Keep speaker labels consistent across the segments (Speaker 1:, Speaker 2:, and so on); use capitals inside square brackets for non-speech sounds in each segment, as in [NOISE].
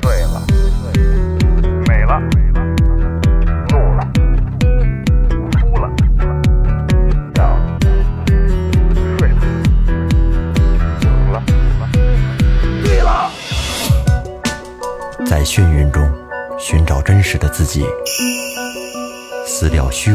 Speaker 1: 醉了，美了，怒了，哭了，笑了，睡了，醒了，醉了。
Speaker 2: 在眩晕中寻找真实的自己，撕掉虚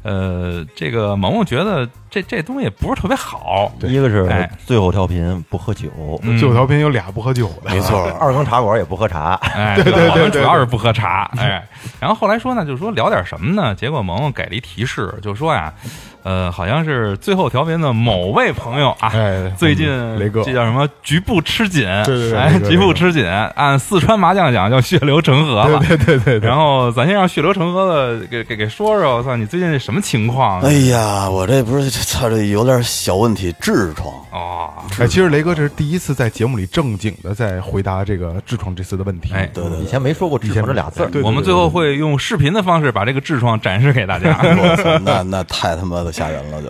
Speaker 3: 呃，这个萌萌觉得这这东西不是特别好，
Speaker 2: 一个是
Speaker 3: 哎
Speaker 2: 最后调频不喝酒，
Speaker 3: 嗯
Speaker 4: 酒调频有俩不喝酒的，
Speaker 5: 没错，
Speaker 6: [LAUGHS]
Speaker 2: 二更茶馆也不喝茶，
Speaker 4: [LAUGHS]
Speaker 3: 哎，对我们主要是不喝茶。哎，然后后来说呢，就是说聊点什么呢？结果萌萌给了一提示，就说呀，呃，好像是最后调频的某位朋友啊，
Speaker 4: 哎
Speaker 3: 最近
Speaker 4: 嗯雷哥
Speaker 3: 这叫什么？局部吃紧，
Speaker 4: 对对对
Speaker 3: 哎
Speaker 4: 雷，哥
Speaker 3: 局部吃紧，按四川麻将讲叫血流成河了。
Speaker 4: 对对对对，
Speaker 3: 然后咱先让血流成河的给给给说说，我操，你最近什么情况？
Speaker 5: [LAUGHS] 哎呀，我这不是操，这有点小问题，
Speaker 2: [LAUGHS]
Speaker 5: 痔疮。
Speaker 3: 哦，
Speaker 4: 哎，其实雷哥这是第一次在节目里正经的在回答这个痔疮这次的问题，
Speaker 3: 哎
Speaker 5: 对对
Speaker 2: 以前没说过痔疮这俩字儿。
Speaker 4: 对对对
Speaker 3: 我们最后会用视频的方式把这个痔疮展示给大
Speaker 4: [LAUGHS]
Speaker 3: 家。
Speaker 5: 对，我操，那那太他妈的吓人了，就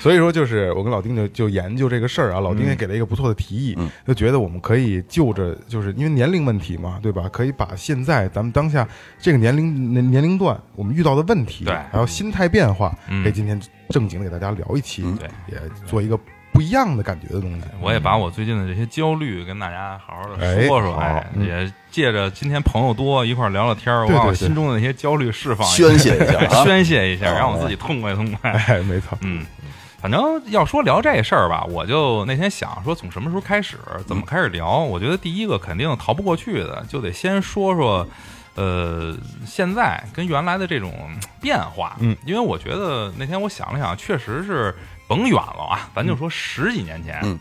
Speaker 4: 所以说就是我跟老丁就就研究这个事儿啊，老丁也给了一个不错的提议，就觉得我们可以就着就是因为年龄问题嘛，对吧？可以把现在咱们当下这个年龄年年龄段我们遇到的问题，
Speaker 3: 对
Speaker 4: 还有心态变化，
Speaker 3: 嗯
Speaker 4: 给今天正经的给大家聊一期，
Speaker 3: 对
Speaker 4: 也做一个不一样的感觉的东西。
Speaker 3: 我也把我最近的这些焦虑跟大家好好的说说，哎
Speaker 4: 哎，好
Speaker 3: 也借着今天朋友多一块儿聊聊天儿，我
Speaker 4: 对
Speaker 3: 把我
Speaker 4: 对对
Speaker 3: 心中的那些焦虑释放一下
Speaker 5: 宣泄一下啊。
Speaker 3: 宣泄一下，
Speaker 5: 好
Speaker 3: 让我自己痛快痛快。
Speaker 4: 哎，没错，
Speaker 3: 嗯，反正要说聊这事儿吧，我就那天想说，从什么时候开始，怎么
Speaker 4: 嗯
Speaker 3: 开始聊？我觉得第一个肯定逃不过去的，就得先说说，呃，现在跟原来的这种嗯变化。
Speaker 4: 嗯，
Speaker 3: 因为我觉得那天我想了想，确实是甭远了啊，咱
Speaker 4: 嗯
Speaker 3: 就说十几年前。
Speaker 5: 嗯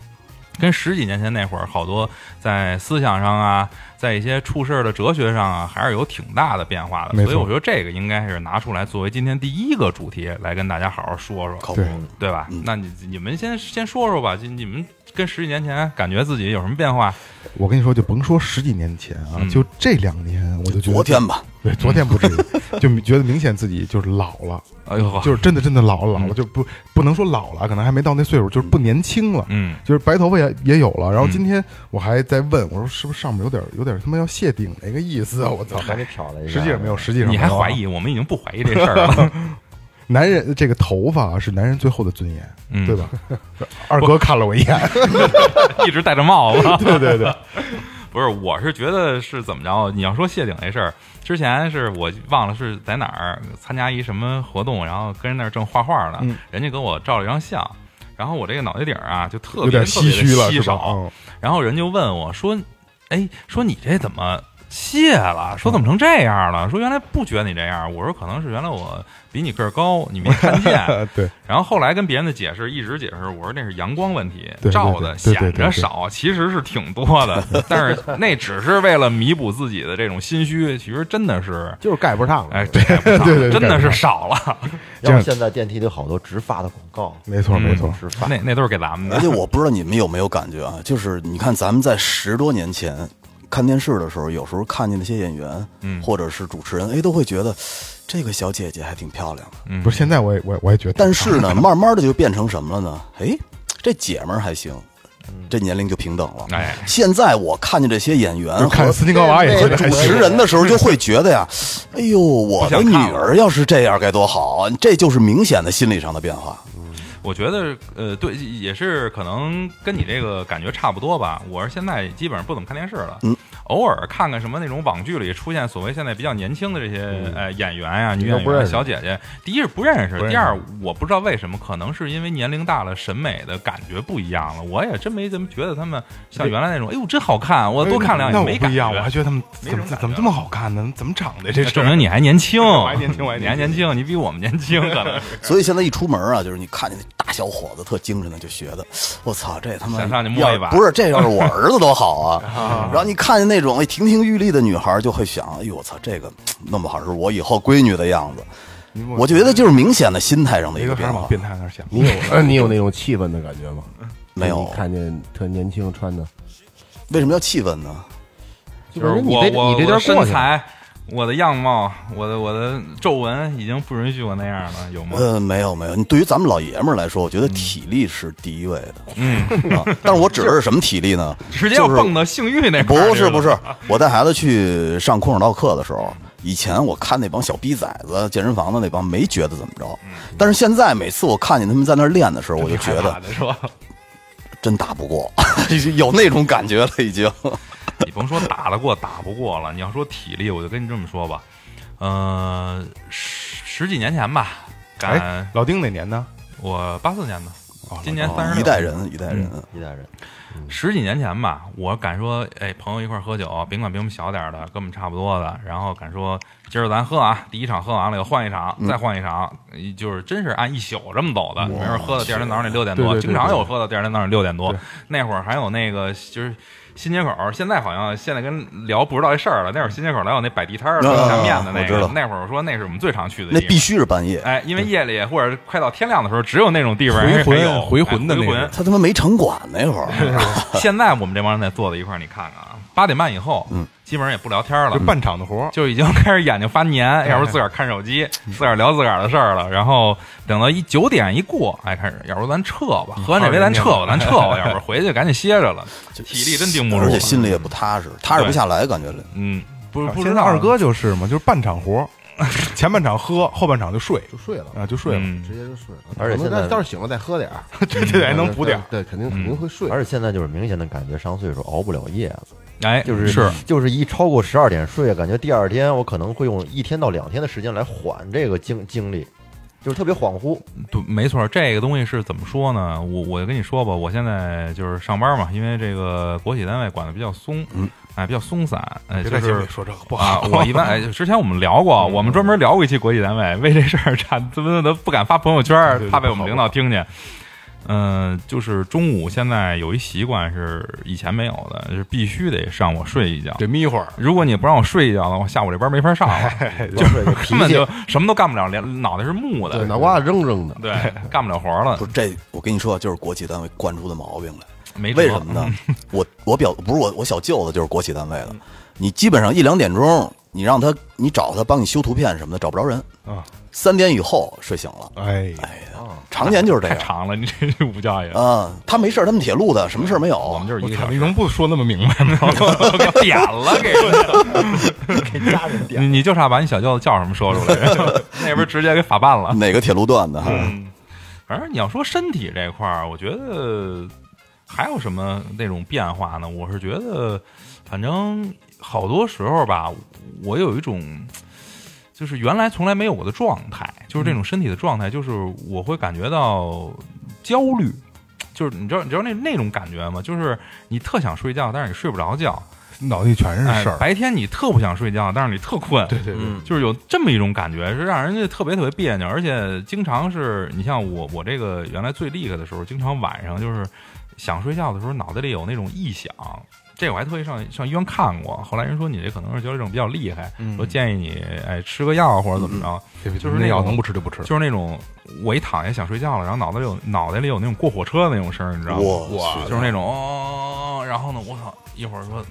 Speaker 3: 跟十几年前那会儿，好多在思想上啊，在一些处事儿的哲学上啊，还是有挺大的变化的。
Speaker 4: 没
Speaker 3: 所以
Speaker 4: 错
Speaker 3: 我觉得这个应该是拿出来作为今天第一个主题来跟大家好好说说。
Speaker 5: 靠谱
Speaker 4: 对，
Speaker 3: 对吧？
Speaker 5: 嗯
Speaker 3: 那你你们先先说说吧，就你们跟十几年前感觉自己有什么变化？
Speaker 4: 我跟你说，就甭说十几年前啊，
Speaker 3: 嗯
Speaker 4: 就这两年，我就觉得
Speaker 5: 昨天吧，
Speaker 4: 对昨天不至于，就 [LAUGHS] 觉得明显自己就是老了。
Speaker 3: 哎呦，
Speaker 4: 就是真的真的老了，老了
Speaker 3: 嗯
Speaker 4: 就不不能说老了，可能还没到那岁数，就是不年轻了，
Speaker 3: 嗯，
Speaker 4: 就是白头发也也有了。然后
Speaker 3: 嗯
Speaker 4: 今天我还在问，我说是不是上面有点有点他妈要谢顶那个意思啊？我操！
Speaker 2: 赶紧瞟了一下，
Speaker 4: 实际上没有，实际上
Speaker 3: 嗯哎你还
Speaker 4: 没有啊
Speaker 3: 怀？疑？我们已经不怀疑这事儿了，
Speaker 4: [LAUGHS] 男人这个头发是男人最后的尊严，
Speaker 3: 嗯
Speaker 4: 对吧？ [LAUGHS] 二哥看了我一眼，
Speaker 3: 一直戴着帽子。 [LAUGHS]
Speaker 4: 对对对，
Speaker 3: 不是，我是觉得是怎么着？你要说谢顶这事儿，之前是我忘了是
Speaker 4: 嗯
Speaker 3: 在哪儿参加一什么活动，然后跟人那儿正画画呢，人家给我照了一张相。然后我这个脑袋顶儿啊就特
Speaker 4: 有
Speaker 3: 别
Speaker 4: 点
Speaker 3: 特别
Speaker 4: 唏
Speaker 3: 的
Speaker 4: 嘘了，
Speaker 3: 稀
Speaker 4: 是吧？
Speaker 3: 少，
Speaker 4: 嗯
Speaker 3: 然后人就问我说：“哎，说你这怎么卸了？说怎么成这样了？说原来不觉得你这样。”我说：“可能是原来我比你个儿高，你没看见。
Speaker 4: 呃， [LAUGHS] 对，”
Speaker 3: 然后后来跟别人的解释，一直解释，我说那是阳光问题
Speaker 4: 对对对
Speaker 3: 照
Speaker 4: 对
Speaker 3: 的
Speaker 4: 对对
Speaker 3: 显
Speaker 4: 对
Speaker 3: 着少，其实是挺
Speaker 4: [LAUGHS]
Speaker 3: 多的，但是那只是为了弥补自己的这种心虚，其实真的是，
Speaker 6: 就是盖不上了。
Speaker 3: 哎，对
Speaker 4: 对对
Speaker 3: 真的
Speaker 4: 对
Speaker 3: 是少了，
Speaker 4: 这
Speaker 6: 要
Speaker 4: 样
Speaker 6: 不现在电梯里好多直发的广告，
Speaker 4: 没错
Speaker 3: 嗯
Speaker 4: 没
Speaker 7: 嗯
Speaker 4: 错，
Speaker 6: 直发
Speaker 3: 那那都是给咱们
Speaker 5: [LAUGHS] 而
Speaker 3: 的
Speaker 5: 且我不知道你们有没有感觉啊，就是你看咱们在十多年前看电视的时候，有时候看见那些演员，嗯，或者是主持人，哎，都会觉得这个小姐姐还挺漂亮的。
Speaker 4: 不是现在我也我也我也觉得，
Speaker 5: 但是
Speaker 4: [LAUGHS]
Speaker 5: 呢，慢慢的就变成什么了呢？哎，这姐们儿还行，
Speaker 4: 嗯
Speaker 5: 这年龄就平等了。
Speaker 3: 哎
Speaker 5: 现在我看见这些演员
Speaker 4: 看
Speaker 5: 和
Speaker 4: 斯琴高娃也觉得还
Speaker 5: 主持
Speaker 4: 行，
Speaker 5: 人的时候，就会觉得呀，哎呦，我的女儿要是这样该多好啊！这就是明显的心理上的变化。
Speaker 3: 我觉得呃，对，也是可能跟你这个感觉差不多吧。我是现在基本上不怎么看电视了，
Speaker 5: 嗯
Speaker 3: 偶尔看看什么那种网剧里出现所谓现在比较年轻的这些、
Speaker 4: 嗯
Speaker 3: 呃演员呀、女
Speaker 6: 都
Speaker 3: 演
Speaker 6: 不
Speaker 3: 员啊、
Speaker 6: 认识
Speaker 3: 小姐姐，第一是不认识，
Speaker 4: 认识
Speaker 3: 第二我不知道为什么，可能是因为年龄大了，审美的感觉不一样了。我也真没怎么觉得他们像原来那种，哎呦真好看，我多看
Speaker 4: 哎
Speaker 3: 两
Speaker 4: 那我
Speaker 3: 眼没
Speaker 4: 不
Speaker 3: 感
Speaker 4: 一
Speaker 3: 觉。
Speaker 4: 样，我还觉得他们
Speaker 3: 没
Speaker 4: 怎么
Speaker 3: 什么感
Speaker 4: 怎么
Speaker 3: 觉
Speaker 4: 这么好看呢？怎么长的这
Speaker 3: 那
Speaker 4: 是？
Speaker 3: 证明你还年轻，
Speaker 4: 我还年轻我还
Speaker 3: 你
Speaker 4: 年
Speaker 3: 还年轻，你比我们年轻，可能
Speaker 5: 所以现在一出门啊，就是你看见那大小伙子特精神的，就学的，我操，这他妈
Speaker 3: 想上去摸一把
Speaker 5: 要不是这要是我儿子多好啊！
Speaker 3: [LAUGHS]
Speaker 5: 然后你看见那种哎亭亭玉立的女孩，就会想，哎呦我操，这个弄不好是我以后闺女的样子。我觉得就是明显的心态上的一
Speaker 4: 没个
Speaker 5: 个
Speaker 4: 还
Speaker 5: 变
Speaker 4: 是
Speaker 5: 化
Speaker 4: 往。变态那儿想，
Speaker 7: 你有呃你有那种气氛的感觉
Speaker 6: [LAUGHS]
Speaker 7: 吗？
Speaker 5: 没有
Speaker 7: 你看见特年轻穿的，
Speaker 5: 为什么要气氛呢？
Speaker 3: 就是
Speaker 6: 你
Speaker 3: 我
Speaker 6: 这
Speaker 3: 我
Speaker 6: 你
Speaker 3: 我
Speaker 6: 这
Speaker 3: 的
Speaker 6: 地儿
Speaker 3: 身
Speaker 6: 过去了，
Speaker 3: 材、我的样貌、我的我的皱纹已经不允许我那样了，有吗？
Speaker 5: 呃，没有没有，你对于咱们老爷们儿来说，我觉得体力是第一位的。
Speaker 3: 嗯，
Speaker 5: 啊，但是我指的是什么体
Speaker 3: [LAUGHS]
Speaker 5: 力呢？
Speaker 3: 直接要
Speaker 5: 就是
Speaker 3: 蹦到性欲 [LAUGHS] 那块儿
Speaker 5: 不
Speaker 3: 去
Speaker 5: 是
Speaker 3: 了
Speaker 5: 不是，我带孩子去上空手道课的时候，以前我看那帮小逼崽子健身房的那帮，没觉得怎么着。但是现在每次我看见他们在那儿练的时候，我就觉
Speaker 3: 嗯害怕
Speaker 5: 得
Speaker 3: 的是吧？
Speaker 5: 真打不过， [LAUGHS] 有那种感觉了已经。
Speaker 3: 你甭说打得过打不过了，你要说体力，我就跟你这么说吧，呃，十十几年前吧，
Speaker 4: 哎
Speaker 3: 赶，
Speaker 4: 老丁哪年呢？
Speaker 3: 嗯我八四年的，今年三十
Speaker 5: 哦一代人一代人，
Speaker 3: 嗯
Speaker 6: 一代人
Speaker 3: 十几年前吧，我敢说，哎，朋友一块儿喝酒，甭管比我们小点儿的，跟我们差不多的，然后敢说，今儿咱喝啊，第一场喝完了，又换一场，
Speaker 4: 嗯
Speaker 3: 再换一场，就是真是按一宿这么走的。没准喝到第二天早上得六点多，
Speaker 4: 对对对
Speaker 3: 经常有喝到第二天早上六点多。那会儿还有那个就是新街口，现在好像现在跟聊不知道这事儿了。那会儿新街口老有那摆地摊儿的、
Speaker 5: 啊
Speaker 3: 下面的那
Speaker 5: 我知
Speaker 3: 个
Speaker 5: 道，
Speaker 3: 那会儿我说那是我们最常去的地
Speaker 5: 那
Speaker 3: 方，
Speaker 5: 必须是半夜。
Speaker 3: 哎，因为夜里或者快到天亮的时候，只有那种地方
Speaker 4: 回魂
Speaker 3: 还有
Speaker 4: 回魂的
Speaker 3: 哎
Speaker 4: 那
Speaker 3: 回
Speaker 4: 种
Speaker 3: 魂。
Speaker 5: 他他妈没城管那会儿，
Speaker 3: 现在我们这帮人在坐在一块儿，你看看啊，八点半以后，嗯，基本上也不聊天了
Speaker 4: 就，半场的活儿，
Speaker 3: 就已经开始眼睛发黏，要不自个儿看手机，自个儿聊自个儿的事儿了。然后等到一九点一过，哎，开始，要不咱撤吧，喝完这杯咱撤吧，咱撤吧，要不回去赶紧歇着了， [LAUGHS] 体力真顶不住
Speaker 5: [LAUGHS] 而。且心里也不踏实，踏实不
Speaker 3: 对
Speaker 5: 下来，感觉
Speaker 3: 嗯，不不知
Speaker 4: 现
Speaker 3: 道
Speaker 4: 在啊二哥就是嘛，就是半场活儿，前半场喝，后半场就睡
Speaker 7: 就睡了，
Speaker 4: 啊，就睡了，
Speaker 3: 嗯
Speaker 7: 直接就睡了。
Speaker 6: 而且
Speaker 7: 可能
Speaker 6: 现在
Speaker 7: 但但是醒了再喝点
Speaker 4: [LAUGHS]
Speaker 7: 儿，
Speaker 4: 这这还能补点儿。
Speaker 3: 嗯
Speaker 7: 对，肯定肯定会睡。
Speaker 6: 而且现在就是明显的感觉上岁数熬不了夜了，
Speaker 3: 哎，
Speaker 6: 就是
Speaker 3: 是
Speaker 6: 就是一超过十二点睡，感觉第二天我可能会用一天到两天的时间来缓这个精精力，就是特别恍惚。
Speaker 3: 对，没错，这个东西是怎么说呢？我我就跟你说吧，我现在就是上班嘛，因为这个国企单位管的比较松，
Speaker 5: 嗯，
Speaker 3: 哎，比较松散，
Speaker 4: 别
Speaker 3: 哎，就
Speaker 4: 在节目
Speaker 3: 是
Speaker 4: 里说这个不
Speaker 3: 啊
Speaker 4: 好，， [LAUGHS]
Speaker 3: 我一般哎，之前我们聊过，我们专门聊过一期国企单位，为这事儿差 [LAUGHS] 怎么都不敢发朋友圈
Speaker 4: 对，对
Speaker 3: 怕被我们
Speaker 4: 不好
Speaker 3: 领导听见。嗯，就是中午现在有一习惯是以前没有的，就是必须得上午睡一觉。
Speaker 4: 得眯一会儿，
Speaker 3: 如果你不让我睡一觉的话，下午这班没法上了，就是根本就什么都干不了，连脑袋是木的
Speaker 7: 对，，脑
Speaker 6: 嗯
Speaker 7: 瓜子扔扔的，
Speaker 3: 对，干不了活儿了
Speaker 5: 不。是这，我跟你说，就是国企单位惯出的毛病来。
Speaker 3: 没辙
Speaker 5: 为什
Speaker 3: [LAUGHS]
Speaker 5: 么呢？我我表不是我我小舅子就是国企单位的，你基本上一两点钟，你让他你找他帮你修图片什么的，找不着人
Speaker 4: 啊。
Speaker 5: 三点以后睡醒了，
Speaker 4: 哎，
Speaker 5: 哎呀，常年就是这
Speaker 3: 哦太
Speaker 5: 样
Speaker 3: 长了，你这这午觉也。
Speaker 5: 啊。他没事儿，他们铁路的什么事儿没有。
Speaker 3: 我们就是一
Speaker 4: 我
Speaker 3: 个哎
Speaker 4: 操
Speaker 3: 小，时
Speaker 4: 你，能不说那么明白吗？
Speaker 3: 我给点了，给
Speaker 6: 给家人点
Speaker 3: 你你就差把你小舅子叫什么说出来，那边直接给法办了。
Speaker 5: 哪个铁路段的？哈
Speaker 3: 嗯，反正你要说身体这块儿，我觉得还有什么那种变化呢？我是觉得，反正好多时候吧，我有一种。就是原来从来没有过的状态，就是这种身体的状态，就是我会感觉到焦虑，就是你知道你知道那那种感觉吗？就是你特想睡觉，但是你睡不着觉，
Speaker 4: 脑袋全是
Speaker 3: 哎
Speaker 4: 事儿，
Speaker 3: 白天你特不想睡觉，但是你特困，
Speaker 4: 对对对，
Speaker 5: 嗯，
Speaker 3: 就是有这么一种感觉，是让人家特别特别别扭，而且经常是你像我，我这个原来最厉害的时候，经常晚上就是想睡觉的时候，脑袋里有那种臆想。这我还特意上上医院看过，后来人说你这可能是焦虑症比较厉害，
Speaker 4: 嗯
Speaker 3: 说建议你哎吃个药或者怎么着，
Speaker 4: 对
Speaker 3: 就是那
Speaker 4: 那药
Speaker 3: 种
Speaker 4: 能不吃就不吃，
Speaker 3: 就是那种我一躺下想睡觉了，然后脑袋里有脑袋里有那种过火车的那种声儿，你知道吗？
Speaker 5: 我去
Speaker 3: 就是那种，哦哦哦然后呢，我操，一会儿说，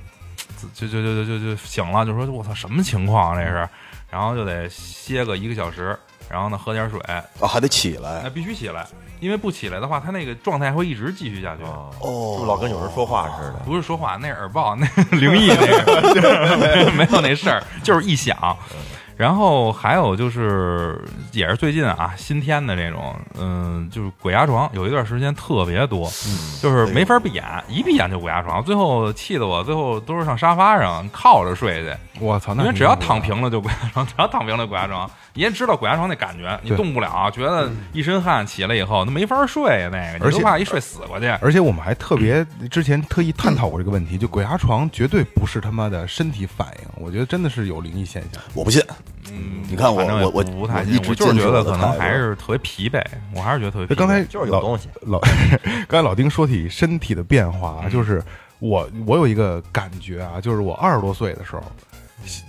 Speaker 3: 就就就就就就醒了，就说我操，什么情况啊这是？然后就得歇个一个小时，然后呢喝点水，
Speaker 5: 啊还得起
Speaker 3: 那
Speaker 5: 来
Speaker 3: 必须起来，因为不起来的话，他那个状态会一直继续下去。
Speaker 5: 哦，
Speaker 2: 就老跟有人说话似的。
Speaker 3: 不是说话，那耳爆， [LAUGHS] 那
Speaker 4: [LAUGHS]
Speaker 3: 灵异那个， [LAUGHS] 就是没有那事儿，就是一响。
Speaker 4: 嗯
Speaker 3: 然后还有就是，也是最近啊，新添的这种，嗯、就是鬼压床，有一段时间特别多，
Speaker 4: 嗯
Speaker 3: 就是没法闭眼，一闭眼就鬼压床，最后气得我最后都是上沙发上靠着睡去，
Speaker 4: 我操，那啊
Speaker 3: 因为
Speaker 4: 挺
Speaker 3: 只要
Speaker 4: 恐怖的
Speaker 3: 躺平了就鬼压床，只 [LAUGHS] 要躺平了就鬼压床。你也知道鬼压床那感觉，你
Speaker 4: 对
Speaker 3: 动不了，觉得一身汗，起来以后那没法睡，那个
Speaker 4: 而
Speaker 3: 你
Speaker 4: 且
Speaker 3: 就怕一睡死过去。
Speaker 4: 而且我们还特别之前特意探讨过这个问题，就鬼压床绝对不是他妈的身体反应，我觉得真的是有灵异现象。
Speaker 5: 我不信，
Speaker 3: 嗯，
Speaker 5: 你看我
Speaker 3: 反正也
Speaker 5: 我我
Speaker 3: 不太
Speaker 5: 我
Speaker 3: 信
Speaker 5: 一直
Speaker 3: 我就是
Speaker 5: 坚持
Speaker 3: 觉得
Speaker 5: 我的
Speaker 3: 可
Speaker 5: 态
Speaker 3: 能
Speaker 5: 度哎
Speaker 3: 还是特别疲惫，我还是觉得特别疲惫。
Speaker 4: 那刚才
Speaker 2: 就是有
Speaker 4: 老
Speaker 2: 东西嗯
Speaker 4: 老， [LAUGHS] 刚才老丁说起身体的变化啊，就是我我有一个感觉啊，就是我二十多岁的时候，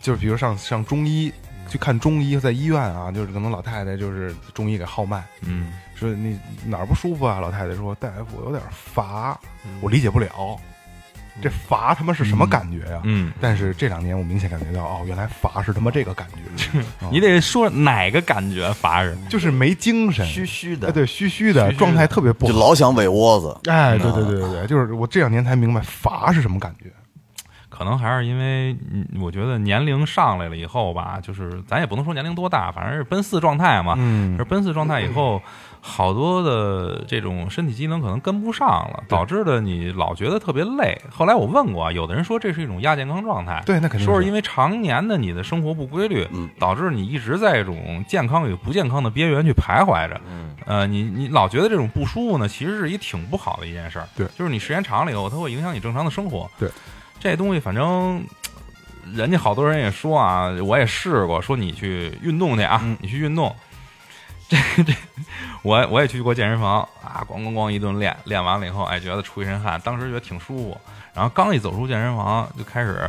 Speaker 4: 就是比如上上中医去看中医，在医院啊，就是可能老太太就是中医给号脉，
Speaker 3: 嗯，
Speaker 5: 啊
Speaker 4: 说你哪儿不舒服啊？老太太说大夫我有点乏，
Speaker 2: 嗯
Speaker 4: 我理解不了，这乏他妈是什么感觉呀、啊
Speaker 3: 嗯嗯
Speaker 4: 但是这两年我明显感觉到哦，原来乏是他妈这个感觉，
Speaker 5: 哦
Speaker 4: 啊
Speaker 3: 你得说哪个感觉乏人？
Speaker 4: 就是没精神，
Speaker 2: 虚虚
Speaker 4: 哎
Speaker 2: 的，
Speaker 4: 对，虚虚的状态特别不
Speaker 5: 就
Speaker 4: 好。
Speaker 5: 老想尾窝子，
Speaker 4: 哎，对对对对对，就是我这两年才明白乏是什么感觉。
Speaker 3: 可能还是因为嗯我觉得年龄上来了以后吧，就是咱也不能说年龄多大，反正是奔四状态嘛。
Speaker 4: 嗯
Speaker 3: 而奔四状态以后，好多的这种身体机能可能跟不上了，导致的你老觉得特别累。后来我问过啊，有的人说这是一种亚健康状态，
Speaker 4: 对那肯定
Speaker 3: 说
Speaker 4: 是嗯
Speaker 3: 是因为常年的你的生活不规律，导致你一直在一种健康与不健康的边缘去徘徊着。
Speaker 4: 嗯
Speaker 3: 呃，你你老觉得这种不舒服呢，其实是一挺不好的一件事儿。
Speaker 4: 对
Speaker 3: 就是你时间长了以后，它会影响你正常的生活。
Speaker 4: 对，
Speaker 3: 这东西反正。人家好多人也说啊，我也试过，说你去运动去啊，
Speaker 4: 嗯
Speaker 3: 你去运动。 [LAUGHS] 这这，我我也去过健身房啊，咣咣咣一顿练，练完了以后，哎，觉得出一身汗，当时觉得挺舒服。然后刚一走出健身房，就开始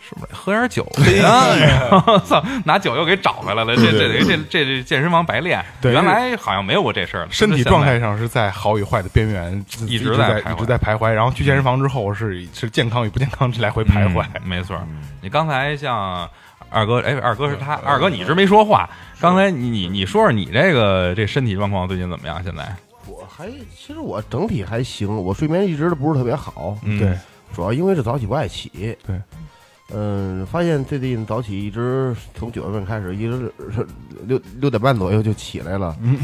Speaker 3: 是不是得喝点酒啊？ [LAUGHS] 然后操，拿酒又给找回来了，这这等于这这这健身房白练。
Speaker 4: 对
Speaker 3: 原来好像没有过这事儿，
Speaker 4: 身体
Speaker 3: 现在
Speaker 4: 状态上是在好与坏的边缘，
Speaker 3: 一直
Speaker 4: 直
Speaker 3: 在
Speaker 4: 在
Speaker 3: 徘徊
Speaker 4: 一直在徘徊。然后去健身房之后是是健康与不健康来回徘徊。 [LAUGHS]
Speaker 3: 嗯没错儿，你刚才像二哥，哎，二哥
Speaker 4: 嗯
Speaker 3: 是他，二哥你一直没说话。刚才你你你说说你这个这身体状况最近怎么样？现在
Speaker 7: 我还其实我整体还行，我睡眠一直都不是特别好，
Speaker 3: 嗯
Speaker 4: 对，
Speaker 7: 主要因为是早起不爱起。
Speaker 4: 对，
Speaker 7: 嗯，发现最近早起一直从九月份开始，一直是六六点半左右就起来了。嗯，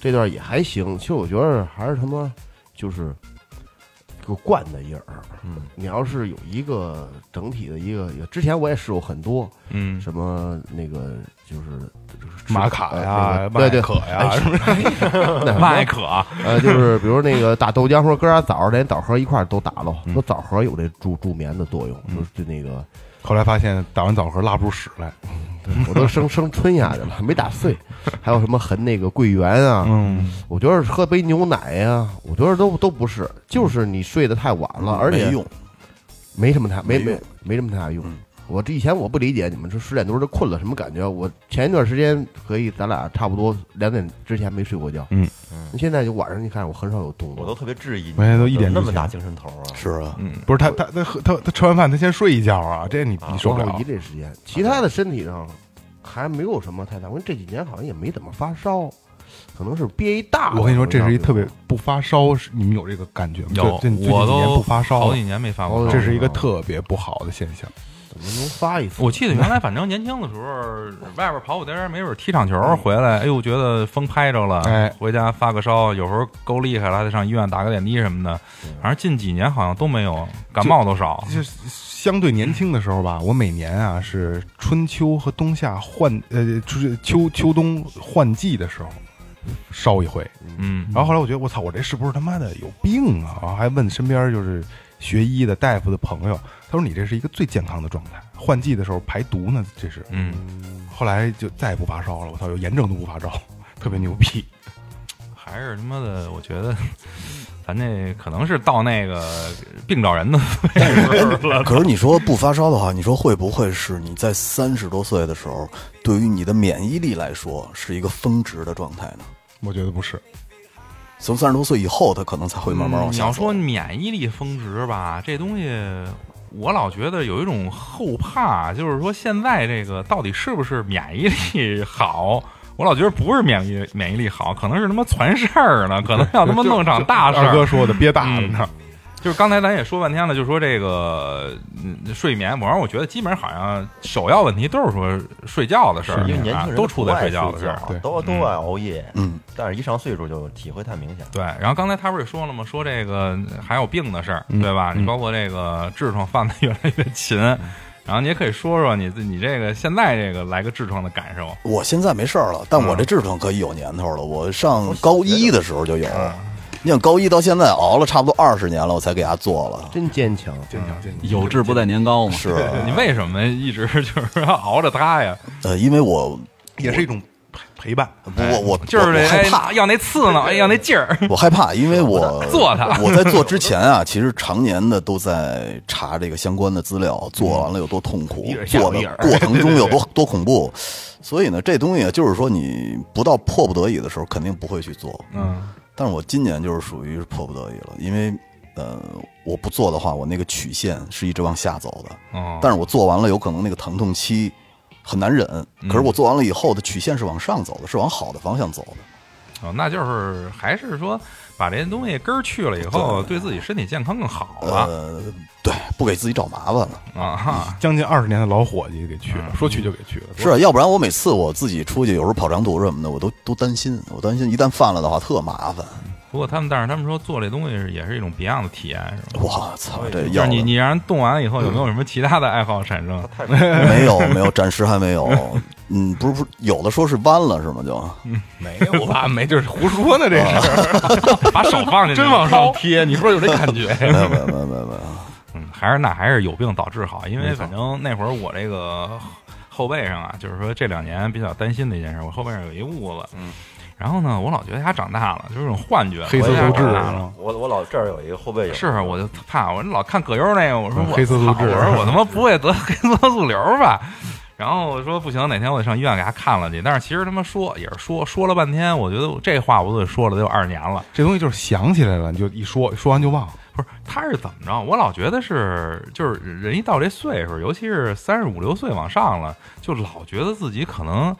Speaker 7: 这段也还行。其实我觉得还是他妈就是给我惯的一耳。嗯，你要是有一个整体的一个，之前我也试过很多，
Speaker 3: 嗯，
Speaker 7: 什么那个就是就是吃
Speaker 4: 玛卡
Speaker 7: 呃
Speaker 4: 呀，
Speaker 7: 那个对
Speaker 4: 麦
Speaker 7: 对
Speaker 4: 可呀，什么
Speaker 7: 那什么
Speaker 3: 麦可
Speaker 7: 呃，就是比如那个打豆浆或者搁点枣儿，连枣核一块儿都打喽。说枣核有这助助眠的作用，就是对那个
Speaker 4: [LAUGHS] 后来发现打完枣核拉不出屎来，
Speaker 7: 我都生生春下去了，没打碎。还有什么含那个桂圆啊？
Speaker 4: 嗯，
Speaker 7: 我觉得喝杯牛奶呀、我觉得都都不是，就是你睡得太晚了，而且
Speaker 5: 嗯没用，
Speaker 7: 没什么太没
Speaker 5: 没
Speaker 7: 没
Speaker 5: 用
Speaker 7: 没什么太大用
Speaker 5: 嗯。
Speaker 7: 我这以前我不理解你们这十点多就困了什么感觉，我前一段时间可以咱俩差不多两点之前没睡过觉，
Speaker 4: 嗯
Speaker 7: 嗯，现在就晚上你看我很少有动
Speaker 2: 我
Speaker 7: 作，
Speaker 2: 都特别质疑你，
Speaker 4: 每天都一点
Speaker 2: 那
Speaker 4: 之
Speaker 2: 么
Speaker 4: 前
Speaker 2: 大精神头啊！
Speaker 5: 是啊，
Speaker 4: 不是他他他喝他他吃完饭他先睡一觉啊，这你你受不
Speaker 7: 光
Speaker 4: 了
Speaker 7: 一。这时间，其他的身体上还没有什么太大，因为这几年好像也没怎么发烧，可能是憋一大。
Speaker 4: 我跟你说，这是一特别不发烧，是你们有这个感觉吗？
Speaker 3: 有
Speaker 4: 就就你，最近
Speaker 3: 我
Speaker 4: 几年
Speaker 3: 都
Speaker 4: 不发烧
Speaker 3: 好
Speaker 4: 了
Speaker 3: 几，年没发过
Speaker 7: 哦
Speaker 3: 烧。
Speaker 4: 这是一个特别不好的现象。
Speaker 7: 怎么能发一次？
Speaker 3: 我记得原来反正年轻的时候，外边跑跑颠儿，没准踢场球回来，哎呦，觉得风拍着了，
Speaker 4: 嗯哎
Speaker 3: 回家发个烧，有时候够厉害了，还得上医院打个点滴什么的。反正近几年好像都没有，感冒都少。
Speaker 4: 就是相对年轻的时候吧，我每年啊是春秋和冬夏换呃，就是秋秋冬换季的时候，烧一回。
Speaker 3: 嗯，
Speaker 4: 然后后来我觉得我操，我这是不是他妈的有病啊？然后还问身边就是学医的大夫的朋友，他说你这是一个最健康的状态，换季的时候排毒呢，这是。
Speaker 3: 嗯，
Speaker 4: 后来就再也不发烧了，我操，有炎症都不发烧，特别牛逼。
Speaker 3: 还是他妈的，我觉得咱这可能是到那个病找人的位置 [LAUGHS] 了。
Speaker 5: 可是你说不发烧的话，你说会不会是你在三十多岁的时候，对于你的免疫力来说是一个峰值的状态呢？
Speaker 4: 我觉得不是，
Speaker 5: 从三十多岁以后，它可能才会慢慢往
Speaker 3: 嗯你
Speaker 5: 下
Speaker 3: 要
Speaker 5: 走。
Speaker 3: 说免疫力峰值吧，这东西我老觉得有一种后怕，就是说现在这个到底是不是免疫力好？我老觉得不是免疫免疫力好，可能是他妈传事儿呢，可能要他妈弄场大事
Speaker 4: 二
Speaker 3: 儿
Speaker 4: 哥。说的憋大了呢，
Speaker 3: 就是刚才咱也说半天了，就说这个嗯睡眠，我让我觉得基本上好像首要问题都是说睡觉的事儿，
Speaker 6: 因为年轻
Speaker 3: 啊
Speaker 6: 人
Speaker 3: 都出在
Speaker 6: 不爱
Speaker 3: 睡
Speaker 6: 睡
Speaker 3: 觉的事儿。
Speaker 4: 对
Speaker 6: 都都
Speaker 3: 嗯
Speaker 6: 爱熬夜，
Speaker 5: 嗯，
Speaker 6: 但是一上岁数就体会太明显了。
Speaker 3: 对，然后刚才他不是也说了吗？说这个还有病的事儿，对吧？你包括这个痔疮犯的越来越勤，然后你也可以说说你自你这个现在这个来个痔疮的感受。
Speaker 5: 我现在没事儿了，但
Speaker 3: 嗯
Speaker 5: 我这痔疮可以有年头了。我上高一的时候就有，
Speaker 3: 嗯
Speaker 5: 你想高一到现在熬了差不多二十年了，我才给它做了。
Speaker 7: 真坚强。啊
Speaker 4: 坚强坚强。
Speaker 8: 有志不在年高嘛。
Speaker 5: 是啊，
Speaker 3: 你为什么一直 [LAUGHS] 就是要熬着它呀？
Speaker 5: 呃，因为我
Speaker 4: 也是一种陪陪伴。
Speaker 5: 不我我
Speaker 3: 哎就是
Speaker 5: 我我
Speaker 3: 这
Speaker 5: 害怕
Speaker 3: 哎，要那刺挠，哎，要那劲儿。
Speaker 5: [LAUGHS] 我害怕，因为
Speaker 3: [LAUGHS]
Speaker 5: 我
Speaker 3: 做它
Speaker 5: 我在做之前啊，其实常年的都在查这个相关的资料，做完了有多痛
Speaker 3: 嗯
Speaker 5: 苦，做的过程
Speaker 3: [LAUGHS]
Speaker 5: 中有多多恐怖，所以呢，这东西啊就是说你不到迫不得已的时候，肯定不会去做。
Speaker 3: 嗯
Speaker 5: 但是我今年就是属于迫不得已了，因为呃，我不做的话，我那个曲线是一直往下走的，
Speaker 3: 哦，
Speaker 5: 但是我做完了，有可能那个疼痛期很难忍，
Speaker 3: 嗯
Speaker 5: 可是我做完了以后的曲线是往上走的，是往好的方向走的。
Speaker 3: 哦，那就是还是说把这些东西根儿去了以后，对自己身体健康更好了
Speaker 5: 呃，对，不给自己找麻烦了。
Speaker 3: 啊哈。
Speaker 4: 将近二十年的老伙计给去了，说去就给去了。
Speaker 5: 是啊，要不然我每次我自己出去，有时候跑长途什么的，我都都担心，我担心一旦犯了的话特麻烦。
Speaker 3: 不过他们，但是他们说做这东西是也是一种别样的体验，是吧？
Speaker 5: 我操，这
Speaker 3: 就
Speaker 5: 要
Speaker 3: 是你
Speaker 5: 了
Speaker 3: 你让人动完了以后，有没有什么其他的爱好产生？
Speaker 5: 没有没有，暂时还没有。嗯，不是不是，有的说是弯了是吗？就
Speaker 4: 没
Speaker 3: [LAUGHS]
Speaker 4: 有吧？没，这是胡说呢，这是
Speaker 3: 把手放 [LAUGHS] 进去，
Speaker 4: 真往上贴。你说有这感
Speaker 3: [LAUGHS]
Speaker 4: 觉？
Speaker 5: 没有没有没有没有没有。
Speaker 3: 嗯，还是那还是有病早治好，因为反正那会儿我这个后后背上啊，就是说这两年比较担心的一件事，我后背上有一痦子，嗯，然后呢，我老觉得它长大了，就是这种幻觉，
Speaker 4: 黑
Speaker 3: 我
Speaker 4: 色
Speaker 3: 觉得
Speaker 4: 素
Speaker 3: 它
Speaker 4: 质
Speaker 3: 长大了。
Speaker 4: 啊，
Speaker 6: 我我老这儿有一个后背有，
Speaker 3: 是，啊我就怕我老看葛优那个，我说
Speaker 4: 嗯
Speaker 3: 我
Speaker 4: 黑色素
Speaker 3: 操
Speaker 4: 质
Speaker 3: 我说我他妈不会得 [LAUGHS] 黑色素瘤吧？然后我说不行，哪天我得上医院给他看了去。但是其实他妈说也是说说了半天，我觉得这话我都得说了得有二年了。
Speaker 4: 这东西就是想起来了你就一说，说完就忘。
Speaker 3: 不是，他是怎么着？我老觉得是，就是人一到这岁数，尤其是三十五六岁往上了，就老觉得自己可能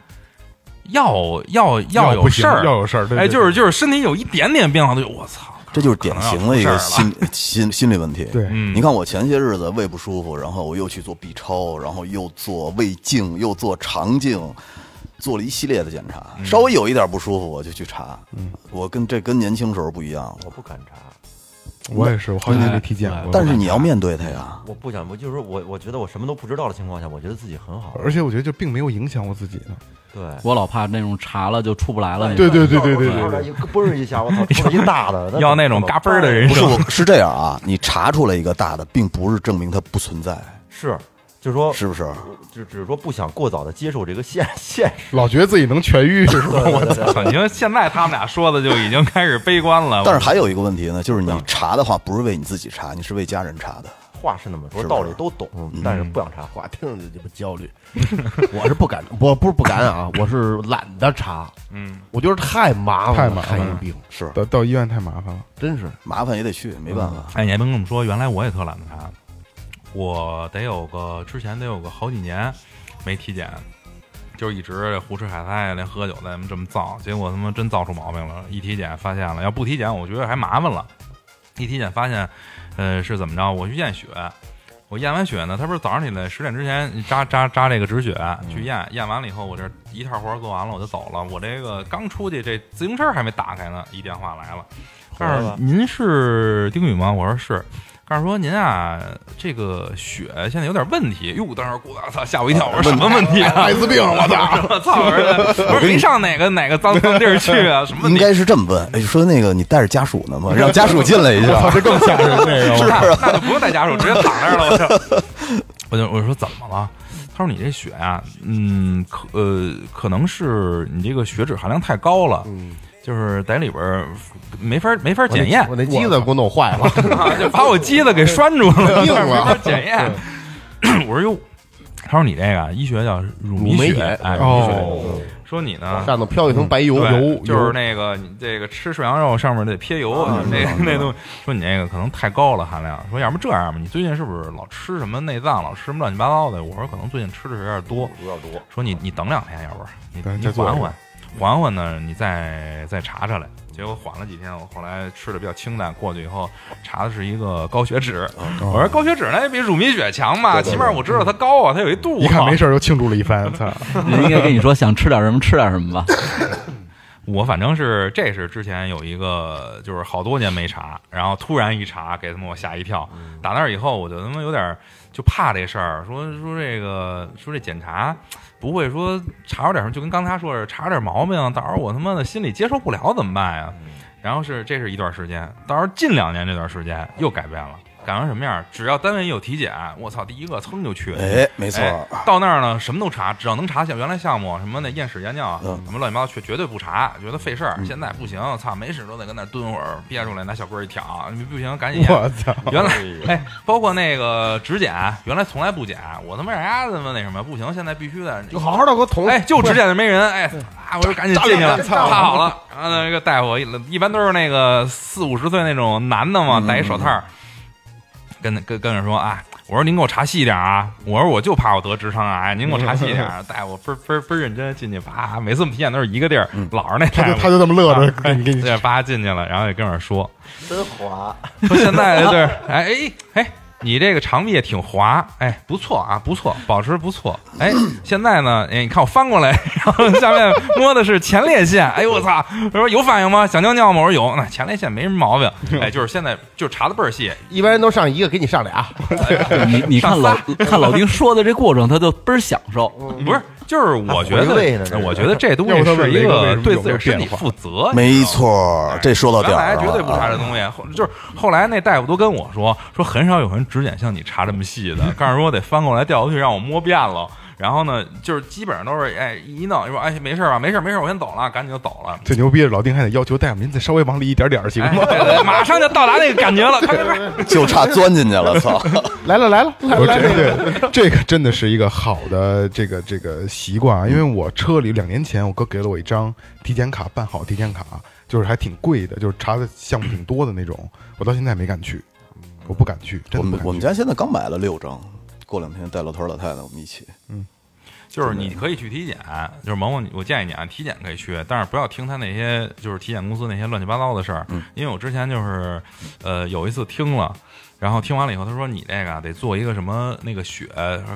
Speaker 3: 要要
Speaker 4: 要
Speaker 3: 有
Speaker 4: 不行
Speaker 3: 事儿，
Speaker 4: 要有事儿对
Speaker 3: 哎，
Speaker 4: 对
Speaker 3: 就是就是身体有一点点变化，就我操，
Speaker 5: 这就是典型的一个
Speaker 3: 新。
Speaker 5: 心 [LAUGHS] 心心理问题。
Speaker 4: 对
Speaker 3: 嗯
Speaker 5: 你看我前些日子胃不舒服，然后我又去做 B 超，然后又做胃镜，又做肠镜，做了一系列的检查。稍微有一点不舒服，我就去查。我跟这跟年轻时候不一样了，
Speaker 6: 我不敢查，
Speaker 4: 我也是，我好几年没体检过。
Speaker 5: 但是你要面对它呀。
Speaker 6: 我不想，我就是我，我觉得我什么都不知道的情况下，我觉得自己很好。
Speaker 4: 而且我觉得就并没有影响我自己呢。
Speaker 6: 对，
Speaker 8: 我老怕那种查了就出不来了。
Speaker 4: 对对对对对
Speaker 6: 后来
Speaker 4: 对，
Speaker 6: 一个嘣儿一下，我操，出来一
Speaker 4: [LAUGHS]
Speaker 6: 大的，
Speaker 3: 要那种嘎嘣儿的人
Speaker 5: 不是，
Speaker 3: 生，
Speaker 5: 我是这样啊，你查出来一个大的，并不是证明它不存在，
Speaker 6: 是，就是说，
Speaker 5: 是不是？
Speaker 6: 只只是说不想过早的接受这个现 [LAUGHS] 现实。
Speaker 4: 老觉得自己能痊愈，是吧？
Speaker 6: 对对对
Speaker 3: 操！你说现在他们俩说的就已经开始悲观了。
Speaker 5: 但是还有一个问题呢，就是你
Speaker 3: 嗯
Speaker 5: 查的话，不是为你自己查，你是为家人查的。
Speaker 6: 话是那么说，
Speaker 5: 是不是
Speaker 6: 道理都懂，但是不想查。
Speaker 7: 话嗯听着就鸡巴焦虑， [LAUGHS] 我是不敢，我不是不敢啊，我是懒得查，
Speaker 3: 嗯，
Speaker 7: 我觉得太麻
Speaker 4: 太
Speaker 7: 烦
Speaker 4: 麻
Speaker 7: 了，
Speaker 4: 烦
Speaker 7: 看
Speaker 4: 了
Speaker 7: 一病
Speaker 5: 是，
Speaker 4: 到到医院太麻烦了。
Speaker 7: 真是
Speaker 5: 麻烦也得去，没办法。
Speaker 3: 哎，你还甭这么说，原来我也特懒得查，我得有个之前得有个好几年没体检，就是一直胡吃海塞，连喝酒的这么造，结果他妈真造出毛病了。一体检发现了，要不体检，我觉得还麻烦了。一体检发现，呃，是怎么着？我去验血，我验完血呢，他不是早上起来十点之前扎扎扎这个止血去验，验完了以后，我这一套活儿做完了，我就走了。我这个刚出去，这自行车还没打开呢，一电话来了。告诉您是丁宇吗？我说是。告诉说您啊，这个血现在有点问题。哟，当时我操，吓我一跳，我说什么问题啊？艾滋病，我操，我操，不是没上哪个哪个脏脏地儿去啊？什么
Speaker 5: 应
Speaker 3: 问题？
Speaker 5: 该是这么问，哎，说那个你带着家属呢吗？让家属进来一下，
Speaker 4: 这更吓人那个。
Speaker 3: 那那就不用带家属，直接躺那儿了。我就 [LAUGHS] 我就我说怎么了？他说你这血啊，嗯，可呃可能是你这个血脂含量太高了，就是在里边儿没法没法检验
Speaker 7: 我，那机子给我弄坏了，
Speaker 3: 啊就把我机子给拴住了，
Speaker 7: 硬
Speaker 3: 没法
Speaker 7: 了
Speaker 3: 检验。 [COUGHS] 我说哟，他说你这个啊医学叫乳
Speaker 7: 乳
Speaker 3: 糜
Speaker 7: 糜
Speaker 3: 血
Speaker 7: 血，
Speaker 3: 哎，乳糜血
Speaker 4: 哦，
Speaker 3: 说你呢？
Speaker 7: 上头飘一层白油，
Speaker 3: 嗯对
Speaker 7: 油
Speaker 3: 就是那个你这个吃涮羊肉上面得撇油，
Speaker 4: 啊
Speaker 3: 就是那那东西。说你那个可能太高了含量，说要不这样吧，你最近是不是老吃什么内脏，老吃什么乱七八糟的？我说可能最近吃的是有点多，有点多。说你你等两天，要不然
Speaker 4: 对
Speaker 3: 你你
Speaker 4: 再做一
Speaker 3: 缓
Speaker 4: 个
Speaker 3: 缓，缓缓呢，你再再查查来。结果缓了几天，我后来吃的比较清淡，过去以后查的是一个高血脂。
Speaker 4: 啊
Speaker 3: 我说高血脂那也比乳糜血强嘛，起码我知道它高啊，它有一度。
Speaker 4: 一看没事儿就庆祝了一番， [LAUGHS] 操！
Speaker 8: 人应该跟你说想吃点什么吃点什么吧。
Speaker 3: 我反正是，这是之前有一个，就是好多年没查，然后突然一查，给他们我吓一跳。
Speaker 5: 嗯
Speaker 3: 打那儿以后，我就他妈有点儿就怕这事儿，说说这个说这检查不会说查出点什么，就跟刚才说的，查出点毛病，到时候我他妈的心里接受不了怎么办呀？
Speaker 5: 嗯
Speaker 3: 然后是这是一段时间，到时候近两年这段时间又改变了，改成什么样儿？只要单位有体检，我操，第一个噌就去。
Speaker 5: 哎，没错，
Speaker 3: 哎到那儿呢，什么都查，只要能查像原来项目什么那验屎验尿啊，
Speaker 5: 嗯
Speaker 3: 什么乱七八糟，绝绝对不查，觉得费事儿。现在不行，操，没事都得跟那儿蹲会儿，憋出来拿小棍儿一挑，你不行赶紧
Speaker 4: [LAUGHS]
Speaker 3: 验。
Speaker 4: 我操！
Speaker 3: 原来哎，包括那个指检，原来从来不检，我他妈让丫他妈那什么不行，现在必须得
Speaker 7: 就好好的给我捅。
Speaker 3: 哎，就指检那没人，哎，啊，我就赶紧进去了，擦好了。然后那个大夫一一般都是那个四五十岁那种男的嘛，戴一手套儿，跟跟跟着说啊，我说您给我查细点儿啊，我说我就怕我得直肠癌，您给我查细点儿。大夫倍儿倍儿倍儿认真进去，啪，每次我们体检都是一个地儿，老是那
Speaker 4: 他
Speaker 3: 大
Speaker 4: 就
Speaker 3: 夫，
Speaker 4: 他就这么乐着，给你给
Speaker 3: [LAUGHS]
Speaker 4: 你
Speaker 3: 对，啪进去了，然后也跟着说，
Speaker 6: 真滑，
Speaker 3: [LAUGHS] 说现在这儿，哎哎哎，你这个肠壁也挺滑，哎，不错啊，不错，保持不错。哎，现在呢，哎，你看我翻过来， [LAUGHS] 然后下面摸的是前列腺，哎呦我操！我说有反应吗？想尿尿吗？我说有，那前列腺没什么毛病。哎，就是现在就查的倍儿细，
Speaker 7: 一般人都上一个，给你上俩，
Speaker 8: 你你看老看老丁说的这过程，他就倍儿享受。
Speaker 3: 不是，就是我觉
Speaker 6: 还回味呢这
Speaker 3: 得，
Speaker 6: 是
Speaker 3: 我觉得这东西是一个对自己身体负责，
Speaker 5: 没错，这说到点
Speaker 3: 原来
Speaker 5: 儿了。
Speaker 3: 绝对不查这东西，后就是后来那大夫都跟我说，说很少有人指检像你查这么细的，告诉说我得翻过来调过去，让我摸遍了。然后呢，就是基本上都是哎一弄，就说哎没事吧，没事没事，我先走了，赶紧就走了。
Speaker 4: 最牛逼的老丁还得要求大夫，您再稍微往里一点点儿行
Speaker 3: 哎，
Speaker 4: 吗？
Speaker 3: 对对马上就到达那个感觉了，快快快！
Speaker 5: 啊就差钻进去
Speaker 3: [LAUGHS]
Speaker 5: 了，操！
Speaker 7: 来了来了来
Speaker 4: 我
Speaker 7: 了来
Speaker 4: 觉
Speaker 7: 了，
Speaker 4: 得这个真的是一个好的这个这个习惯
Speaker 3: 嗯
Speaker 4: 啊，因为我车里两年前我哥给了我一张体检卡，办好体检卡，就是还挺贵的，就是查的项目挺多的那种，我到现在没敢去，
Speaker 3: 嗯
Speaker 4: 我不敢去，
Speaker 5: 我
Speaker 4: 真的不
Speaker 5: 们
Speaker 4: 敢
Speaker 5: 我们
Speaker 4: 去
Speaker 5: 家现在刚买了六张，过两天带老头儿老太太我们一起。
Speaker 3: 就是你可以去体检，就是萌萌，我建议你啊，体检可以去，但是不要听他那些就是体检公司那些乱七八糟的事儿，
Speaker 4: 嗯
Speaker 3: 因为我之前就是，呃，有一次听了，然后听完了以后，他说你这个啊得做一个什么那个血，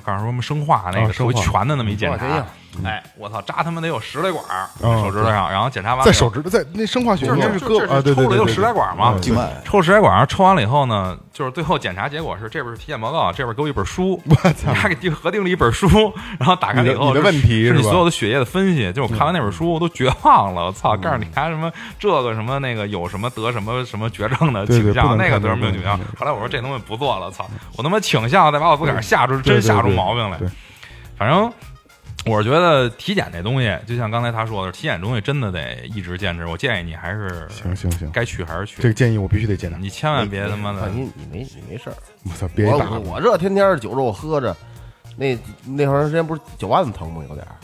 Speaker 3: 告诉说什么生化那
Speaker 4: 啊
Speaker 3: 个属于
Speaker 4: 生化哦
Speaker 3: 全的那么一检
Speaker 7: 生化
Speaker 3: 查
Speaker 7: 学，
Speaker 3: 哎，我操，扎他妈得有十来管儿，
Speaker 4: 嗯
Speaker 3: 手指头上，然后检查完了以
Speaker 4: 在
Speaker 3: 后
Speaker 4: 手指头在那生化学
Speaker 3: 就是
Speaker 4: 应该
Speaker 3: 就是
Speaker 4: 胳
Speaker 3: 就是
Speaker 4: 膊啊，对对
Speaker 3: 抽了
Speaker 4: 对
Speaker 3: 有
Speaker 4: 对
Speaker 3: 十来管嘛
Speaker 4: 嗯
Speaker 5: 静脉
Speaker 3: 抽十来管，抽完了以后呢，就是最后检查结果是这边是体检报告，这边给我一本书，他给定核定了一本书，然后打开了以后
Speaker 4: 你的你的
Speaker 3: 是
Speaker 4: 问题
Speaker 3: 是
Speaker 4: 是
Speaker 3: 你
Speaker 4: 吧嗯
Speaker 3: 所有的血液的分析，就是我看完那本书我都绝望了，我操！告诉你还什么这个什么那个有什么得什么什么绝症的
Speaker 4: 对对不
Speaker 3: 倾
Speaker 4: 能
Speaker 3: 向，那个
Speaker 4: 看
Speaker 3: 得什么
Speaker 4: 这个
Speaker 3: 倾向。后来我说这东西不做了，操！我他妈倾向再把我自个儿吓出真
Speaker 4: 对对
Speaker 3: 吓出
Speaker 4: 对
Speaker 3: 毛病来
Speaker 4: 对，
Speaker 3: 反正。我是觉得体检这东西，就像刚才他说的，体检这东西真的得一直坚持。我建议你还是
Speaker 4: 行行行，
Speaker 3: 该去还是
Speaker 4: 这
Speaker 3: 去，
Speaker 4: 个建议我必须得接纳，
Speaker 3: 你千万别他妈的
Speaker 7: 你你没你没事儿，
Speaker 4: 我操，别
Speaker 7: 我
Speaker 4: 打
Speaker 7: 我我这天天酒肉喝着，那那会儿时间不是脚腕子疼吗？有点儿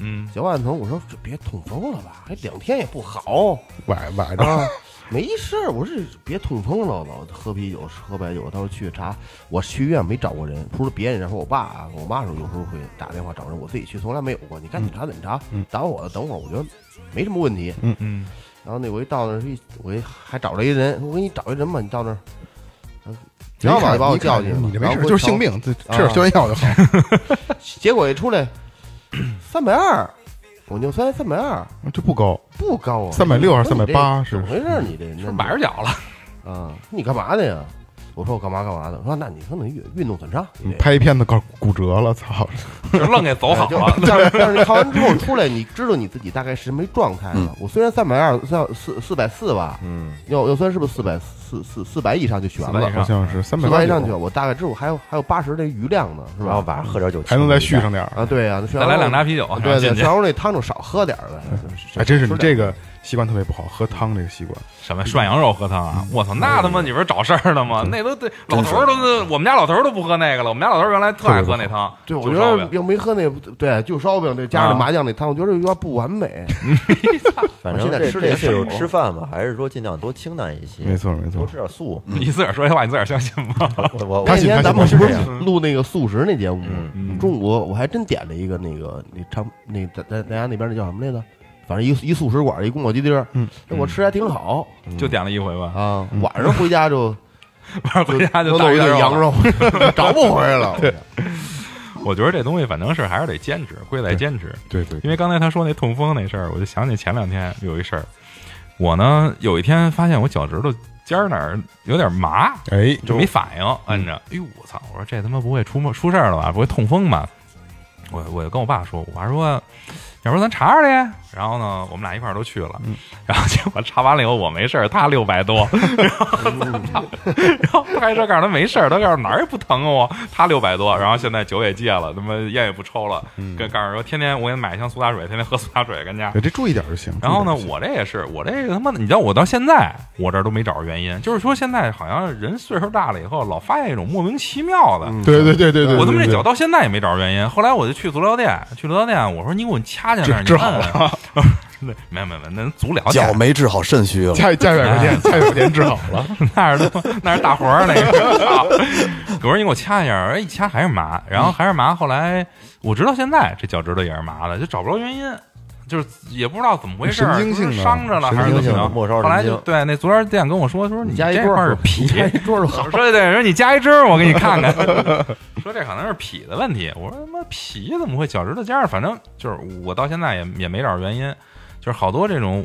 Speaker 3: 嗯，
Speaker 7: 脚腕子疼，我说这别痛风了吧，还两天也不好
Speaker 4: 崴崴着， [LAUGHS]
Speaker 7: 啊。没事儿，我是别痛风了，老喝啤酒喝白酒，到时候去查。我去医院没找过人，不是别人，然后我爸啊，我妈说有时候会打电话找人，我自己去从来没有过。你该怎么查怎么查，打完我的等会儿，我觉得没什么问题。
Speaker 3: 嗯，
Speaker 7: 然后那我一到那儿一，我一还找着一人，我给你找一人吧，你到那儿，呃行吧，就把我
Speaker 4: 你看
Speaker 7: 叫去了。
Speaker 4: 你这没
Speaker 7: 然后
Speaker 4: 事
Speaker 7: 给，我
Speaker 4: 就是
Speaker 7: 瞧
Speaker 4: 性病，这吃
Speaker 7: 啊
Speaker 4: 点消炎药就好。
Speaker 3: [LAUGHS]
Speaker 7: 结果一出来，三百二，我就三三百二，
Speaker 4: 这不高，
Speaker 7: 不高啊，
Speaker 4: 360还是
Speaker 7: 你这
Speaker 4: 380是
Speaker 7: [LAUGHS] 怎么回事儿？你这
Speaker 3: 是崴着脚了，
Speaker 7: 啊？你干嘛的呀？我说我干嘛干嘛的，说那你可能运运动损伤，你
Speaker 4: 你
Speaker 7: 这
Speaker 4: 嗯拍一片子搞骨折了，操！
Speaker 3: 就愣给走好
Speaker 7: 就
Speaker 3: 了。
Speaker 7: 但是但是你看完之后出来，你知道你自己大概是什么状态了。我虽然三百二三四四百四吧，
Speaker 6: 嗯，
Speaker 7: 要要算是不是四百四四四百以上就悬
Speaker 3: 400以
Speaker 7: 了
Speaker 4: 好
Speaker 3: 上，
Speaker 4: 像是嗯三百
Speaker 7: 四
Speaker 4: 八
Speaker 7: 百以上就我大概知道我还有还有八十的余量呢，是
Speaker 6: 然后
Speaker 7: 吧？
Speaker 6: 晚上喝点酒，
Speaker 4: 还能再续上点儿。
Speaker 7: 啊，对呀，再
Speaker 3: 再来两扎啤酒，啊
Speaker 7: 对对，
Speaker 3: 进去
Speaker 7: 全羊肉那汤就少喝点儿呗。
Speaker 4: 哎，真是你
Speaker 7: 吃
Speaker 4: 这
Speaker 7: 点
Speaker 4: 个习惯特别不好，喝汤这个习惯。
Speaker 3: 什么涮羊肉喝汤
Speaker 7: 嗯
Speaker 3: 啊！我操，那他妈你不是找事儿呢吗？那都对，老头儿都是，我们家老头儿都不喝那个了。我们家老头儿原来特爱喝那汤，
Speaker 7: 对，我
Speaker 3: 就
Speaker 7: 觉
Speaker 3: 烧
Speaker 7: 得
Speaker 3: 饼
Speaker 7: 要没喝那对就烧饼，这加上那
Speaker 3: 啊
Speaker 7: 麻酱那汤，我觉得有点不完美。
Speaker 6: 反正
Speaker 7: 现在
Speaker 6: 这
Speaker 7: 吃
Speaker 6: 这
Speaker 7: 这
Speaker 6: 岁数
Speaker 7: 少
Speaker 6: 吃饭嘛，还是说尽量多清淡一些，
Speaker 4: 没，错，没
Speaker 6: 多
Speaker 4: 错
Speaker 6: 吃。点素。
Speaker 7: 嗯
Speaker 3: 你自个儿说这话，你自个儿相信吗？
Speaker 6: 我我
Speaker 4: 他
Speaker 7: 那
Speaker 4: 信
Speaker 7: 天咱
Speaker 4: 我
Speaker 7: 们
Speaker 4: 是
Speaker 7: 不是
Speaker 4: 这
Speaker 7: 录那个素食那节目
Speaker 6: 嗯
Speaker 7: 吗？中午我还真点了一个那个那昌那咱咱咱家那边那叫什么来着？反正一一素食馆，一宫保鸡丁儿，
Speaker 6: 嗯
Speaker 7: 那我吃还挺好
Speaker 3: 就点了一回吧，
Speaker 7: 啊。晚上回家
Speaker 6: [LAUGHS]
Speaker 7: 就
Speaker 3: 晚上回家就
Speaker 7: 弄
Speaker 3: 弄
Speaker 7: 一
Speaker 3: 点
Speaker 7: 顿
Speaker 3: 肉
Speaker 7: 羊。肉，找不回来了。
Speaker 3: 我觉得这东西反正是还是得坚持，贵在坚持。
Speaker 4: 对对，
Speaker 3: 因为刚才他说那痛风那事儿，我就想起前两天有一事儿，我呢有一天发现我脚趾头尖儿哪儿有点麻，
Speaker 4: 哎，
Speaker 3: 就没反应，摁着。哎呦，我操！我说这他妈不会出么出事儿了吧？不会痛风吧？我我就跟我爸说，我爸说，要不然咱查查去。然后呢，我们俩一块儿都去了。然后结果查完了以后，我没事儿，他六百多。然后他还说告诉他没事儿，他告诉哪儿也不疼啊我，他六百多。然后现在酒也戒了，他妈烟也不抽了，跟告诉说天天我给你买一箱苏打水，天天喝苏打水跟家。
Speaker 4: 对这注意点就行。
Speaker 3: [LAUGHS] 然后呢，
Speaker 4: 注意点就行
Speaker 3: 我这也是，我这个他妈的，你知道我到现在我这儿都没找着原因，就是说现在好像人岁数大了以后，老发现一种莫名其妙的。
Speaker 4: 对对对对对，
Speaker 3: 我他妈
Speaker 4: 对
Speaker 3: 这
Speaker 4: 对 [LAUGHS]
Speaker 3: 脚到现在也没找着原因，后来我就去足疗店，去足疗店，我说你给我掐掐那儿，
Speaker 4: 治
Speaker 3: 你
Speaker 4: 治好
Speaker 3: 按按。 [LAUGHS] 没有没有没有，那足疗店
Speaker 5: 脚没治好肾虚啊了，
Speaker 4: 加加一百块
Speaker 3: [LAUGHS]
Speaker 4: 钱，加一百块钱治好了。
Speaker 3: 那是他妈那是大活儿那个。 [LAUGHS] 操我说你给我掐一下，哎，一掐还是麻，然后还是麻。后来我直到现在这脚趾头也是麻的，就找不着原因，就是也不知道怎么回事儿，
Speaker 4: 神经性的
Speaker 3: 是伤着了还是
Speaker 6: 神
Speaker 3: 怎么
Speaker 6: 经性的
Speaker 3: 着。
Speaker 6: 末梢
Speaker 3: 后来
Speaker 6: 神
Speaker 3: 就
Speaker 6: 经，
Speaker 3: 对那足疗店跟我说，说你
Speaker 7: 加一
Speaker 3: 这
Speaker 7: 桌
Speaker 3: 块儿
Speaker 7: 儿
Speaker 3: 是脾，
Speaker 7: 加一桌儿好。
Speaker 3: 我说对，说你加一针，我给你看看。 [LAUGHS] 说这可能是脾的问题。我说他妈脾怎么会脚趾头尖儿？反正就是我到现在也也没找着原因，就是好多这种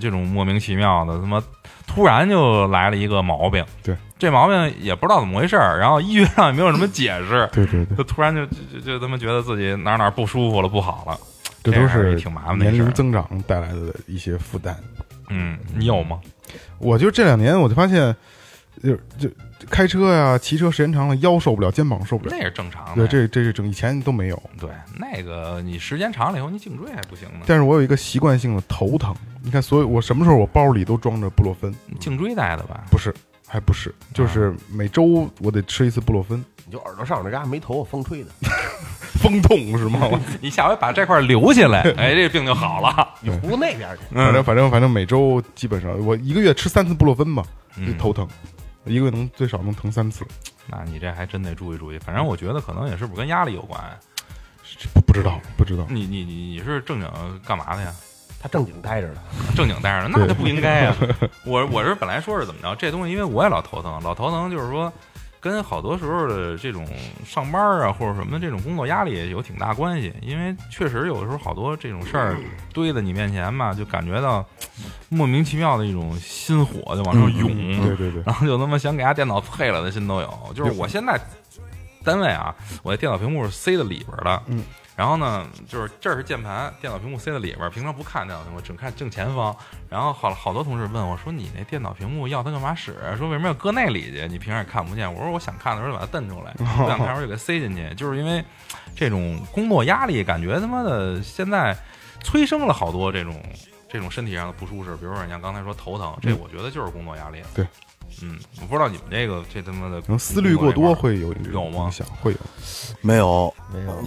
Speaker 3: 这种莫名其妙的他妈突然就来了一个毛病。
Speaker 4: 对，，
Speaker 3: 这毛病也不知道怎么回事儿，然后医学上也没有什么解释
Speaker 4: 对对对，
Speaker 3: 就突然就就就就他妈觉得自己哪儿哪儿不舒服了，不好了。
Speaker 4: 这都
Speaker 3: 样还
Speaker 4: 是
Speaker 3: 是挺麻烦的一
Speaker 4: 年
Speaker 3: 事
Speaker 4: 龄
Speaker 3: 儿。
Speaker 4: 增长带来的一些负担。
Speaker 3: 嗯，你有吗？
Speaker 4: 我就这两年，我就发现，就就开车呀、骑车时间长了，腰受不了，肩膀受不了
Speaker 3: 那。是正常的
Speaker 4: 对，
Speaker 3: 呀。
Speaker 4: 这这是整以前都没有。
Speaker 3: 对那个你时间长了以后，你颈椎还不行呢。
Speaker 4: 但是我有一个习惯性的头疼，你看，所以我什么时候我包里都装着布洛芬，
Speaker 3: 颈椎带的吧？
Speaker 4: 不是，还不是，就是每周我得吃一次布洛芬，
Speaker 7: 你就耳朵上这嘎没头，风吹的，
Speaker 4: 风痛是吗？
Speaker 3: 你下回把这块留起来，哎，这病就好了。
Speaker 7: 你糊那边去。
Speaker 4: 反正反正反正每周基本上我一个月吃三次布洛芬吧，就头疼，一个月能最少能疼三次，
Speaker 3: 嗯那你这还真得注意注意。反正我觉得可能也是不是跟压力有关。
Speaker 4: 不不知道不知道。
Speaker 3: 你你你你是正经干嘛的呀？
Speaker 7: 他正经待着呢，
Speaker 3: 正经待着，那就不应该呀。我我是本来说是怎么着，这东西因为我也老头疼，老头疼就是说。跟好多时候的这种上班啊，或者什么这种工作压力有挺大关系，因为确实有的时候好多这种事儿堆在你面前嘛，就感觉到莫名其妙的一种心火就往上涌，
Speaker 4: 对对对，
Speaker 3: 然后就他妈想给他电脑配了的心都有。就是我现在单位啊，我的电脑屏幕是塞在里边儿的，
Speaker 4: 嗯，
Speaker 3: 然后呢，就是这儿是键盘，电脑屏幕塞在里边儿，平常不看电脑屏幕，只看正前方。然后好好多同事问我说：“你那电脑屏幕要它干嘛使？啊说为什么要搁那里去？你平常也看不见。”我说：“我想看的时候就把它瞪出来，不想看的时候就给它塞进去。”就是因为这种工作压力，感觉他妈的现在催生了好多这种。这种身体上的不舒适，比如说你像刚才说头疼，这我觉得就是工作压力。
Speaker 4: 嗯对，
Speaker 3: 嗯，我不知道你们这个这他妈的
Speaker 4: 可能思虑过多会有
Speaker 3: 有吗
Speaker 4: 影响，会 [LAUGHS] 有。
Speaker 5: 没有，
Speaker 6: 没有，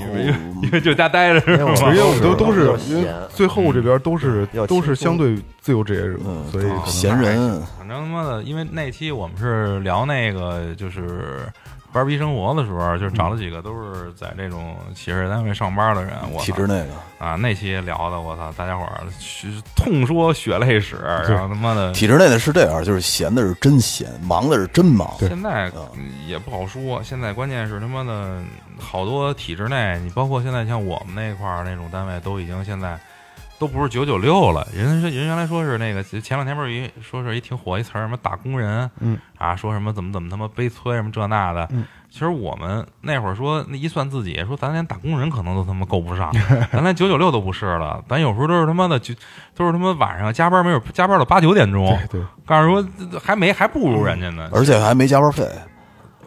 Speaker 3: 因 [LAUGHS] 为就家待着是
Speaker 6: 没有
Speaker 3: 吧？
Speaker 6: 哎我
Speaker 4: 因为我们都
Speaker 6: 都
Speaker 4: 都
Speaker 6: 是嗯
Speaker 4: 是
Speaker 6: 比较
Speaker 4: 因为
Speaker 6: 闲
Speaker 4: 最后这边都是
Speaker 6: 比较
Speaker 4: 都是
Speaker 6: 嗯轻松
Speaker 4: 相对自由职业者，
Speaker 5: 嗯
Speaker 4: 所以可能
Speaker 5: 闲人
Speaker 3: 反正他妈的，因为那期我们是聊那个就是班逼生活的时候，就是找了几个都是在这种企事业单位上班的人， [LAUGHS] 我操
Speaker 5: 体制内的，
Speaker 3: 啊，那期聊的我操，大家伙儿血痛说血泪史，然后他妈
Speaker 4: 嗯
Speaker 3: 的。
Speaker 5: 体制内的是这样，就是闲的是真闲，忙的是真忙。
Speaker 3: 现在
Speaker 4: 嗯
Speaker 3: 也不好说，现在关键是他妈的好多体制内，你包括现在像我们那块儿那种单位，都已经现在都不是九九六了，人家是人原来说是那个前两天不是一说是一挺火一词儿什么打工人，
Speaker 4: 嗯
Speaker 3: 啊说什么怎么怎么他妈悲催什么这那的，
Speaker 4: 嗯
Speaker 3: 其实我们那会儿说那一算自己说咱连打工人可能都他妈够不上， [LAUGHS] 咱连九九六都不是了，咱有时候都是他妈的就都是他妈晚上加班没有加班到八九点钟，
Speaker 4: 对嗯对，
Speaker 3: 告诉说还没还不如人家呢，
Speaker 5: 而且还没加班费，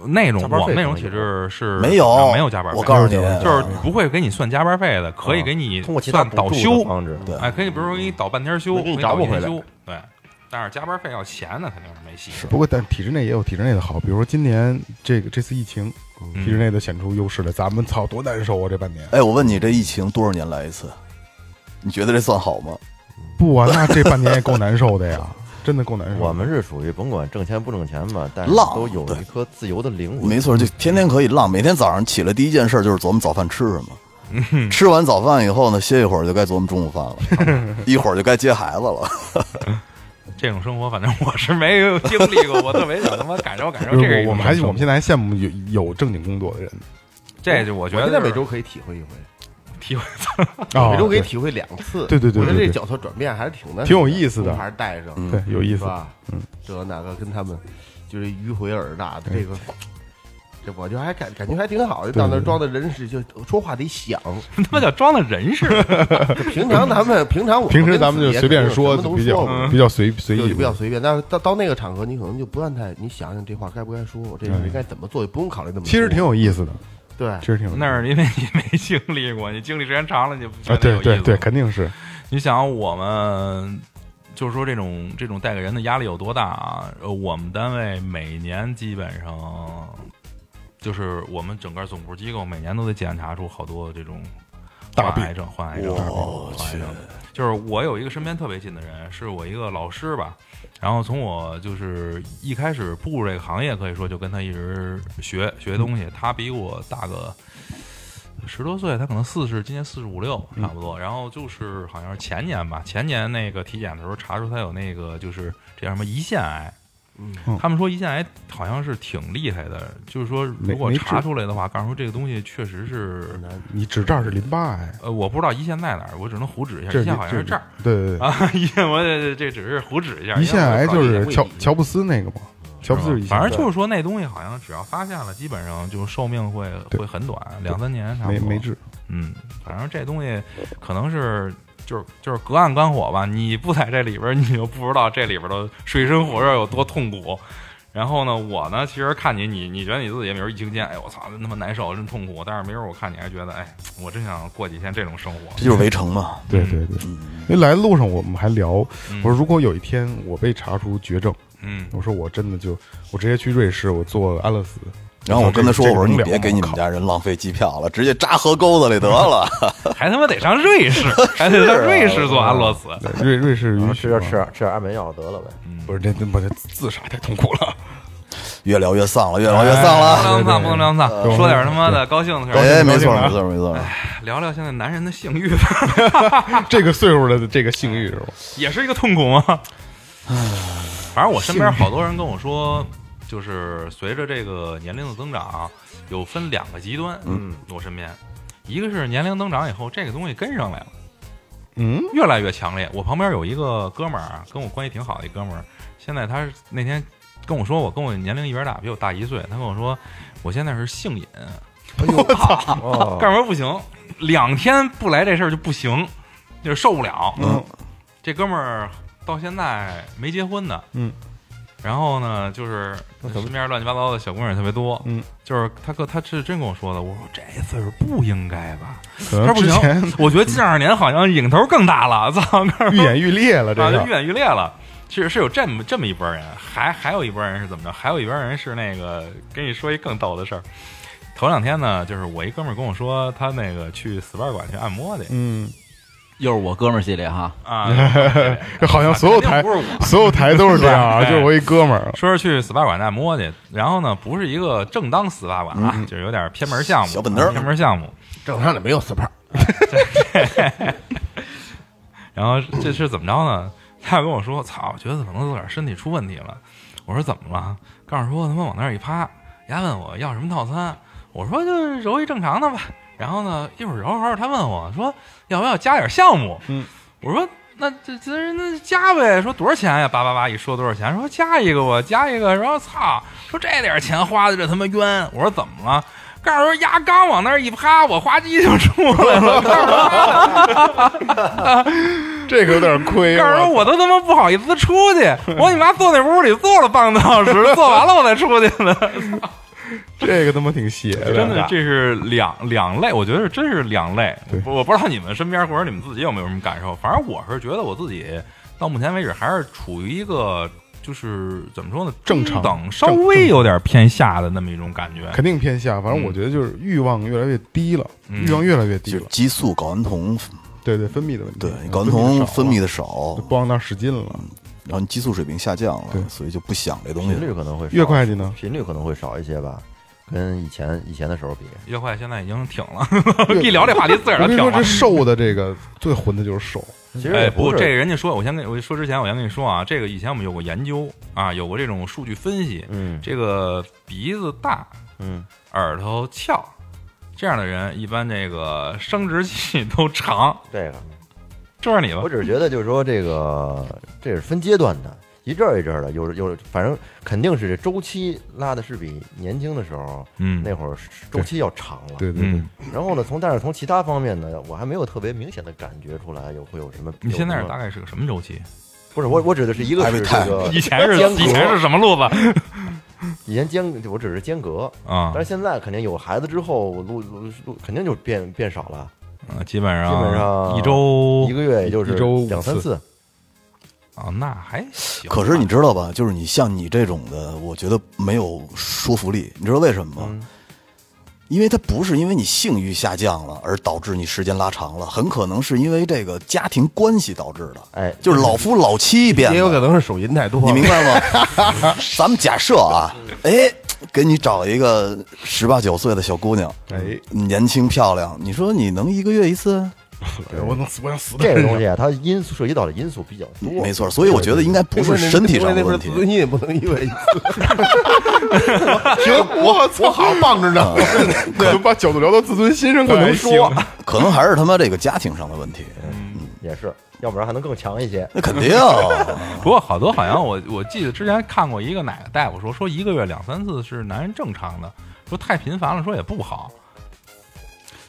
Speaker 3: 那种
Speaker 7: 加班费
Speaker 3: 我们那种
Speaker 7: 可能
Speaker 3: 体
Speaker 7: 有
Speaker 3: 制是
Speaker 5: 没有
Speaker 3: 啊没有加班费，
Speaker 5: 我告诉你
Speaker 3: 就是不会给你算加班费的，可以给你
Speaker 6: 通过其他
Speaker 3: 算
Speaker 6: 补
Speaker 3: 倒
Speaker 6: 助的
Speaker 3: 休，
Speaker 6: 方式，
Speaker 5: 对
Speaker 3: 哎，可以，比如说给你倒半天休，
Speaker 7: 我给你
Speaker 3: 可以
Speaker 7: 找
Speaker 3: 倒
Speaker 7: 不
Speaker 3: 一天
Speaker 7: 回来
Speaker 3: 休，对，但是加班费要钱呢，肯定是没戏。
Speaker 4: 不过但体制内也有体制内的好，比如说今年这个这次疫情，体制内的显出优势了，咱们操多难受啊！这半年
Speaker 5: 哎，我问你，这疫情多少年来一次？你觉得这算好吗？
Speaker 4: 不啊，那这半年也够难受的呀，真的够难受。
Speaker 6: 我们是属于甭管挣钱不挣钱吧，但是
Speaker 5: 浪
Speaker 6: 都有
Speaker 5: 对
Speaker 6: 一颗自由的灵魂。
Speaker 5: 没错，就天天可以浪，每天早上起来第一件事就是琢磨早饭吃什么。
Speaker 4: 嗯
Speaker 5: 吃完早饭以后呢，歇一会儿就该琢磨中午饭
Speaker 4: [LAUGHS]
Speaker 5: 了，一会儿就该接孩子了。
Speaker 3: 这种生活，反正我是没有经历过，我特别想他妈感受感受
Speaker 4: 就
Speaker 3: 这个一
Speaker 4: 是
Speaker 3: 种
Speaker 4: 我我们还
Speaker 3: 生活
Speaker 4: 我们现在还羡慕有有正经工作的人
Speaker 3: 这就我觉得
Speaker 7: 现在每
Speaker 3: 就是
Speaker 7: 周可以体会一回，
Speaker 3: 体会
Speaker 4: 啊
Speaker 7: 每周可以
Speaker 4: 对
Speaker 7: 体会两次。
Speaker 4: 对对对
Speaker 7: 我觉得
Speaker 4: 对对
Speaker 7: 这角色转变还是挺那
Speaker 4: 挺有意思的
Speaker 7: 还是带上，
Speaker 5: 嗯
Speaker 4: 对有意
Speaker 7: 是
Speaker 4: 思。
Speaker 7: 吧？嗯，这那个跟他们就是迂回而大的这个。这我就还感感觉还挺好，就到那儿装的人是就说话得响。
Speaker 3: 他妈叫装的人似的，
Speaker 7: 就平常
Speaker 4: [LAUGHS]
Speaker 7: 咱们平常我
Speaker 4: 平时
Speaker 7: 跟
Speaker 4: 咱们
Speaker 7: 子
Speaker 4: 就
Speaker 7: 爷
Speaker 4: 随便
Speaker 7: 肯定
Speaker 4: 说，
Speaker 7: 什么都
Speaker 4: 比较
Speaker 7: 过
Speaker 4: 比较随随
Speaker 7: 就
Speaker 4: 意
Speaker 7: 就比较随便。但是到到那个场合，你可能就不断太，你想想这话该不该说，这事儿应该怎么做，也不用考虑那么
Speaker 4: 嗯
Speaker 7: 多。
Speaker 4: 其实挺有意思的，
Speaker 7: 对，
Speaker 4: 其实挺有意思
Speaker 3: 那是因为你没经历过，你经历时间长了，你就不觉
Speaker 4: 啊，
Speaker 3: 得
Speaker 4: 对
Speaker 3: 有意
Speaker 4: 对
Speaker 3: 思
Speaker 4: 对，
Speaker 3: 了
Speaker 4: 肯定是
Speaker 3: 你想我们就是说这种这种带给人的压力有多大啊？呃，我们单位每年基本上就是我们整个总部机构每年都得检查出好多这种
Speaker 4: 大
Speaker 3: 患
Speaker 4: 病
Speaker 3: 癌症、患癌症、
Speaker 4: 哦
Speaker 5: 我
Speaker 3: 患癌
Speaker 5: 去
Speaker 3: 症，。就是我有一个身边特别近的人，是我一个老师吧，然后从我就是一开始步入这个行业，可以说就跟他一直学学东
Speaker 4: 嗯
Speaker 3: 西。他比我大个十多岁，他可能四十，今年四十五六
Speaker 4: 嗯
Speaker 3: 差不多。然后就是好像是前年吧，前年那个体检的时候查出他有那个就是这叫什么胰腺癌。
Speaker 4: 嗯
Speaker 3: 他们说胰腺癌好像是挺厉害的，就是说如果
Speaker 4: 没没治
Speaker 3: 查出来的话，告诉说这个东西确实是，
Speaker 4: 你指这儿是淋巴癌，
Speaker 3: 呃，我不知道胰腺在哪儿，我只能胡指一下，
Speaker 4: 这
Speaker 3: 胰
Speaker 4: 是
Speaker 3: 腺好像是这儿，
Speaker 4: 对对对，
Speaker 3: [LAUGHS] 啊，胰腺我这这只是胡指一下，
Speaker 4: 胰腺癌哎就
Speaker 3: 因为
Speaker 4: 是
Speaker 3: 我也不知道
Speaker 4: 乔乔布斯那个嘛，乔布斯就是胰腺癌，
Speaker 3: 反正就是说那东西好像只要发现了，基本上就寿命会
Speaker 4: 对
Speaker 3: 会很短，两三年差不
Speaker 4: 没
Speaker 3: 多。
Speaker 4: 没治，
Speaker 3: 嗯，反正这东西可能是就是就是隔岸观火吧，你不在这里边儿，你就不知道这里边儿的水深火热有多痛苦。然后呢，我呢，其实看你，你你觉得你自己，比如一听见，哎呦，我操，真他妈难受，真痛苦。但是没准儿我看你还觉得，哎，我真想过几天这种生活。
Speaker 5: 这就是围城嘛。
Speaker 4: 对对对。因为来的路上我们还聊，我说如果有一天我被查出绝症，
Speaker 3: 嗯，
Speaker 4: 我说我真的就我直接去瑞士，我做安乐死。
Speaker 5: 然后我跟他说：“
Speaker 4: 这
Speaker 5: 我
Speaker 4: 个
Speaker 5: 说
Speaker 4: 这
Speaker 5: 你
Speaker 4: 个
Speaker 5: 别给你们
Speaker 4: 靠
Speaker 5: 家人浪费机票了，直接扎河沟子里得
Speaker 4: [LAUGHS]
Speaker 5: 了。
Speaker 3: 还他妈得上瑞士，还得在
Speaker 4: 啊
Speaker 3: 瑞士做安乐死。
Speaker 4: 对瑞瑞士
Speaker 6: 然
Speaker 4: 允
Speaker 6: 后
Speaker 4: 许
Speaker 6: 吃点
Speaker 3: [LAUGHS]
Speaker 4: 吗
Speaker 3: 啊
Speaker 6: 吃点吃点安眠药得了呗。
Speaker 4: 不是这这不这自杀太痛苦了，
Speaker 5: 越聊越丧了，越聊越哦丧
Speaker 3: 不
Speaker 4: 哎
Speaker 5: 了。啊
Speaker 3: 能丧，不能凉丧，说点他妈的高兴的事儿，
Speaker 5: 哎，没错，没错，没错。
Speaker 4: 哎
Speaker 3: 聊聊现在男人的性欲，
Speaker 4: 这个岁数的这个性欲是吧？
Speaker 3: [LAUGHS] 也是一个痛苦吗？反正我身边好多人跟我说，就是随着这个年龄的增长啊，有分两个极端。嗯，我身边一个是年龄增长以后，这个东西跟上来了。
Speaker 4: 嗯，
Speaker 3: 越来越强烈。我旁边有一个哥们儿啊，跟我关系挺好的一哥们儿，现在他是那天跟我说，我跟我年龄一边大，比我大一岁，他跟我说，我现在是性瘾，我操，干什么不行？两天不来这事儿就不行，就是受不了。
Speaker 5: 嗯，
Speaker 3: 这哥们儿到现在没结婚呢，
Speaker 4: 嗯。
Speaker 3: 然后呢，就是身边乱七八糟的小姑娘也特别多，
Speaker 4: 嗯，
Speaker 3: 就是他哥他是真跟我说的，我说这岁数不应该吧，
Speaker 4: [LAUGHS] 可
Speaker 3: 他
Speaker 4: 能
Speaker 3: 说不
Speaker 4: 之前
Speaker 3: 行，我觉得近二十年好像影头更大了， [LAUGHS] 操，
Speaker 4: 愈演愈烈了，这
Speaker 3: 啊，就
Speaker 4: 个
Speaker 3: [LAUGHS] 愈演愈烈了。是是有这么这么一波人，还还有一波人是怎么着？还有一波人是那个，跟你说一更逗的事儿。头两天呢，就是我一哥们儿跟我说，他那个去 SPA 馆去按摩去
Speaker 4: 嗯， [LAUGHS]
Speaker 8: 又是我哥们儿系列哈，
Speaker 3: 啊，
Speaker 4: 好像 [LAUGHS] 所有台
Speaker 3: 肯定不是我
Speaker 4: 所有台都是这样啊，
Speaker 3: [LAUGHS] 对
Speaker 4: 就是我一哥们儿，
Speaker 3: 说是去 SPA 馆按摩去，然后呢，不是一个正当 SPA 馆啊，就是有点偏门项目，
Speaker 5: 嗯小本子儿
Speaker 3: 偏门项目。
Speaker 7: 正常的没有 SPA，
Speaker 3: 然后这是怎么着呢？ [LAUGHS] 他跟我说：“操，我觉得可能自个儿身体出问题了。”我说：“怎么了？”告诉说他妈往那儿一趴，丫问我要什么套餐，我说就是揉一正常的吧。然后呢，一会儿揉着揉着，他问我说要不要加点项目？嗯，我说那这这那加呗，说多少钱呀？叭叭叭一说多少钱，说加一个吧，加一个。然后操，说这点钱花的这他妈冤。我说怎么了？告诉我，牙刚往那儿一趴，我花唧就出来了。告诉我
Speaker 1: 这个有点
Speaker 3: [LAUGHS]
Speaker 1: 亏。
Speaker 3: 告
Speaker 4: 啊
Speaker 3: 诉我，我都他妈不好意思出去，我你妈坐那屋里坐了半个多小时，坐完了我才出去的。
Speaker 4: 这个他妈挺邪的，
Speaker 3: 真的，这是两两类，我觉得真是两类
Speaker 4: 对。
Speaker 3: 我我不知道你们身边或者你们自己有没有什么感受，反正我是觉得我自己到目前为止还是处于一个就是怎么说呢，
Speaker 4: 正常
Speaker 3: 等稍微有点偏下的那么一种感觉。
Speaker 4: 肯定偏下。反正
Speaker 3: 嗯
Speaker 4: 我觉得就是欲望越来越低了，欲望越来越低
Speaker 5: 就是
Speaker 4: 了。
Speaker 5: 激素睾丸酮，
Speaker 4: 对对，分泌的问题，
Speaker 5: 对
Speaker 4: 嗯
Speaker 5: 睾丸酮分泌
Speaker 4: 的
Speaker 5: 的少
Speaker 4: 少了，不往那儿使劲了。
Speaker 5: 然后你激素水平下降
Speaker 4: 对
Speaker 5: 了，所以就不想这东西
Speaker 6: 频。率可能会少
Speaker 4: 岳会计呢？
Speaker 6: 频率可能会少一些吧，跟以前以前的时候比。
Speaker 3: 越快现在已经挺了，一聊这话题自个儿
Speaker 4: 我
Speaker 3: 就
Speaker 4: 跟你说，
Speaker 3: 挺了
Speaker 4: 这。瘦的这个最混的就是瘦，
Speaker 6: 其实
Speaker 3: 哎，
Speaker 6: 也
Speaker 3: 不，
Speaker 6: 是，
Speaker 3: 这个人家说，我先跟我说之前，我先跟你说啊，这个以前我们有过研究啊，有过这种数据分析， [LAUGHS]
Speaker 6: 嗯
Speaker 3: 这个鼻子大，
Speaker 6: 嗯，
Speaker 3: 耳朵翘，这样的人一般这个生殖器都长，
Speaker 6: 这个
Speaker 3: 就是你吧
Speaker 6: 我。只是觉得就是说这个这是分阶段的，一阵儿一阵儿的，有有反正肯定是这周期拉的是比年轻的时候
Speaker 3: 嗯
Speaker 6: 那会儿周期要长了。
Speaker 4: 对对对，
Speaker 3: 嗯，
Speaker 6: 然后呢，从但是从其他方面呢，我还没有特别明显的感觉出来有会有什么。
Speaker 3: 你现在
Speaker 6: 有
Speaker 3: 是
Speaker 6: 什么
Speaker 3: 大
Speaker 6: 呃
Speaker 3: 概是个什么周期？
Speaker 6: 不是我我指的是一个
Speaker 5: 还没
Speaker 6: 是这
Speaker 5: 看
Speaker 6: 个
Speaker 3: 以前是
Speaker 6: 间隔
Speaker 3: 以前是什么路子
Speaker 6: 以前间我只是间隔，
Speaker 3: 啊
Speaker 6: 但是？现在肯定有孩子之后，路路路肯定就变变少了，
Speaker 3: 嗯基本上
Speaker 6: 基本上
Speaker 3: 一周
Speaker 6: 一个月也就是
Speaker 4: 一周五
Speaker 6: 两三
Speaker 4: 次
Speaker 6: 次。
Speaker 3: 啊，那还行吧。
Speaker 5: 可是你知道吧？就是你像你这种的，我觉得没有说服力。你知道为什么吗？
Speaker 6: 嗯
Speaker 5: 因为它不是因为你性欲下降了而导致你时间拉长了，很可能是因为这个家庭关系导致的。
Speaker 6: 哎
Speaker 5: 就是老夫老妻
Speaker 6: 啊
Speaker 5: 变
Speaker 7: 也有
Speaker 5: 的，
Speaker 7: 可能嗯是手淫太多了。
Speaker 5: 你明白
Speaker 7: [LAUGHS]
Speaker 5: 吗？咱们假设啊，哎，给你找一个十八九岁的小姑娘，
Speaker 4: 哎，
Speaker 5: 年轻漂亮，你说你能一个月一次？啊
Speaker 3: 嗯
Speaker 4: 哎我能死，我想死的
Speaker 6: 这个东西啊，它因素涉及到的因素比较多，
Speaker 5: 没错，所以我觉得应该不是身体上的问题
Speaker 7: 那。边你也不能因为行，我我好棒着
Speaker 6: 啊
Speaker 7: 呢。
Speaker 4: 可能把角度聊到自尊心上，可能说
Speaker 5: 可能还是他妈这个家庭上的问题，
Speaker 6: 嗯
Speaker 5: 嗯
Speaker 6: 也是，要不然还能更强一些。
Speaker 5: 那肯定
Speaker 6: [LAUGHS]
Speaker 5: 啊，
Speaker 3: 不过好多好像我我记得之前看过一个哪个大夫说说一个月两三次是男人正常的，说太频繁了说也不好。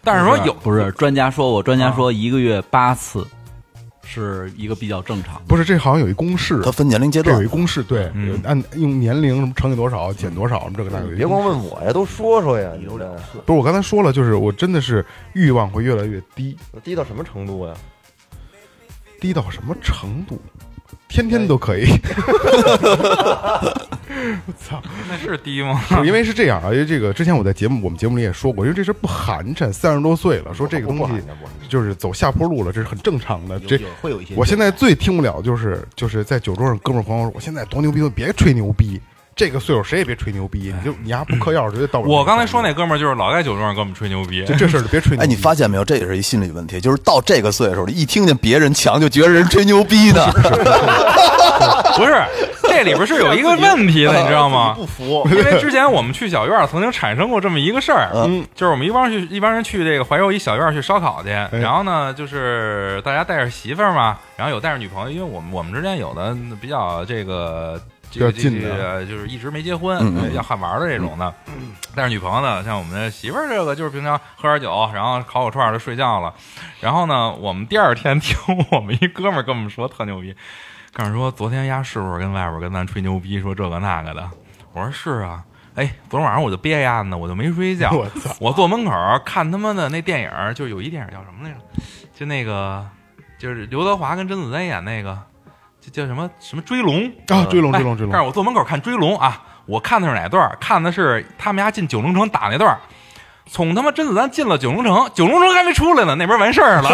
Speaker 3: 但是说有啊
Speaker 8: 不是专家说过，专家说一个月八次是一个比较正常的。
Speaker 4: 不是，这好像有一公式
Speaker 5: 它，分年龄阶
Speaker 4: 这有
Speaker 5: 段
Speaker 4: 一。公式，对，
Speaker 3: 嗯
Speaker 4: 有按用年龄什么乘以多少减多少，什么这个那个。
Speaker 6: 别光问我呀，都说说呀，你这
Speaker 4: 不是我刚才说了，就是我真的是欲望会越来越低，
Speaker 6: 低到什么程度呀？
Speaker 4: 低到什么程度？天天都可以，
Speaker 3: 哎那是低吗？
Speaker 4: [LAUGHS] 不是因为是这样啊，因为这个之前我在节目我们节目里也说过，因为这事儿不寒碜，三十多岁了，说这个
Speaker 7: [LAUGHS]
Speaker 4: 东
Speaker 6: 不
Speaker 4: 西
Speaker 6: 喊着不喊着
Speaker 4: 就是走下坡路了，这是很正常的。这
Speaker 7: 会有一些
Speaker 4: 我现在最听不了就是就是在酒桌上，哥们儿朋友说，我现在多牛逼，别吹牛逼，这个岁数谁也别吹牛逼，你就你丫不嗑药，绝对到不了。
Speaker 3: 哎我刚才说那哥们儿就是老在酒桌上跟我们吹牛逼
Speaker 4: 就，这事儿就别吹牛逼。
Speaker 5: 哎，你发现没有？这也是一心理问题，就是到这个岁数了，一听见别人强，就觉得人吹牛逼呢。
Speaker 4: [LAUGHS]
Speaker 3: 不是这里边是有一个问题的，你知道吗？
Speaker 7: 不
Speaker 3: [LAUGHS]
Speaker 7: 服，
Speaker 3: 因为之前我们去小院儿曾经产生过这么一个事儿，嗯，就是我们一帮去一帮人去这个怀柔一小院儿去烧烤去，然后呢，就是大家带着媳妇儿嘛，然后有带着女朋友，因为我们我们之间有的比较这个这个
Speaker 4: 比较近
Speaker 3: 这
Speaker 4: 的
Speaker 3: 个就是一直没结婚，
Speaker 5: 嗯嗯
Speaker 3: 要ham玩儿的这种的，带着女朋友呢，像我们的媳妇儿这个就是平常喝点酒，然后烤烤串儿就睡觉了，然后呢，我们第二天 [LAUGHS] 听我们一哥们儿跟我们说特牛逼，告诉说昨天丫是不是跟外边跟咱吹牛逼说这个那个的？我说是啊。哎，昨天晚上我就憋丫呢，我就没睡觉。
Speaker 4: 我
Speaker 3: 我
Speaker 4: 操
Speaker 3: 坐门口看他妈的那电影，就有一电影叫什么来着？就那个，就是刘德华跟甄子丹演那个，就叫什么什么追龙
Speaker 4: 啊，追龙追龙
Speaker 3: 哎
Speaker 4: 追龙
Speaker 3: 但，是我坐门口看追龙啊，我看的是哪段儿？看的是他们家进九龙城打那段儿。从他妈甄子丹进了九龙城，九龙城还没出来呢，那边完事儿了。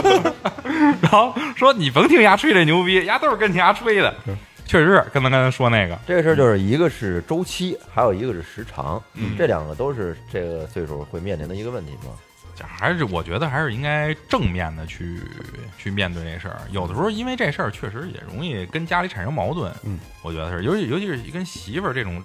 Speaker 4: [LAUGHS]
Speaker 3: 然后说你甭听牙吹这牛逼，牙都是跟你牙吹的，确实是跟咱刚才说那个，
Speaker 6: 这个事儿就是一个是周期，还有一个是时长，这两个都是这个岁数会面临的一个问题嘛。
Speaker 3: 这还是我觉得还是应该正面的去去面对这事儿。有的时候因为这事儿确实也容易跟家里产生矛盾，
Speaker 4: 嗯，
Speaker 3: 我觉得是，尤其尤其是跟媳妇儿这种，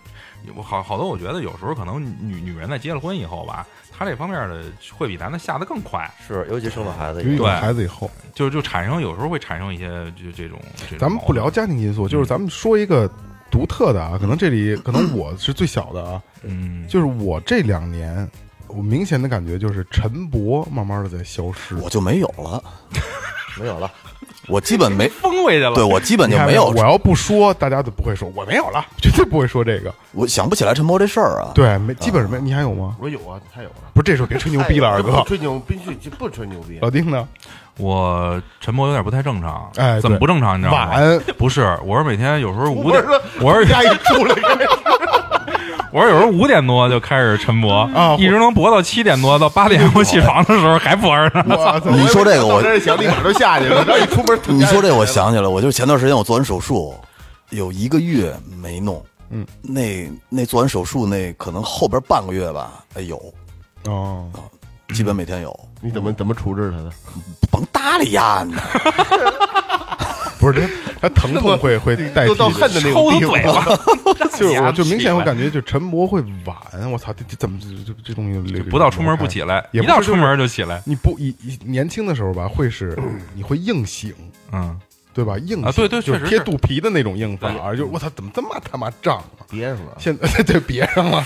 Speaker 3: 我好好多我觉得有时候可能女女人在结了婚以后吧，她这方面的会比男的下的更快，
Speaker 6: 是，尤其生了孩子
Speaker 4: 因为
Speaker 6: 以
Speaker 4: 有
Speaker 6: 后，
Speaker 4: 了孩子以后，
Speaker 3: 就就产生有时候会产生一些就这种这种
Speaker 4: 咱们不聊
Speaker 3: 矛盾，
Speaker 4: 家庭因素，就是咱们说一个独特的啊，可能这里可能我是最小的啊，
Speaker 3: 嗯，
Speaker 4: 就是我这两年，我明显的感觉就是陈博慢慢的在消失。
Speaker 5: 我就没有了，
Speaker 6: [LAUGHS] 没有了，
Speaker 5: 我基本没，
Speaker 3: 疯回去了，
Speaker 5: 对我基本
Speaker 4: 你
Speaker 5: 就
Speaker 4: 看
Speaker 5: 没有
Speaker 4: 我，要不说，大家都不会说我没有了，绝对不会说这个。
Speaker 5: 我想不起来陈波这事儿啊。，
Speaker 4: 对，没，基本上没。你还有吗？哎
Speaker 7: 我有啊，太有了，
Speaker 4: 不是，这时候别吹牛逼了，二
Speaker 7: 哎这
Speaker 4: 哥
Speaker 7: 不。吹牛必须就不吹牛逼，
Speaker 4: 老丁呢？
Speaker 3: 我沉默有点不太正常，
Speaker 4: 哎对
Speaker 3: 怎么不正常？你知道吗？
Speaker 4: 晚
Speaker 3: 不是，我是每天有时候五点
Speaker 7: 我是，
Speaker 3: 我是
Speaker 7: 家一出来个
Speaker 3: 我是有时候五点多就开始晨勃，
Speaker 4: 啊
Speaker 3: 一直能勃到七点多到八点，我起床的时候还勃着呢。
Speaker 4: 我操！
Speaker 5: 你说这个我
Speaker 7: 我真是想立马就下去了，让你出门。
Speaker 5: 你说这我想起来，我就是前段时间我做完手术，有一个月没弄，嗯，那那做完手术那可能后边半个月吧，哎有，
Speaker 7: [LAUGHS]
Speaker 4: 哦，
Speaker 5: 基本每天有，
Speaker 7: 你怎么怎么处置他的？
Speaker 5: 甭搭理
Speaker 4: [LAUGHS]
Speaker 5: 呀，你
Speaker 4: 不是，他他疼痛会会代替
Speaker 7: 都到
Speaker 4: 的，
Speaker 7: 恨的那种地步，
Speaker 4: 就是我就明显我感觉就陈博会晚。我操，这这怎么这这这东西流
Speaker 3: 不到出门不起来，
Speaker 4: 也
Speaker 3: 一
Speaker 4: 不是
Speaker 3: 到出门就起来。
Speaker 4: 你不一一年轻的时候吧，会
Speaker 7: [CLEARS THROAT]
Speaker 4: 是你会硬醒，
Speaker 3: 嗯，
Speaker 4: 对吧？硬
Speaker 3: 啊
Speaker 4: 醒
Speaker 3: 对对
Speaker 4: 就
Speaker 3: 确实
Speaker 4: 贴
Speaker 3: 是
Speaker 4: 肚皮的那种硬法，就是我操，怎么这么他妈胀啊？
Speaker 7: 憋上了。
Speaker 4: 现在 [LAUGHS] 对别上了，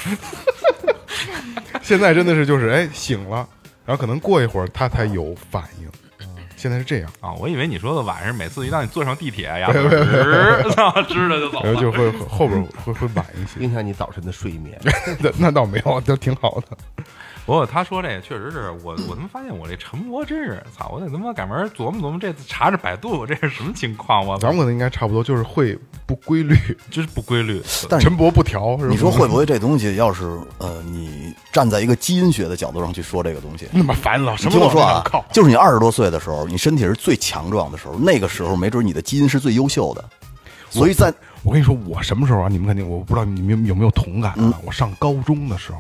Speaker 4: 现在真的是就是哎醒了，然后可能过一会儿他才有反应，现在是这样，
Speaker 3: 啊，我以为你说的晚上每次一让你坐上地铁呀，直然后直的就走
Speaker 4: 然后就
Speaker 3: 了。
Speaker 4: 会会后边会会晚一些。
Speaker 7: 影响你早晨的睡眠，
Speaker 4: 那那倒没有，都挺好的。
Speaker 3: 不过他说这确实是我，我他妈发现我这陈勃真是，操！我得他妈赶明儿琢磨琢磨，这次查查百度，这是什么情况？我
Speaker 4: 咱们可能应该差不多，就是会不规律，
Speaker 3: 真是不规律。
Speaker 5: 但是
Speaker 4: 晨勃不调。是吧
Speaker 5: 你说会不会这东西要是呃，你站在一个基因学的角度上去说这个东西？
Speaker 4: [LAUGHS] 那么烦嗯了？什
Speaker 5: 你
Speaker 4: 么
Speaker 5: 听
Speaker 4: 都
Speaker 5: 我说啊
Speaker 4: 往上靠，
Speaker 5: 就是你二十多岁的时候，你身体是最强壮的时候，那个时候没准你的基因是最优秀的，所以在
Speaker 4: 我跟你说，我什么时候啊？你们肯定，我不知道你们有没有同感
Speaker 5: 嗯
Speaker 4: 啊？我上高中的时候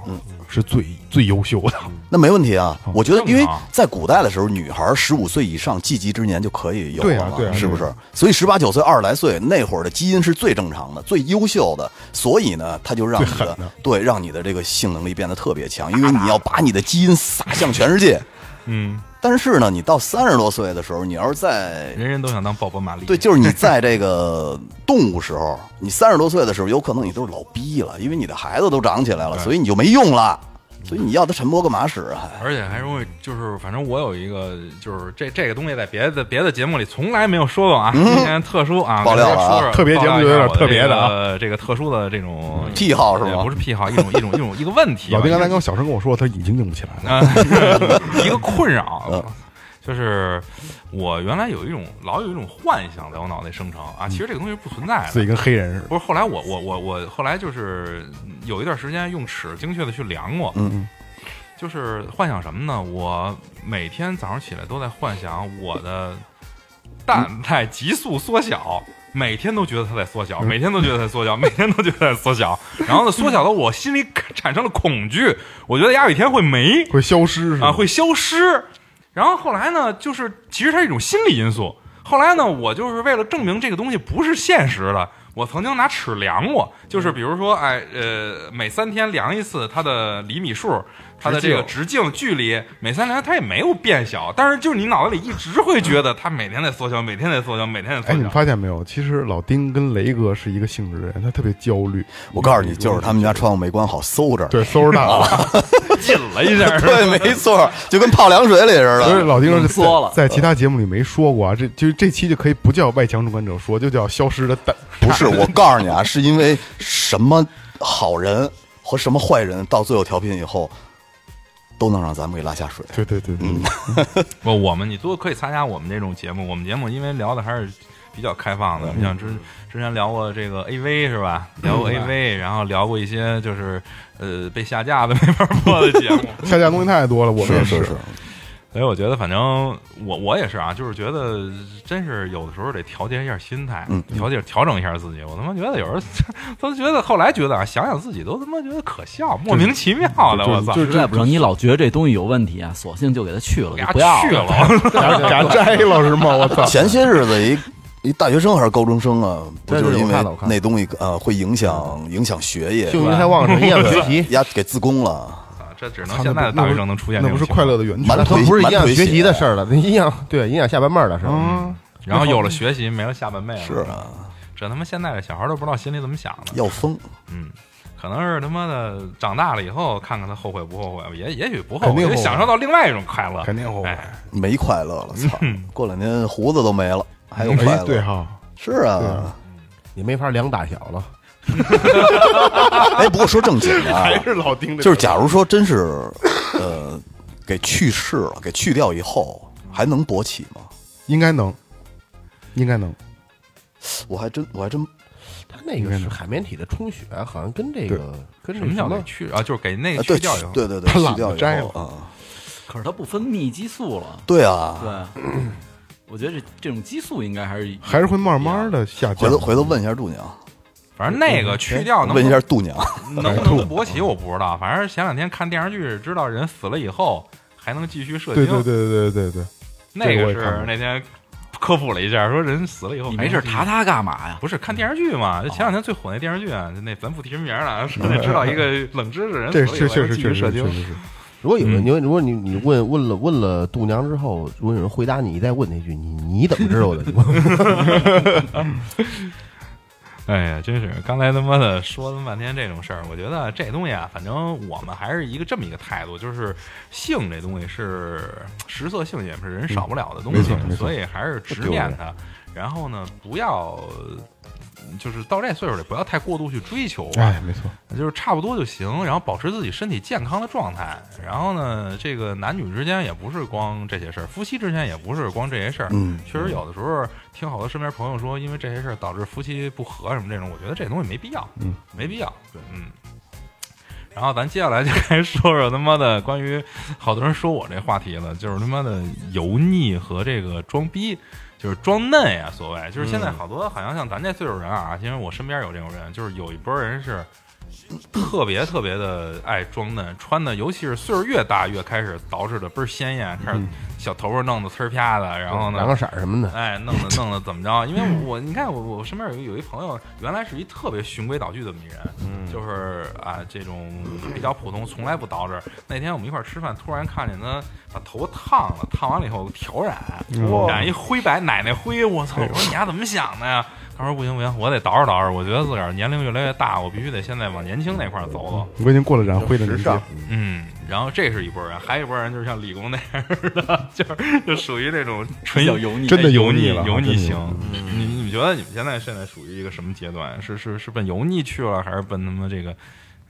Speaker 4: 是最最优秀的，
Speaker 5: 那没问题啊。
Speaker 4: 哦
Speaker 5: 我觉得，
Speaker 3: 正
Speaker 5: 因为
Speaker 3: 常
Speaker 5: 在古代的时候，女孩十五岁以上及笄之年就可以有
Speaker 4: 对
Speaker 5: 了
Speaker 4: 啊
Speaker 5: 嘛，
Speaker 4: 对啊
Speaker 5: 是不
Speaker 4: 对
Speaker 5: 是？所以十八九岁、二十来岁那会儿的基因是最正常的、最优秀的，所以呢，它就让你的对让你的这个性能力变得特别强，因为
Speaker 4: 啊
Speaker 5: 你要把你的基因撒向全世界。
Speaker 3: 嗯，
Speaker 5: [LAUGHS] 但是呢，你到三十多岁的时候，你要是
Speaker 4: [LAUGHS]
Speaker 5: 在
Speaker 3: 人人都想当鲍勃·马利。
Speaker 5: 对，就是你在这个动物时候，你三十多岁的时候，有可能你都是老逼了，因为你的孩子都长起来了，所以你就没用了。所以
Speaker 4: 嗯
Speaker 5: 你要他陈勃干嘛使啊？
Speaker 3: 而且还容易，就是反正我有一个，就是这这个东西在别的别的节目里从来没有说过啊，
Speaker 4: 嗯
Speaker 3: 今天特殊啊，
Speaker 5: 爆料了啊
Speaker 3: 说说
Speaker 4: 特别节目就有点特别的啊嗯
Speaker 3: 爆料一下我这个这个特殊的这种
Speaker 5: 癖好是吗
Speaker 3: 也不是癖好，一种一种一种一个问题吧。
Speaker 4: 老丁刚才跟我小声跟我说，他已经硬不起来
Speaker 5: [LAUGHS]
Speaker 4: 了。
Speaker 3: 啊，
Speaker 4: [LAUGHS]
Speaker 3: 一个困
Speaker 4: 嗯
Speaker 3: 扰， [LAUGHS] 就是我原来有一种老有一种幻想在我脑袋生成啊，其实这个东西是不存在
Speaker 4: 自
Speaker 3: 的
Speaker 4: 己。跟黑人似的。
Speaker 3: 不是，后来我我我我后来就是嗯有一段时间用尺精确的去量过，
Speaker 5: 嗯，
Speaker 3: 就是幻想什么呢？我每天早上起来都在幻想我的
Speaker 5: 嗯
Speaker 3: 蛋在急速缩小，每天都觉得它在缩小，
Speaker 5: 嗯
Speaker 3: 每天都觉得它在缩小，每天都觉得它在缩小，然后呢，缩小到我心里产生了恐惧，我觉得呀有一天会没
Speaker 4: 会消失是吧？
Speaker 3: 啊，会消失。然后后来呢，就是其实它是一种心理因素。后来呢，我就是为了证明这个东西不是现实的，我曾经拿尺量过，就是比如说，哎，呃，每三天量一次它的厘米数，它的这个直径、距离，每三天它也没有变小，但是就是你脑子里一直会觉得它每天在缩小，每天在缩小，每天在
Speaker 4: 哎，你
Speaker 3: 缩
Speaker 4: 们
Speaker 3: 小。
Speaker 4: 发现没有？其实老丁跟雷哥是一个性质的人，他特别焦虑。
Speaker 5: 我告诉你，就是他们家窗户没关好，搜着。 [LAUGHS]
Speaker 4: 对，收拾大了。
Speaker 3: 紧了一下， [LAUGHS]
Speaker 5: 对，没错，就跟泡凉水里似
Speaker 4: 所以
Speaker 5: 的。
Speaker 4: 老丁说
Speaker 8: 冷缩了
Speaker 4: 在在其
Speaker 5: 嗯
Speaker 4: 他节目里没说过啊，这就是这期就可以不叫外强中观者说，就叫消失的蛋。
Speaker 5: 不是，我告诉你啊，是因为什么好人和什么坏人到最后调频以后，都能让咱们给拉下水。
Speaker 4: 对对对对，
Speaker 5: 嗯
Speaker 4: [LAUGHS]
Speaker 3: 不，我们你多可以参加我们这种节目。我们节目因为聊的还是比较开放的，你
Speaker 4: 嗯
Speaker 3: 像之之前聊过这个 AV 是吧？聊过 AV，然后聊过一些就是呃被下架的没法播的节目。
Speaker 4: [LAUGHS] 下架东西太多了，我们也
Speaker 5: 是是，
Speaker 3: 所以我觉得，反正我我也是啊，就是觉得真是有的时候得调节一下心态，
Speaker 5: 嗯
Speaker 3: 调节调整一下自己。我他妈觉得有时候都觉得，后来觉得啊，想想自己都他妈觉得可笑，莫名其妙的，我操！
Speaker 4: 就
Speaker 8: 实在不成，你老觉得这东西有问题啊，索性就给它去了，
Speaker 3: 给
Speaker 8: 就
Speaker 3: 他
Speaker 8: 不要
Speaker 3: 去了，
Speaker 4: 给他摘了是吗？我操！
Speaker 5: 前些日子一。一大学生还是高中生啊，不
Speaker 7: 对
Speaker 5: 就是
Speaker 7: 对
Speaker 5: 因
Speaker 7: 我
Speaker 5: 为
Speaker 7: 看了我看了
Speaker 5: 那东西呃会影响影响学业，
Speaker 7: 性欲太旺盛，夜不学习，
Speaker 5: 呀给自宫了，
Speaker 3: [LAUGHS] 这只能现在的大学生能出现
Speaker 4: 那
Speaker 3: 这
Speaker 4: 不
Speaker 3: 种
Speaker 4: 是
Speaker 3: 情况
Speaker 4: 快乐的源泉
Speaker 5: 满
Speaker 7: 那
Speaker 5: 腿
Speaker 7: 都不是影
Speaker 5: 满
Speaker 7: 响
Speaker 5: 腿
Speaker 7: 学
Speaker 5: 血
Speaker 7: 习的事儿了，那影响对影响下半辈儿的事儿。
Speaker 4: 啊！
Speaker 3: 然后有了学习，没了下半辈子。
Speaker 5: 是啊，
Speaker 3: 这他妈现在的小孩都不知道心里怎么想的，
Speaker 5: 要疯，
Speaker 3: 嗯，可能是他妈的长大了以后看看他后悔不后悔吧，也也许不后
Speaker 4: 肯定
Speaker 3: 悔，也
Speaker 4: 后悔
Speaker 3: 许享受到另外一种快乐。
Speaker 4: 肯定后悔，
Speaker 3: 哎
Speaker 5: 没快乐了，操！过两天胡子都没了，还有快
Speaker 4: 哎
Speaker 5: 乐？
Speaker 4: 对哈，
Speaker 5: 是
Speaker 4: 对
Speaker 5: 啊
Speaker 4: 啊，
Speaker 7: 你没法量大小了，
Speaker 5: [LAUGHS] 哎，不过说正经的啊，
Speaker 4: 是老丁的
Speaker 5: 就是假如说真是呃给去世了，给去掉以后，还能勃起吗？
Speaker 4: 应该能，应该能，
Speaker 5: 我还真我还真
Speaker 7: 它那个是海绵体的充血，好像跟这个跟
Speaker 3: 什
Speaker 7: 这
Speaker 3: 么叫
Speaker 7: 什
Speaker 3: 给
Speaker 7: 么
Speaker 3: 去啊？就是给那
Speaker 5: 哎
Speaker 3: 去
Speaker 5: 对
Speaker 3: 掉以后，
Speaker 5: 对对对，
Speaker 4: 他懒
Speaker 5: 去
Speaker 4: 得
Speaker 5: 掉以
Speaker 4: 摘
Speaker 5: 后
Speaker 4: 了
Speaker 5: 啊，
Speaker 8: 可是它不分泌激素了，
Speaker 5: 对啊，
Speaker 8: 对。我觉得这这种激素应该还是
Speaker 4: 还是会慢慢的下
Speaker 5: 回
Speaker 4: 降
Speaker 5: 头。回头问一下度娘，
Speaker 3: 反正那个去掉能不
Speaker 5: 问一
Speaker 3: 能
Speaker 5: 下度娘，
Speaker 3: 能不能勃起我不知道，反正前两天看电视剧知道人死了以后还能继续射精，
Speaker 4: 对对对对对对对，
Speaker 3: 那
Speaker 4: 这个
Speaker 3: 个
Speaker 4: 我也看
Speaker 3: 是
Speaker 4: 过
Speaker 3: 那天科普了一下，说人死了以后
Speaker 8: 你
Speaker 3: 还
Speaker 8: 没事
Speaker 3: 能继续
Speaker 8: 查它干嘛呀？
Speaker 3: 不是看电视剧
Speaker 4: 哦
Speaker 3: 嘛？就前两天最火那电视剧啊，就那咱不提什么名儿了 [LAUGHS] 啊，说那知道一个冷知识，人
Speaker 4: 这
Speaker 3: 死
Speaker 4: 确
Speaker 3: 了以后
Speaker 4: 确
Speaker 3: 还
Speaker 4: 实
Speaker 3: 继
Speaker 4: 确
Speaker 3: 续
Speaker 4: 实
Speaker 3: 射
Speaker 4: 确
Speaker 3: 精。
Speaker 4: 实是，
Speaker 7: 如果有人，
Speaker 3: 嗯
Speaker 7: 你如果你你问问了问了度娘之后，如果有人回答你，你再问他一句，你你怎么知道的？
Speaker 3: 哎呀，真是刚才他妈的说那么半天这种事儿，我觉得这东西啊，反正我们还是一个这么一个态度，就是性这东西是食色性也是人少不了的东
Speaker 4: 没
Speaker 3: 西
Speaker 4: 错，没错
Speaker 3: 所以还是直面它。然后呢，不要就是到这岁数里不要太过度去追求啊吧，
Speaker 4: 哎，没错，
Speaker 3: 就是差不多就行，然后保持自己身体健康的状态。然后呢，这个男女之间也不是光这些事儿，夫妻之间也不是光这些事儿。
Speaker 5: 嗯
Speaker 3: 确实有的时候听好多身边朋友说，因为这些事儿导致夫妻不和什么这种，我觉得这东西没必要，
Speaker 4: 嗯，
Speaker 3: 没必要，嗯。然后咱接下来就该说说他妈的关于 [LAUGHS] 好多人说我这话题了，就是他妈的油腻和这个装逼，就是装嫩呀，所谓就是现在好多好像像咱这岁数人啊，因为我身边有这种人，啊就是有一波人是 [COUGHS] 特别特别的爱装嫩，穿的尤其是岁数越大越开始捯饬的倍儿鲜艳，开始小头发弄得呲儿啪的，然后呢
Speaker 7: 染个色儿什么的，
Speaker 3: 哎，弄得弄得怎么着？因为我你看我我身边有一有一朋友，原来是一特别循规蹈矩的迷人，就是啊这种比较普通，从来不捯饬。那天我们一块儿吃饭，突然看见他把头烫了，烫完了以后挑染，染一灰白奶奶灰，我操！我说你丫怎么想的呀？他说不行不行，我得捯饬捯饬，我觉得自个儿年龄越来越大，我必须得现在往年轻那块儿走走。
Speaker 4: 我已经过了染灰的年纪，
Speaker 3: 嗯，然后这是一波人，还有一波人就是像李工那样的，就是就属于那种纯
Speaker 8: 比较油腻
Speaker 4: 真的
Speaker 3: 油
Speaker 4: 油腻了
Speaker 3: 油
Speaker 4: 真的
Speaker 3: 腻
Speaker 4: 油
Speaker 3: 型。你你们觉得你们现在现在属于一个什么阶段？是是是奔油腻去了，还是奔他妈这个，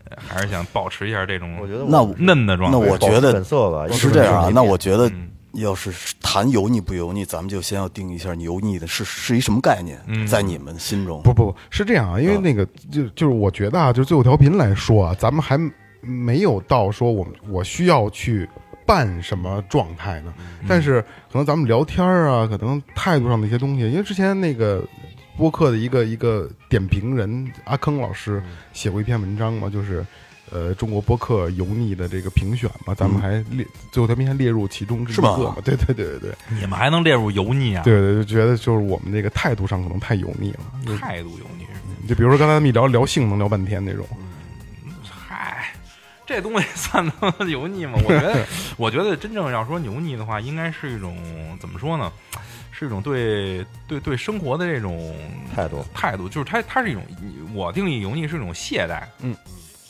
Speaker 3: 呃还是想保持一下这
Speaker 6: 我
Speaker 3: 种
Speaker 6: 觉得
Speaker 5: 那
Speaker 6: 我
Speaker 3: 嫩的状态？
Speaker 5: 那我觉得
Speaker 6: 本色吧，
Speaker 5: 是这样啊，那我觉得
Speaker 3: 嗯
Speaker 5: 要是谈油腻不油腻，咱们就先要定一下油腻的是是一什么概念，
Speaker 3: 嗯
Speaker 5: 在你们心中
Speaker 4: 不不不是这样啊，因为那个就就是我觉得啊，就是最后调频来说啊，咱们还没有到说我们我需要去办什么状态呢。但是可能咱们聊天儿啊，可能态度上的一些东西，因为之前那个播客的一个一个点评人阿坑老师写过一篇文章嘛，就是。呃，中国播客油腻的这个评选嘛，咱们还列、最后调频还列入其中之一
Speaker 5: 是吗
Speaker 4: 个嘛？对对对对对
Speaker 3: 你们还能列入油腻啊？
Speaker 4: 对对，就觉得就是我们这个态度上可能太油腻了，就
Speaker 3: 态度油腻是吗，
Speaker 4: 就比如说刚才咱们一聊聊性能聊半天那种，
Speaker 3: 嗨。这东西算他妈 [LAUGHS] 油腻吗？我觉
Speaker 6: [LAUGHS]
Speaker 3: 得，我觉得真正要说油腻的话，应该是一种怎么说呢？是一种对对对生活的这种
Speaker 6: 态度，
Speaker 3: 态度，就是它它是一种，我定义油腻是一种懈怠，
Speaker 4: 嗯，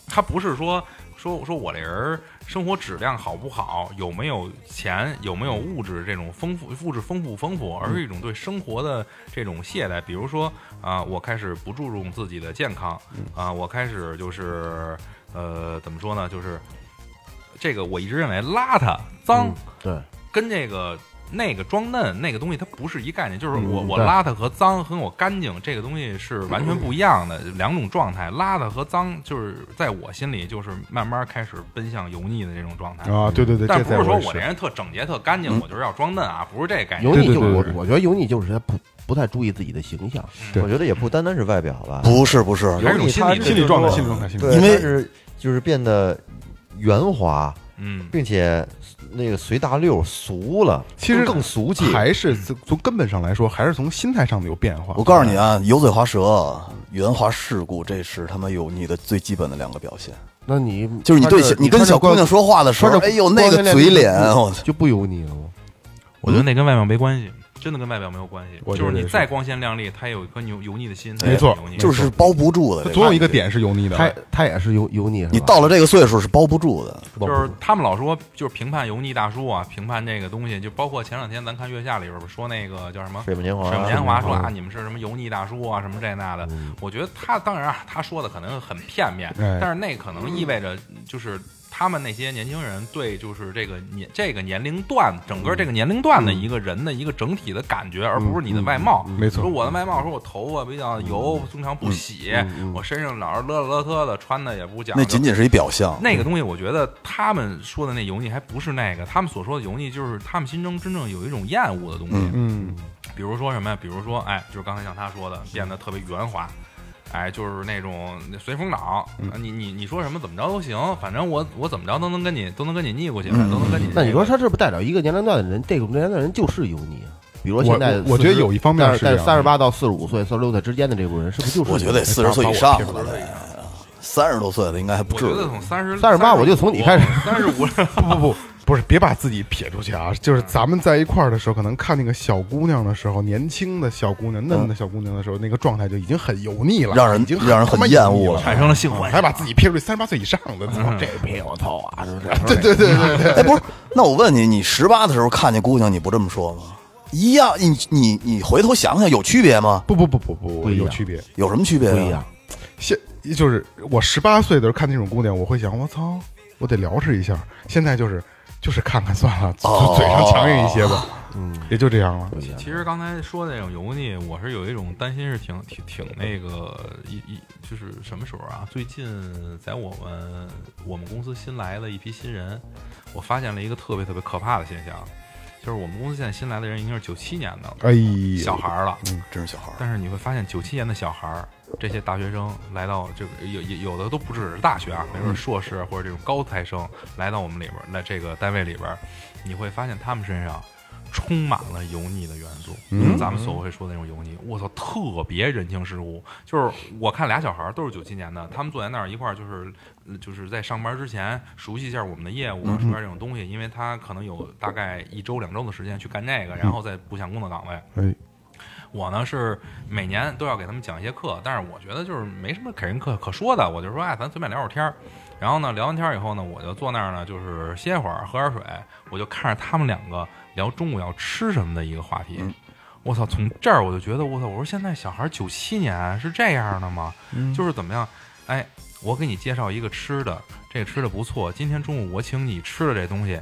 Speaker 3: 它不是说说说我这人儿生活质量好不好，有没有钱，有没有物质这种丰富物质丰富不丰富，而是一种对生活的这种懈怠。比如说啊、我开始不注重自己的健康，啊、我开始就是呃，怎么说呢，就是这个我一直认为邋遢、脏、
Speaker 7: 对，
Speaker 3: 跟这个那个装嫩那个东西它不是一概念，就是我我邋遢和脏和我干净这个东西是完全不一样的两种状态。邋遢和脏就是在我心里就是慢慢开始奔向油腻的这种
Speaker 5: 嗯
Speaker 3: 状态。
Speaker 4: 啊，对对对，
Speaker 3: 但
Speaker 4: 这
Speaker 3: 不是
Speaker 4: 在
Speaker 3: 说
Speaker 4: 我
Speaker 3: 我这
Speaker 4: 是
Speaker 3: 人特整洁特干净，我就是要装嫩啊，不是这个概念。
Speaker 7: 油腻就
Speaker 4: 对对对
Speaker 7: 我
Speaker 4: 对
Speaker 7: 我觉得油腻就是他不不太注意自己的形象，
Speaker 4: 对
Speaker 6: 我觉得也不单单是外表吧，
Speaker 5: 不是不是，
Speaker 3: 还是一种心理
Speaker 6: 有你他
Speaker 4: 啊心理
Speaker 6: 这
Speaker 4: 状态，
Speaker 6: 种
Speaker 4: 心理状态，心理状
Speaker 6: 对，
Speaker 4: 态。
Speaker 5: 因为
Speaker 6: 它是就是变得圆滑，
Speaker 3: 嗯，
Speaker 6: 并且那个随大溜俗了，
Speaker 4: 其实
Speaker 6: 更俗气。
Speaker 4: 还是从从根本上来说，还是从心态上的有变化。
Speaker 5: 我告诉你啊，油嘴滑舌、圆滑世故，这是他妈油腻的最基本的两个表现。
Speaker 7: 那你
Speaker 5: 就是你对
Speaker 7: 穿
Speaker 5: 小
Speaker 7: 着
Speaker 5: 你跟小姑娘说话的时候，
Speaker 7: 穿着
Speaker 5: 哎呦那个嘴脸，哦我操！
Speaker 7: 就不油腻了吗？
Speaker 3: 我觉得那跟外表没关系，真的跟外表没有关系。
Speaker 4: 嗯我觉
Speaker 3: 就
Speaker 4: 得
Speaker 3: 是你
Speaker 4: 也是
Speaker 3: 再光鲜亮丽，它也有一颗油油腻的心，它
Speaker 4: 没
Speaker 3: 也
Speaker 4: 错
Speaker 3: 很油腻
Speaker 5: 就是包不住的。这
Speaker 4: 啊总有
Speaker 5: 个
Speaker 4: 一个点是油腻的，
Speaker 7: 他他也是油油腻，是吧
Speaker 5: 你到了这个岁数是包不住的。
Speaker 3: 就是他们老说，就是评判油腻大叔啊，评判这个东西，就包括前两天咱看《月下》里边儿说那个叫什么
Speaker 6: 水木年
Speaker 4: 哦
Speaker 6: 华，
Speaker 3: 水木年华说啊，你们是什么油腻大叔啊，什么这那的。我觉得他当然啊，他说的可能很片面，
Speaker 4: 嗯哎
Speaker 3: 但是那可能意味着就是他们那些年轻人对就是这个年这个年龄段，整个这个年龄段的一个人的一个整体的感觉，而不是你的外貌。
Speaker 4: 嗯嗯没嗯错
Speaker 3: 说我的外貌，说我头发比较油，经常不洗，
Speaker 4: 嗯
Speaker 3: 我身上老是勒勒特的，穿的也不讲究。
Speaker 5: 那仅仅是一表象，
Speaker 3: 那个东西，我觉得他们说的那油腻还不是那个，他们所说的油腻就是他们心中真正有一种厌恶的东西。
Speaker 4: 嗯，
Speaker 3: 比如说什么呀？比如说，哎，就是刚才像他说的，
Speaker 7: 嗯
Speaker 3: 变得特别圆滑，哎，就是那种随风倒，
Speaker 7: 嗯
Speaker 3: 你你你说什么怎么着都行，反正我我怎么着都能跟你都能跟你腻过去，都能跟你。
Speaker 7: 嗯那你说他是不是代表一个年龄段的人？这种年龄段的人就是油腻啊。比如说现在
Speaker 4: 我我觉得
Speaker 7: 40
Speaker 4: 有一方面
Speaker 7: 但
Speaker 4: 是
Speaker 7: 是
Speaker 4: 这样
Speaker 7: 但三十八到四十五岁、四十六岁之间的这种人，是不是就是
Speaker 5: 我觉得得四十岁以上了得。三十多岁的应该还不
Speaker 3: 我
Speaker 5: 至
Speaker 3: 觉
Speaker 5: 于。
Speaker 3: 得从三十
Speaker 7: 38我就从你开始，
Speaker 3: 三十
Speaker 4: 不
Speaker 3: 五 [LAUGHS]
Speaker 4: 不不，不是，别把自己撇出去啊！就是咱们在一块儿的时候，可能看那个小姑娘的时候，年轻的小姑娘、嫩的小姑娘的时候，那个状态就已经很油腻了，
Speaker 5: 嗯让人
Speaker 4: 已经
Speaker 5: 让人很
Speaker 4: 他妈
Speaker 5: 厌
Speaker 4: 油
Speaker 5: 恶
Speaker 4: 腻
Speaker 5: 了
Speaker 3: 产生了性幻
Speaker 4: 还
Speaker 3: 想，
Speaker 4: 把自己撇出去三十八岁以上
Speaker 3: 嗯
Speaker 4: 的，操这
Speaker 7: 别我操啊！就是
Speaker 4: [LAUGHS] 对对对对对，
Speaker 5: 哎，不是，那我问你，你十八的时候看见姑娘，你不这么说吗？一样，你你你回头想想，有区别吗？
Speaker 4: 不不不不不，
Speaker 7: 不一样
Speaker 4: 有区别。
Speaker 5: 有什么区别、啊
Speaker 7: 不一样。
Speaker 4: 现就是我十八岁的时候看那种姑娘，我会想，我操，我得聊是一下。现在就是就是看看算了，嘴
Speaker 5: 哦
Speaker 4: 嘴上强硬一些
Speaker 3: [LAUGHS]
Speaker 4: 吧，嗯，也就这样了。
Speaker 3: 其实刚才说的那种油腻，我是有一种担心，是挺挺挺那个一一就是什么时候啊？最近在我们我们公司新来了一批新人，我发现了一个特别特别可怕的现象，就是我们公司现在新来的人应该是九七年的
Speaker 4: 哎呦，
Speaker 3: 小孩儿了，
Speaker 5: 真是小孩儿，
Speaker 3: 但是你会发现九七年的小孩儿，这些大学生来到这个有有有的都不只是大学啊，比如说硕士或者这种高材生来到我们里边儿，来这个单位里边儿，你会发现他们身上充满了油腻的元素，就是咱们所谓说的那种油腻。我操，特别人情世故。就是我看俩小孩儿都是九七年的，他们坐在那儿一块儿就是就是在上班之前熟悉一下我们的业务，熟悉这种东西，因为他可能有大概一周两周的时间去干这个，然后再步向工作岗位。
Speaker 4: 哎，
Speaker 3: 我呢是每年都要给他们讲一些课，但是我觉得就是没什么给人课可说的，我就说哎，咱随便聊会儿天儿。然后呢，聊完天儿以后呢，我就坐那儿呢，就是歇会儿，喝点水，我就看着他们两个聊中午要吃什么的一个话
Speaker 4: 嗯
Speaker 3: 题。我操！从这儿我就觉得，我操！我说现在小孩九七年啊是这样的吗？
Speaker 4: 嗯
Speaker 3: 就是怎么样？哎，我给你介绍一个吃的，这个吃的不错，今天中午我请你吃了这东西。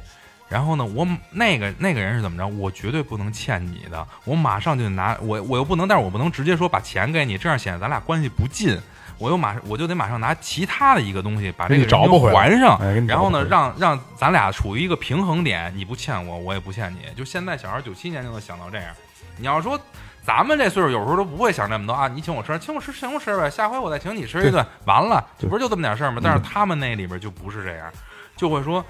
Speaker 3: 然后呢，我那个那个人是怎么着？我绝对不能欠你的，我马上就得拿我我又不能，但是我不能直接说把钱给你，这样显得咱俩关系不近。我又马我就得马上拿其他的一个东西把这个
Speaker 4: 给你找
Speaker 3: 人
Speaker 4: 不
Speaker 3: 又
Speaker 4: 回来
Speaker 3: 还上，
Speaker 4: 哎给你找
Speaker 3: 然后
Speaker 4: 不回
Speaker 3: 呢
Speaker 4: 来
Speaker 3: 让让咱俩处于一个平衡点，你不欠我，我也不欠你。就现在小孩九七年就能想到这样，你要说咱们这岁数有时候都不会想这么多啊！你请我吃，请我吃，请我吃呗，下回我再请你吃一顿，完了，这不是就这么点事儿吗？
Speaker 4: 嗯
Speaker 3: 但是他们那里边就不是这样，就会说，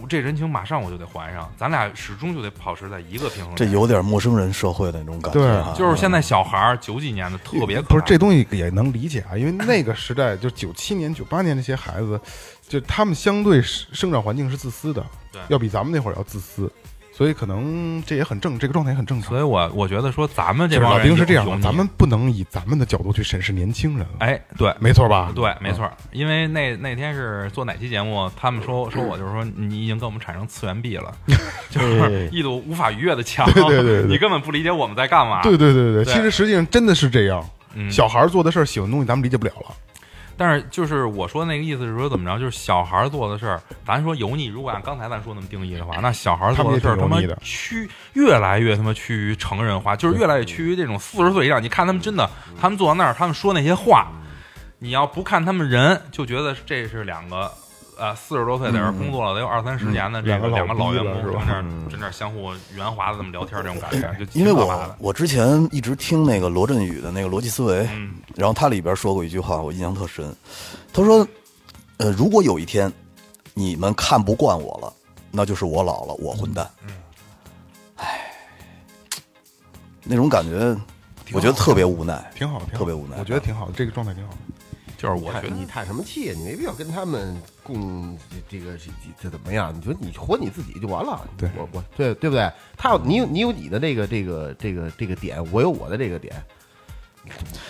Speaker 3: 我这人情马上我就得还上，咱俩始终就得保持在一个平衡
Speaker 5: 这
Speaker 3: 点。
Speaker 5: 有点陌生人社会的那种感觉
Speaker 4: 对
Speaker 5: 啊。
Speaker 3: 就是现在小孩儿九几年的特别可
Speaker 4: 不是
Speaker 3: 爱
Speaker 4: 这东西也能理解啊，因为那个时代就九七年、九八年那些孩子，就他们相对是生长环境是自私的，
Speaker 3: 对
Speaker 4: 要比咱们那会儿要自私，所以可能这也很正，这个状态也很正常。
Speaker 3: 所以我我觉得说咱们
Speaker 4: 就是
Speaker 3: 这帮
Speaker 4: 老
Speaker 3: 人
Speaker 4: 丁是这样
Speaker 3: 有
Speaker 4: 的，
Speaker 3: 你
Speaker 4: 咱们不能以咱们的角度去审视年轻人，，
Speaker 3: 哎对
Speaker 4: 没错吧？
Speaker 3: 对，没错儿，
Speaker 4: 嗯
Speaker 3: 因为那那天是做哪期节目，他们说说我就是说你已经跟我们产生次元壁了， [LAUGHS] 就是一堵无法逾越的墙，
Speaker 4: 对对对对
Speaker 3: 你根本不理解我们在干嘛。
Speaker 4: 对对对对，
Speaker 3: 啊对
Speaker 4: 其实实际上真的是这样。
Speaker 3: 嗯
Speaker 4: 小孩儿做的事儿、喜欢的东西，咱们理解不了了。
Speaker 3: 但是就是我说那个意思是说怎么着，就是小孩做的事儿，咱说油腻，如果按刚才咱说那么定义的话，那小孩做的事儿他
Speaker 4: 他们
Speaker 3: 妈
Speaker 4: 也挺油腻的
Speaker 3: 趋越来越他妈趋于成人化，就是越来越趋于这种四十岁以上，你看他们真的，他们坐在那儿，他们说那些话，你要不看他们人，就觉得这是两个。呃，四十多岁在这儿工作了，得有二三十年的这个
Speaker 4: 嗯两
Speaker 3: 两个
Speaker 4: 个
Speaker 3: 老
Speaker 4: 老
Speaker 3: 员
Speaker 4: 逼了是
Speaker 3: 工
Speaker 4: 吧
Speaker 3: 在那儿在那儿相互圆滑的这么聊天，这种感觉就
Speaker 5: 因为
Speaker 3: 挺可怕的
Speaker 5: 我我之前一直听那个罗振宇的那个逻辑思维，然后他里边说过一句话，我印象特深。他说：“呃，如果有一天你们看不惯我了，那就是我老了，我混蛋。”哎，那种感觉，我觉得特别无奈。
Speaker 4: 挺好，挺好
Speaker 5: 特别无奈
Speaker 4: 我觉得挺好的，这个状态挺好的。
Speaker 3: 就是我觉得
Speaker 7: 你叹什么气？啊你没必要跟他们共这这个这这这怎么样？你觉得你活你自己就完了。
Speaker 4: 对
Speaker 7: 我我对对不对？他有你有你有你的这个这个这个这个点，我有我的这个点。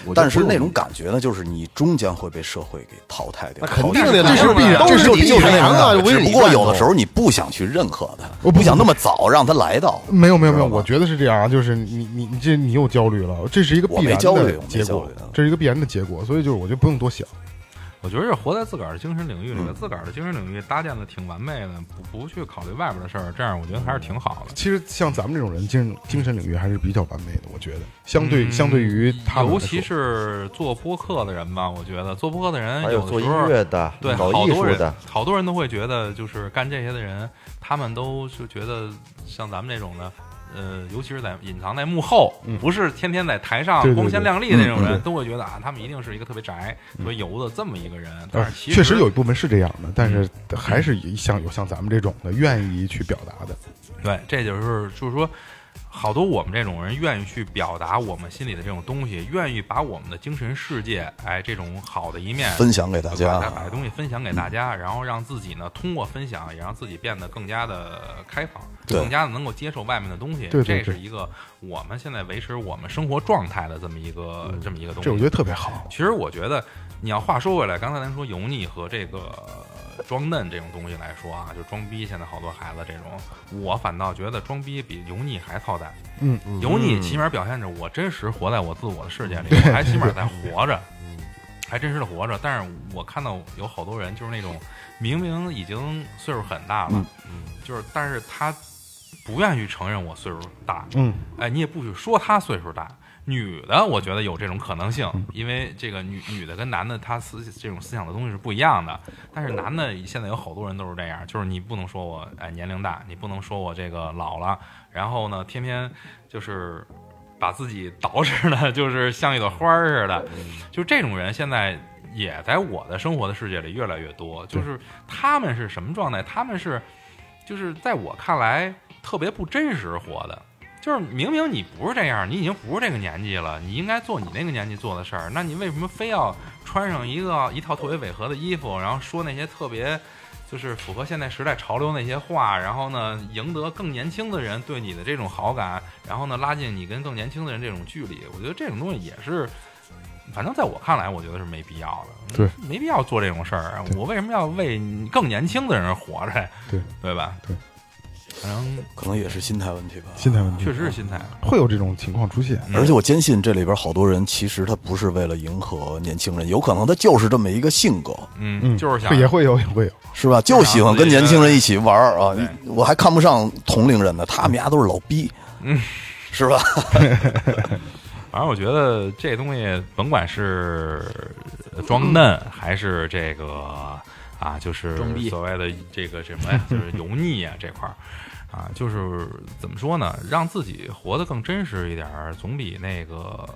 Speaker 7: 我就
Speaker 5: 但是
Speaker 7: 不用
Speaker 5: 那种感觉呢，就是你终将会被社会给淘汰掉。
Speaker 7: 那肯
Speaker 5: 淘汰
Speaker 7: 定的，
Speaker 4: 这是必然
Speaker 7: 都
Speaker 4: 这是
Speaker 7: 你
Speaker 4: 必然
Speaker 7: 养
Speaker 4: 的
Speaker 7: 啊。
Speaker 5: 只
Speaker 7: 只
Speaker 5: 不过有的时候你不想去认可它，我不想那么早让它来到。
Speaker 4: 没有没有没有，
Speaker 5: 知道吧
Speaker 4: 我觉得是这样啊，就是你你你这你又焦虑了，这是一个必
Speaker 5: 我没
Speaker 4: 然
Speaker 5: 焦虑
Speaker 4: 的
Speaker 5: 我没
Speaker 4: 结
Speaker 5: 焦
Speaker 4: 果
Speaker 5: 虑啊，
Speaker 4: 这是一个必然的结果，所以就是我就不用多想。
Speaker 3: 我觉得是活在自个儿的精神领域里
Speaker 4: 嗯
Speaker 3: 面，自个儿的精神领域搭建的挺完美的，不不去考虑外边的事儿，这样我觉得还是挺好的。
Speaker 4: 其实像咱们这种人，精精神领域还是比较完美的，我觉得相
Speaker 6: 嗯
Speaker 4: 对相对于他们来
Speaker 3: 嗯尤
Speaker 4: 说，
Speaker 3: 其是做播客的人吧，我觉得做播客的人
Speaker 6: 还有
Speaker 3: 有
Speaker 6: 做
Speaker 3: 的
Speaker 6: 音
Speaker 3: 时候。
Speaker 6: 乐的，
Speaker 3: 对，
Speaker 6: 搞
Speaker 3: 好
Speaker 6: 艺
Speaker 3: 多
Speaker 6: 术
Speaker 3: 人
Speaker 6: 的，，
Speaker 3: 好多人都会觉得，就是干这些的人，他们都是觉得像咱们这种的，呃，尤其是在隐藏在幕后，
Speaker 6: 嗯
Speaker 3: 不是天天在台上
Speaker 4: 对对
Speaker 3: 光鲜
Speaker 4: 对
Speaker 3: 亮丽那种
Speaker 5: 嗯
Speaker 3: 人，都会觉得啊，他们一定是一个特别宅、特别油的这么一个人。但
Speaker 4: 呃
Speaker 3: 是其嗯
Speaker 4: 确实有一部分是这样的，但是还是有像有像咱们这种的愿意去表达的。
Speaker 3: 对，这就是就是说，好多我们这种人愿意去表达我们心里的这种东西，愿意把我们的精神世界，哎，这种好的一面
Speaker 5: 分享嗯给大
Speaker 3: 把把
Speaker 5: 家啊
Speaker 3: 这，东西分享给大家，然后让自己呢通过分享，也让自己变得更加的开放，
Speaker 5: 对
Speaker 3: 更加的能够接受外面的东西。
Speaker 4: 对对
Speaker 3: 这
Speaker 4: 对
Speaker 3: 是一个我们现在维持我们生活状态的这么一个、
Speaker 5: 嗯
Speaker 3: 这么一个东西。
Speaker 4: 这我觉得特别好。
Speaker 3: 其实我觉得，你要话说回来，刚才咱说油腻和这个呃装嫩这种东西来说啊，就装逼，现在好多孩子这种，我反倒觉得装逼比油腻还操蛋。
Speaker 4: 嗯，
Speaker 3: 油腻起码表现着我真实活在我自我的世界里，我还起码在活着，还真实的活着。但是我看到有好多人就是那种明明已经岁数很大
Speaker 4: 嗯
Speaker 3: 了，就是但是他不愿意承认我岁数大，
Speaker 4: 嗯，
Speaker 3: 哎，你也不许说他岁数大。女的，我觉得有这种可能性，因为这个女女的跟男的，他思这种思想的东西是不一样的。但是男的现在有好多人都是这样，就是你不能说我哎年龄大，你不能说我这个老了，然后呢，天天就是把自己捯饬的， [LAUGHS] 就是像一朵花儿似的，就这种人现在也在我的生活的世界里越来越多。就是他们是什么状态？他们是就是在我看来特别不真实活的。就是明明你不是这样，你已经不是这个年纪了，你应该做你那个年纪做的事儿，那你为什么非要穿上一个一套特别违和的衣服，然后说那些特别就是符合现在时代潮流那些话，然后呢，赢得更年轻的人对你的这种好感，然后呢，拉近你跟更年轻的人这种距离。我觉得这种东西也是，反正在我看来，我觉得是没必要的，
Speaker 4: 对，
Speaker 3: 没必要做这种事儿。我为什么要为你更年轻的人活着呀？
Speaker 4: 对，
Speaker 3: 对吧？
Speaker 4: 对，
Speaker 3: 反正
Speaker 5: 可能也是心态问题吧。
Speaker 4: 心态问题
Speaker 3: 确实是心态。啊
Speaker 4: 会有这种情况出现。
Speaker 3: 嗯
Speaker 5: 而且我坚信这里边好多人其实他不是为了迎合年轻人，有可能他就是这么一个性格，
Speaker 3: 嗯，
Speaker 4: 嗯，
Speaker 3: 就是想
Speaker 4: 会也会有也会有。
Speaker 5: 是
Speaker 3: 嗯
Speaker 5: 吧？就喜欢跟年轻人一起玩儿啊！你我还看不上同龄人呢，他们家都是老逼，
Speaker 3: 嗯，
Speaker 5: 是吧？ [LAUGHS]
Speaker 3: 反正我觉得这东西，甭管是装嫩还是这个啊，就是
Speaker 8: 装逼
Speaker 3: 所谓的这个什么
Speaker 8: [LAUGHS]
Speaker 3: 呀，就是油腻啊这块儿啊，就是怎么说呢，让自己活得更真实一点儿，总比那个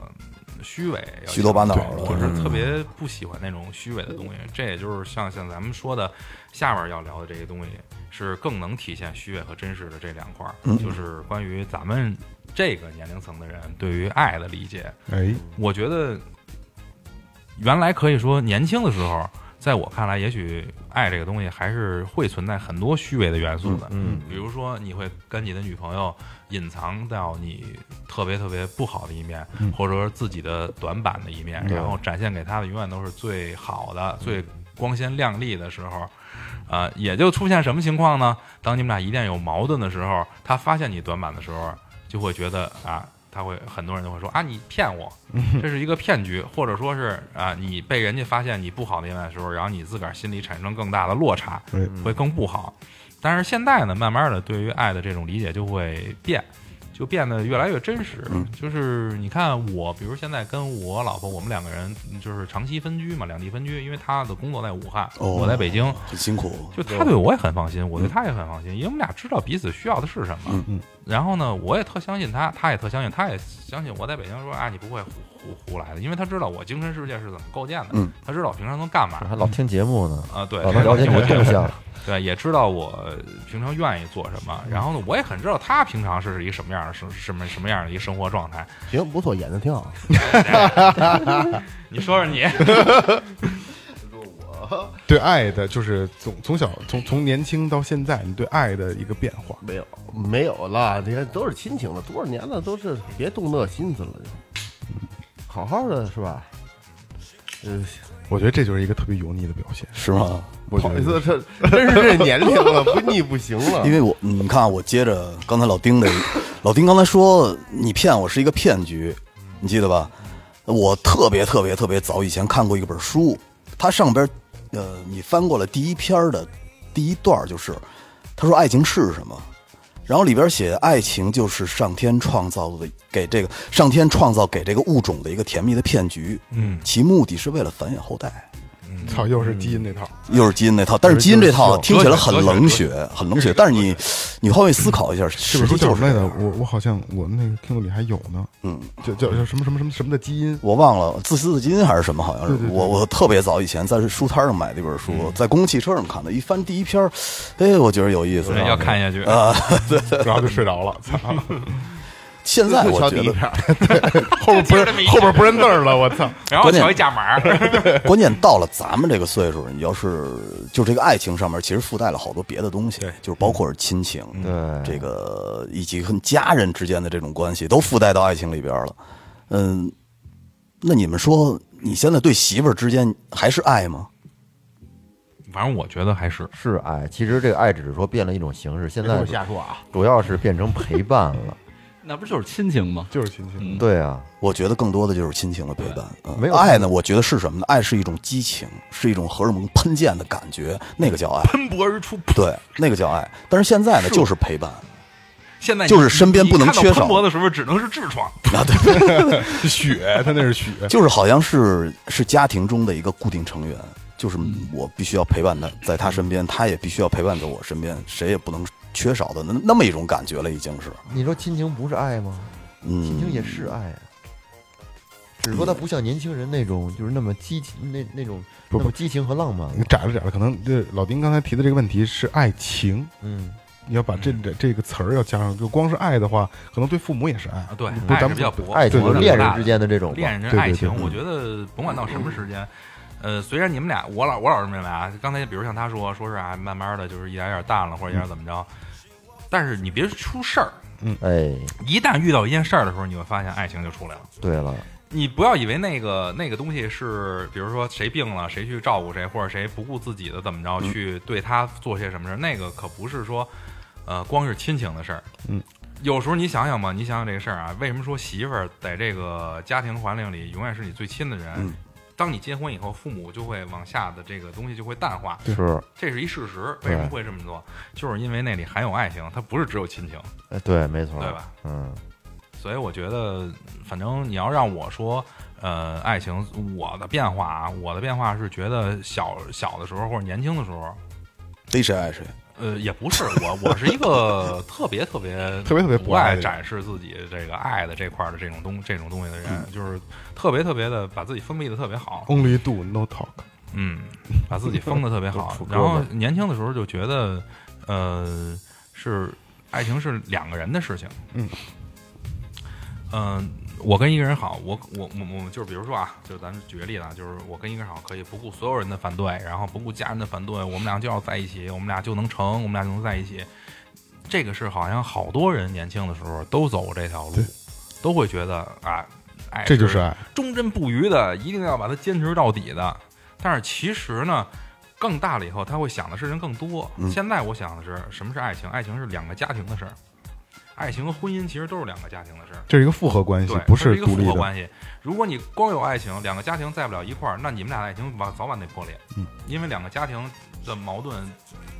Speaker 3: 虚伪要
Speaker 5: 虚头巴脑嗯
Speaker 3: 强
Speaker 5: 的
Speaker 3: 我是特别不喜欢那种虚伪的东西，这也就是像像咱们说的下面要聊的这些东西，是更能体现虚伪和真实的这两块儿，
Speaker 5: 嗯
Speaker 3: 就是关于咱们这个年龄层的人对于爱的理解。
Speaker 4: 哎，
Speaker 3: 我觉得原来可以说年轻的时候，在我看来，也许爱这个东西还是会存在很多虚伪的元素的。嗯，比如说你会跟你的女朋友隐藏到你特别特别不好的一面，或者说自己的短板的一面，然后展现给她的永远都是最好的、最光鲜亮丽的时候。呃，也就出现什么情况呢？当你们俩一旦有矛盾的时候，他发现你短板的时候，就会觉得啊，他会很多人都会说啊，你骗我，这是一个骗局，或者说是啊，你被人家发现你不好的一面的时候，然后你自个儿心里产生更大的落差，会更不好。但是现在呢，慢慢的对于爱的这种理解就会变，就变得越来越真实。就是你看我，比如现在跟我老婆，我们两个人就是长期分居嘛，两地分居，因为她的工作在武汉，
Speaker 5: 哦
Speaker 3: 我在北京，
Speaker 5: 很辛苦，
Speaker 3: 就他对我也很放心，我对他也很放心，因为我们俩知道彼此需要的是什么。嗯然后呢，我也特相信他，他也特相信，他也相信我在北京说啊，你不会胡胡胡来的，因为他知道我精神世界是怎么构建的，
Speaker 5: 嗯
Speaker 3: 他知道我平常能干嘛
Speaker 6: 还老听节目呢，
Speaker 3: 啊，对，
Speaker 6: 老哦能了
Speaker 3: [LAUGHS]
Speaker 6: 解你
Speaker 3: 我
Speaker 6: 的动向。
Speaker 3: 对，也知道我平常愿意做什么，然后呢，我也很知道他平常是一个什么样的生什么什么样的一个生活状态。
Speaker 7: 行，不错，演的挺好。
Speaker 3: 你说说你，
Speaker 4: 对爱的，就是从从小从从年轻到现在，你对爱的一个变化。
Speaker 7: 没有，没有了，你看都是亲情了，多少年了，都是别动那心思了，就好好的是吧？呃，
Speaker 4: 我觉得这就是一个特别油腻的表现。
Speaker 5: 是吗？
Speaker 4: 我觉
Speaker 7: 好意
Speaker 4: 得
Speaker 7: 思，这真是这年龄了， [LAUGHS] 不腻不行了。
Speaker 5: 因为我你看啊，我接着刚才老丁的， [COUGHS] 老丁刚才说你骗我是一个骗局，你记得吧？我特别特别特别早以前看过一本书，它上边呃，你翻过了第一篇儿的第一段儿就是，他说爱情是什么？然后里边写爱情就是上天创造的，给这个上天创造给这个物种的一个甜蜜的骗局，
Speaker 3: 嗯
Speaker 5: 其目的是为了繁衍后代。
Speaker 4: 操，又是基因那套。
Speaker 5: 又是基因那套，但是基因这套听起来很冷
Speaker 3: 哲
Speaker 5: 血，很冷血。但是你，你换位思考一下，
Speaker 4: 这啊
Speaker 5: 实
Speaker 4: 本
Speaker 5: 际
Speaker 4: 书叫
Speaker 5: 就是
Speaker 4: 什么来
Speaker 5: 这
Speaker 4: 着？
Speaker 5: 样
Speaker 4: 我我好像我那个听 i 里还有呢，
Speaker 5: 嗯，
Speaker 4: 叫叫叫什么什么什么什么的基因。
Speaker 5: 我忘了自私的基因还是什么，好像是
Speaker 4: 对对对嗯
Speaker 5: 我我特别早以前在书摊上买的一本书，在公共汽车上看的，一翻第一篇儿，哎，我觉得有意思。
Speaker 3: 要看下去。
Speaker 5: 啊，对，
Speaker 4: 然后就睡着了，操！
Speaker 5: 现在我
Speaker 7: 就瞧
Speaker 5: 觉
Speaker 7: 第一
Speaker 5: 得
Speaker 7: 篇，
Speaker 4: [LAUGHS] 后边不是后边不认字儿了，我操！
Speaker 3: 然后瞧一价码，
Speaker 5: 关键到了咱们这个岁数，你要是就这个爱情上面，其实附带了好多别的东西
Speaker 3: 对，
Speaker 5: 就是包括是亲情，
Speaker 6: 嗯对
Speaker 5: 这个以及跟家人之间的这种关系，都附带到爱情里边了。嗯，那你们说，你现在对媳妇儿之间还是爱吗？
Speaker 3: [LAUGHS] 反正我觉得还是
Speaker 6: 是爱，其实这个爱只是说变了一种形式，现在
Speaker 7: 我瞎说啊，
Speaker 6: 主要是变成陪伴了。
Speaker 8: 那不就是亲情吗？
Speaker 4: [LAUGHS] 就是亲戚。
Speaker 6: 对啊，
Speaker 5: 我觉得更多的就是亲情的陪伴。嗯、
Speaker 6: 没有
Speaker 5: 爱呢，我觉得是什么呢？爱是一种激情，是一种荷尔蒙喷溅的感觉，那个叫爱。
Speaker 3: 喷薄而出。
Speaker 5: 对，那个叫爱。但是现在呢，就是陪伴。
Speaker 3: 现在你
Speaker 5: 就是身边不能
Speaker 3: 你看到
Speaker 5: 缺少
Speaker 3: 喷薄的时候，只能是痔疮。
Speaker 4: 是血，他那是血。
Speaker 5: 就是好像是是家庭中的一个固定成员，就是
Speaker 3: 嗯
Speaker 5: 我必须要陪伴他在他身边，他也必须要陪伴在我身边，谁也不能缺少的那那么一种感觉了，已经是。
Speaker 6: 你说亲情不是爱吗？亲情
Speaker 5: 嗯，
Speaker 6: 也是爱啊，只不过它不像年轻人那种就是那么激情，那那种
Speaker 4: 不嗯
Speaker 6: 那么激情和浪漫了。
Speaker 4: 你窄了窄了，可能这老丁刚才提的这个问题是爱情，
Speaker 6: 嗯，
Speaker 4: 你要把这这这个词儿要加上，就光是爱的话，可能对父母也是爱
Speaker 3: 啊，。对，
Speaker 4: 不咱
Speaker 3: 爱是
Speaker 4: 们
Speaker 3: 比较薄，
Speaker 6: 爱情
Speaker 3: 薄
Speaker 4: 对
Speaker 3: 的
Speaker 6: 恋
Speaker 3: 大
Speaker 6: 人
Speaker 3: 的
Speaker 6: 之间的这种吧
Speaker 3: 恋人
Speaker 4: 对对
Speaker 3: 爱
Speaker 4: 对
Speaker 3: 情，
Speaker 4: 嗯
Speaker 3: 我觉得甭管到什么时间，呃，虽然你们俩，我老我老认为啊，刚才比如像他说，说是啊，慢慢的就是一点点淡了，或者一点点怎么着，但是你别出事儿，
Speaker 6: 哎，
Speaker 3: 一旦遇到一件事儿的时候，你会发现爱情就出来了。
Speaker 6: 对了，
Speaker 3: 你不要以为那个那个东西是，比如说谁病了，谁去照顾谁，或者谁不顾自己的怎么着，去对他做些什么事儿，那个可不是说，呃，光是亲情的事儿。
Speaker 4: 嗯，
Speaker 3: 有时候你想想吧，你想想这个事儿啊，为什么说媳妇儿在这个家庭环境里永远是你最亲的人？
Speaker 5: 嗯
Speaker 3: 当你结婚以后，父母就会往下的这个东西就会淡化，
Speaker 6: 是，
Speaker 3: 这是一事实。为什么会这么做？就是因为那里含有爱情，它不是只有亲情，
Speaker 6: 哎，对，没错，
Speaker 3: 对吧？
Speaker 6: 嗯，
Speaker 3: 所以我觉得，反正你要让我说，呃，爱情，我的变化啊，我的变化是觉得小小的时候或者年轻的时候，
Speaker 5: 逮谁爱谁。
Speaker 3: 呃，也不是我，我是一个特别特别
Speaker 4: 特别特别
Speaker 3: 不
Speaker 4: 不
Speaker 3: 爱
Speaker 4: 爱的人
Speaker 3: 展示自己这个爱的这块儿的这种东这种东西的人，就是特别特别的把自己封闭的特别好，
Speaker 4: Only do no talk。
Speaker 3: 嗯，把自己封的特别
Speaker 4: [LAUGHS]
Speaker 3: 好
Speaker 6: 楚。歌
Speaker 3: 然后
Speaker 6: 嘛
Speaker 3: 年轻的时候就觉得，呃，是爱情是两个人的事情。
Speaker 4: 嗯，
Speaker 3: 嗯、我跟一个人好，我我我我就是比如说啊，就是咱们举个例子啊，就是我跟一个人好，可以不顾所有人的反对，然后不顾家人的反对，我们俩就要在一起，我们俩就能成，我们俩就能在一起。这个是好像好多人年轻的时候都走过这条路，都会觉得啊，爱
Speaker 4: 这就是爱，
Speaker 3: 忠贞不渝的，一定要把它坚持到底的。但是其实呢，更大了以后，他会想的事情更多。
Speaker 5: 嗯
Speaker 3: 现在我想的是，什么是爱情？爱情是两个家庭的事儿，爱情和婚姻其实都是两个家庭的事儿，
Speaker 4: 这是一个复合关系
Speaker 3: 对，，
Speaker 4: 不
Speaker 3: 它是一个
Speaker 4: 独
Speaker 3: 复
Speaker 4: 立
Speaker 3: 合
Speaker 4: 的。
Speaker 3: 关系。如果你光有爱情，两个家庭在不了一块儿，那你们俩的爱情晚早晚得破裂。
Speaker 4: 嗯，
Speaker 3: 因为两个家庭的矛盾，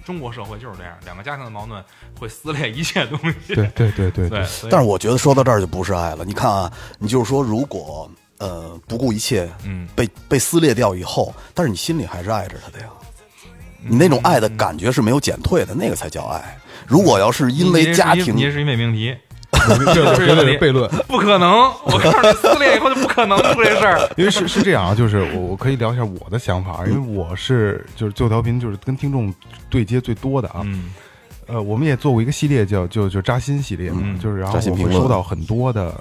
Speaker 3: 中国社会就是这样，两个家庭的矛盾会撕裂一切东西。
Speaker 4: [LAUGHS] 对对对对
Speaker 3: 对
Speaker 4: 对，，
Speaker 3: 所以
Speaker 5: 但是我觉得说到这儿就不是爱了。你看啊，你就是说，如果呃不顾一切
Speaker 3: 嗯，
Speaker 5: 被被撕裂掉以后，但是你心里还是爱着他的呀。
Speaker 3: 嗯
Speaker 5: 你那种爱的感觉是没有减退的，那个才叫爱。如果要是因为家
Speaker 3: 你这
Speaker 5: 庭，
Speaker 3: 是一伪命题， [LAUGHS]
Speaker 4: 这绝 [LAUGHS] 对是悖论。
Speaker 3: 不可能！我告诉你，撕裂以后就不可能出这事儿。
Speaker 4: 因为是是这样啊，就是我我可以聊一下我的想法，因为我是就是最后调频，就是跟听众对接最多的啊。
Speaker 3: 嗯
Speaker 4: 呃，我们也做过一个系列叫就就扎心系列嘛，
Speaker 3: 嗯
Speaker 4: 就是然后
Speaker 5: 扎心
Speaker 4: 我
Speaker 5: 评
Speaker 4: 会
Speaker 5: 论
Speaker 4: 收到很多的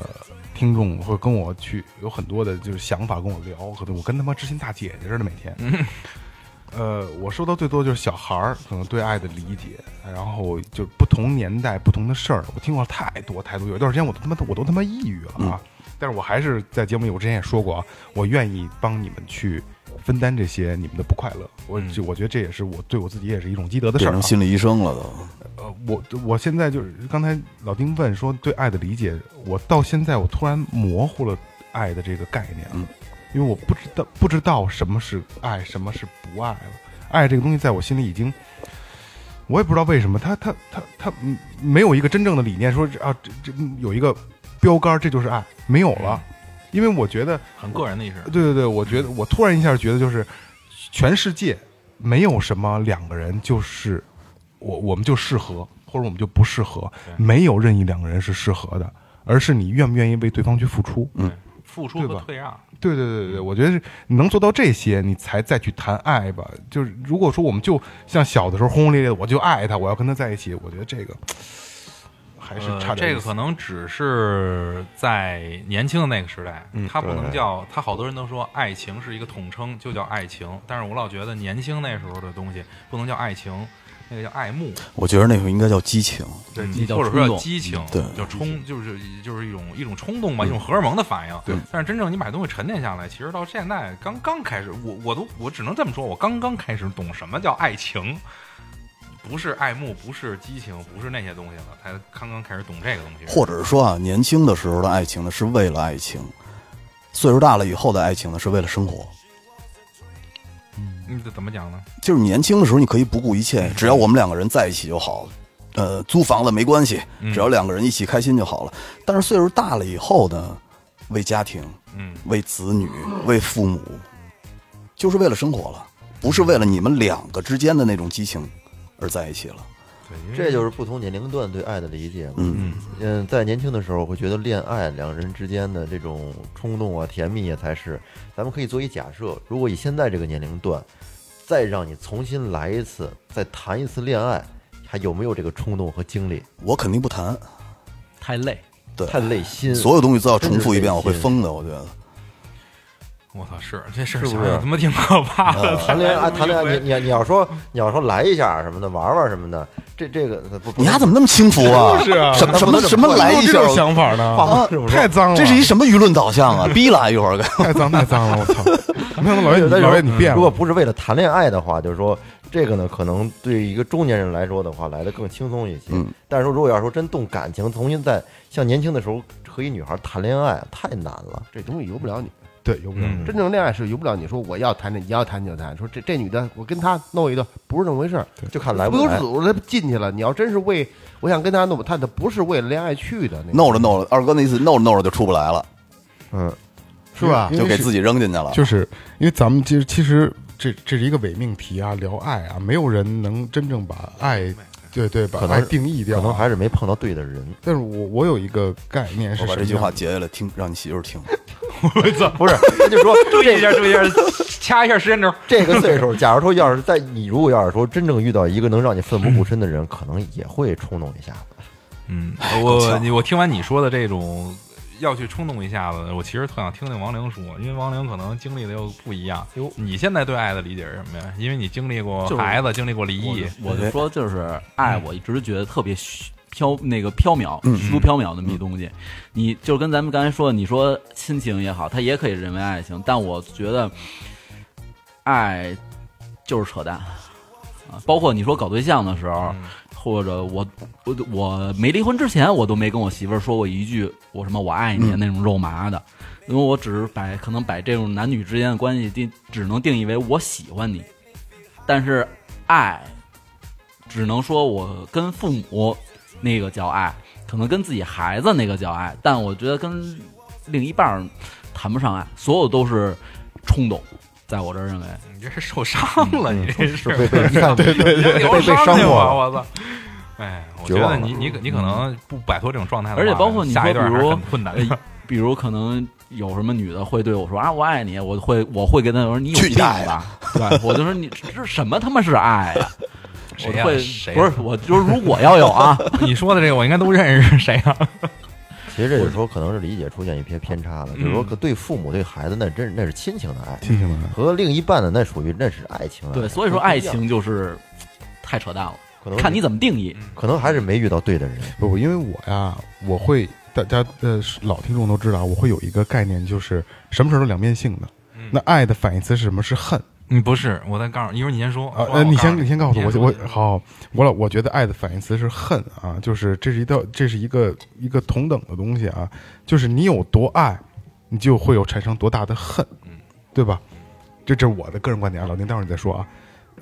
Speaker 4: 听众会跟我去有很多的就是想法跟我聊，可能我跟他妈知心大姐姐似的每天。
Speaker 5: 嗯
Speaker 4: [LAUGHS] 呃，我收到最多就是小孩儿可能对爱的理解，然后就不同年代不同的事儿，我听过太多太多。有一段时间我都他妈我都他妈抑郁了啊！
Speaker 5: 嗯
Speaker 4: 但是我还是在节目里，我之前也说过啊，我愿意帮你们去分担这些你们的不快乐。我
Speaker 3: 嗯
Speaker 4: 就我觉得这也是我对我自己也是一种积德的事
Speaker 5: 变
Speaker 4: 儿、啊
Speaker 5: 成。心理医生了都。
Speaker 4: 呃，我我现在就是刚才老丁问说对爱的理解，我到现在我突然模糊了爱的这个概念了，
Speaker 5: 嗯
Speaker 4: 因为我不知道不知道什么是爱，什么是不爱了。爱这个东西在我心里已经，我也不知道为什么，他他他他嗯没有一个真正的理念说啊，这这有一个标杆，这就是爱，没有了。因为我觉得，
Speaker 3: 很个人的意识。
Speaker 4: 对对对，我觉得我突然一下觉得，就是全世界没有什么两个人就是我我们就适合，或者我们就不适合，没有任意两个人是适合的，而是你愿不愿意为对方去付出。
Speaker 3: 对，付出
Speaker 4: 对
Speaker 3: 和
Speaker 4: 吧
Speaker 3: 退让。
Speaker 4: 对对对对对，我觉得是你能做到这些，你才再去谈爱吧。就是如果说我们就像小的时候轰轰烈烈，我就爱他，我要跟他在一起，我觉得这个还是差
Speaker 3: 呃、
Speaker 4: 点
Speaker 3: 这
Speaker 4: 意
Speaker 3: 个
Speaker 4: 思、
Speaker 3: 可能只是在年轻的那个时代，它不能
Speaker 6: 对
Speaker 3: 叫它。好多人都说爱情是一个统称，就叫爱情。但是我老觉得年轻那时候的东西不能叫爱情，那个叫爱慕，
Speaker 5: 我觉得那个应该叫激情。
Speaker 3: 对
Speaker 8: 激情
Speaker 3: 或者说叫
Speaker 8: 冲
Speaker 3: 嗯
Speaker 8: 动
Speaker 3: 激情，
Speaker 5: 对
Speaker 3: 叫冲，就是就是一种一种冲动吧，一种荷尔蒙的反应。对，但是真正你把东西沉淀下来，其实到现在刚刚开始，我我都我只能这么说，我刚刚开始懂什么叫爱情。不是爱慕，不是激情，不是那些东西了，才刚刚开始懂这个东西。
Speaker 5: 或者是说啊，年轻的时候的爱情呢是为了爱情，岁数大了以后的爱情呢是为了生活。
Speaker 3: 你这怎么讲呢？
Speaker 5: 就是年轻的时候你可以不顾一
Speaker 6: 嗯
Speaker 5: 切，只要我们两个人在一起就好。呃，租房子没关系，
Speaker 6: 嗯
Speaker 5: 只要两个人一起开心就好了。但是岁数大了以后呢，为家庭、
Speaker 3: 嗯，
Speaker 5: 为子女、
Speaker 6: 嗯
Speaker 5: 为父母，就是为了生活了，不是为了你们两个之间的那种激情而在一起了。
Speaker 3: 对，因为
Speaker 6: 这就是不同年龄段对爱的理解嘛。
Speaker 5: 嗯，
Speaker 6: 嗯，在年轻的时候，会觉得恋爱两人之间的这种冲动啊、甜蜜啊才是。咱们可以做一假设，如果以现在这个年龄段，再让你重新来一次，再谈一次恋爱，还有没有这个冲动和精力？
Speaker 5: 我肯定不谈，
Speaker 8: 太累，
Speaker 5: 对，
Speaker 6: 太累心，
Speaker 5: 所有东西都要重复一遍，我
Speaker 6: 真
Speaker 5: 会
Speaker 6: 是累心。
Speaker 5: 疯的。我觉得，
Speaker 3: 我操，是这事儿
Speaker 6: 是不
Speaker 3: 想
Speaker 6: 是啊
Speaker 3: 想他妈挺可怕
Speaker 5: 啊
Speaker 3: 的。
Speaker 6: 呃谈恋爱，
Speaker 3: 再来这么一
Speaker 6: 谈恋爱，
Speaker 3: 回
Speaker 6: 你你你要说你要说来一下什么的，玩玩什么的，这这个不不，
Speaker 5: 你丫怎么那么轻浮啊？
Speaker 4: [LAUGHS] 是啊
Speaker 5: 什么什么什么来一
Speaker 4: 这
Speaker 5: 下
Speaker 4: 种？想法啊呢？
Speaker 6: 话不这么说
Speaker 4: 太脏了，
Speaker 5: 这是一什么舆论导向
Speaker 4: [LAUGHS]
Speaker 5: 啊？逼了一会儿，
Speaker 4: 太脏太脏了，我操！没想到老岳
Speaker 6: 对
Speaker 4: 你
Speaker 6: 但是
Speaker 4: 老岳你变了，
Speaker 6: 如果不是为了谈恋爱的话，就是说这个呢，可能对于一个中年人来说的话，来的更轻松一些。
Speaker 5: 嗯
Speaker 6: 但是说如果要说真动感情，重新再像年轻的时候和一女孩谈恋爱，太难了。
Speaker 7: 这东西由不了你。
Speaker 4: 对，有不了。
Speaker 3: 嗯
Speaker 7: 真正恋爱是由不了你说我要谈这，你要谈就谈。说这这女的，我跟她弄一个，不是那么回事儿。
Speaker 6: 就看来
Speaker 7: 不
Speaker 6: 不
Speaker 7: 由自
Speaker 6: 来。
Speaker 7: 主的进去了。你要真是为我想跟她弄，她她不是为了恋爱去的，那个
Speaker 5: 弄着弄着，二哥那意思弄着弄着就出不来了，
Speaker 6: 嗯，
Speaker 7: 是吧？
Speaker 5: 就给自己扔进去了。
Speaker 4: 啊就是因为咱们其实其实这这是一个伪命题啊，聊爱啊，没有人能真正把爱，对对，把
Speaker 6: 可能
Speaker 4: 爱定义掉
Speaker 6: 可
Speaker 4: 啊。
Speaker 6: 能还是没碰到对的人， [LAUGHS]
Speaker 4: 但是我我有一个概念是
Speaker 5: 我把
Speaker 4: 什
Speaker 5: 这
Speaker 4: 么
Speaker 5: 句话
Speaker 4: 样
Speaker 5: 截下来听，让你媳妇儿听。
Speaker 6: 不是？他就说
Speaker 3: 注意一下，注意一下，掐一下时间轴。
Speaker 6: 这个岁数，假如说要是在你如果要是说真正遇到一个能让你奋不顾身的人，可能也会冲动一下。
Speaker 3: 嗯，
Speaker 5: 够
Speaker 3: 我
Speaker 5: 呛
Speaker 3: 你我听完你说的这种要去冲动一下子，我其实特想听听王玲说，因为王玲可能经历的又不一样。你现在对爱的理解是什么呀？因为你经历过
Speaker 8: 就是
Speaker 3: 孩子，经历过离异，
Speaker 8: 我就说就是爱，我一直觉得特别虚飘那个缥缈、虚无缥缈那么一东西。你就跟咱们刚才说，你说亲情也好，它也可以认为爱情，但我觉得爱就是扯淡啊。包括你说搞对象的时候，或者我我我没离婚之前，我都没跟我媳妇儿说过一句我什么我爱你那种肉麻的，因为我只是把可能把这种男女之间的关系定只能定义为我喜欢你，但是爱只能说我跟父母那个叫爱，可能跟自己孩子那个叫爱，但我觉得跟另一半儿谈不上爱，所有都是冲动，在我这儿认为。
Speaker 3: [LAUGHS] 你这是受伤了，你这是
Speaker 6: 被被一
Speaker 3: [LAUGHS]
Speaker 6: 看
Speaker 3: 对对
Speaker 6: 被被伤过了
Speaker 3: 我操！哎，我觉
Speaker 6: 绝望
Speaker 3: 得
Speaker 6: 了
Speaker 3: 你你可你可能不摆脱这种状态的话，
Speaker 8: 而且包括你说
Speaker 3: 下一段
Speaker 8: 比
Speaker 3: 还
Speaker 8: 如
Speaker 3: 是很困难的
Speaker 8: 呃。 [LAUGHS] 比如可能有什么女的会对我说啊，我爱你，我会我会跟她说你有
Speaker 5: 去你
Speaker 8: 病
Speaker 5: 大爷
Speaker 8: 吧？
Speaker 3: [LAUGHS]
Speaker 8: 对，我就说你这什么他妈是爱呀、
Speaker 3: 谁
Speaker 8: 我
Speaker 3: 呀
Speaker 8: 会
Speaker 3: 谁呀
Speaker 8: 不是，我就是如果要有啊，
Speaker 3: 你说的这个我应该都认识，谁呀？
Speaker 6: 其实这有时候可能是理解出现一些偏差了，比如说可对父母对孩子那真是那是亲情的爱，
Speaker 4: 听啊见吗？
Speaker 6: 和另一半的那属于那是爱情啊。
Speaker 8: 对，所以说爱情就是太扯
Speaker 3: [LAUGHS]
Speaker 8: 淡了，
Speaker 6: 可能
Speaker 8: 看你怎么定义。
Speaker 3: 嗯
Speaker 6: 可能还是没遇到对的人。
Speaker 4: 不不，因为我呀，我会大家呃老听众都知道，我会有一个概念，就是什么事儿都两面性的。
Speaker 7: 嗯
Speaker 4: 那爱的反义词是什么？是恨
Speaker 3: 嗯，不是，我再告诉你，一会儿你先说。
Speaker 4: 啊！
Speaker 3: 说
Speaker 4: 呃，
Speaker 3: 完我
Speaker 4: 你先
Speaker 3: 你
Speaker 4: 你先告诉我，
Speaker 3: 说
Speaker 4: 我
Speaker 3: 你说
Speaker 4: 好，我老我觉得爱的反义词是恨啊，就是这是一道，这是一个一个同等的东西啊，就是你有多爱，你就会有产生多大的恨，对吧？这这是我的个人观点啊，老丁，待会儿你再说啊。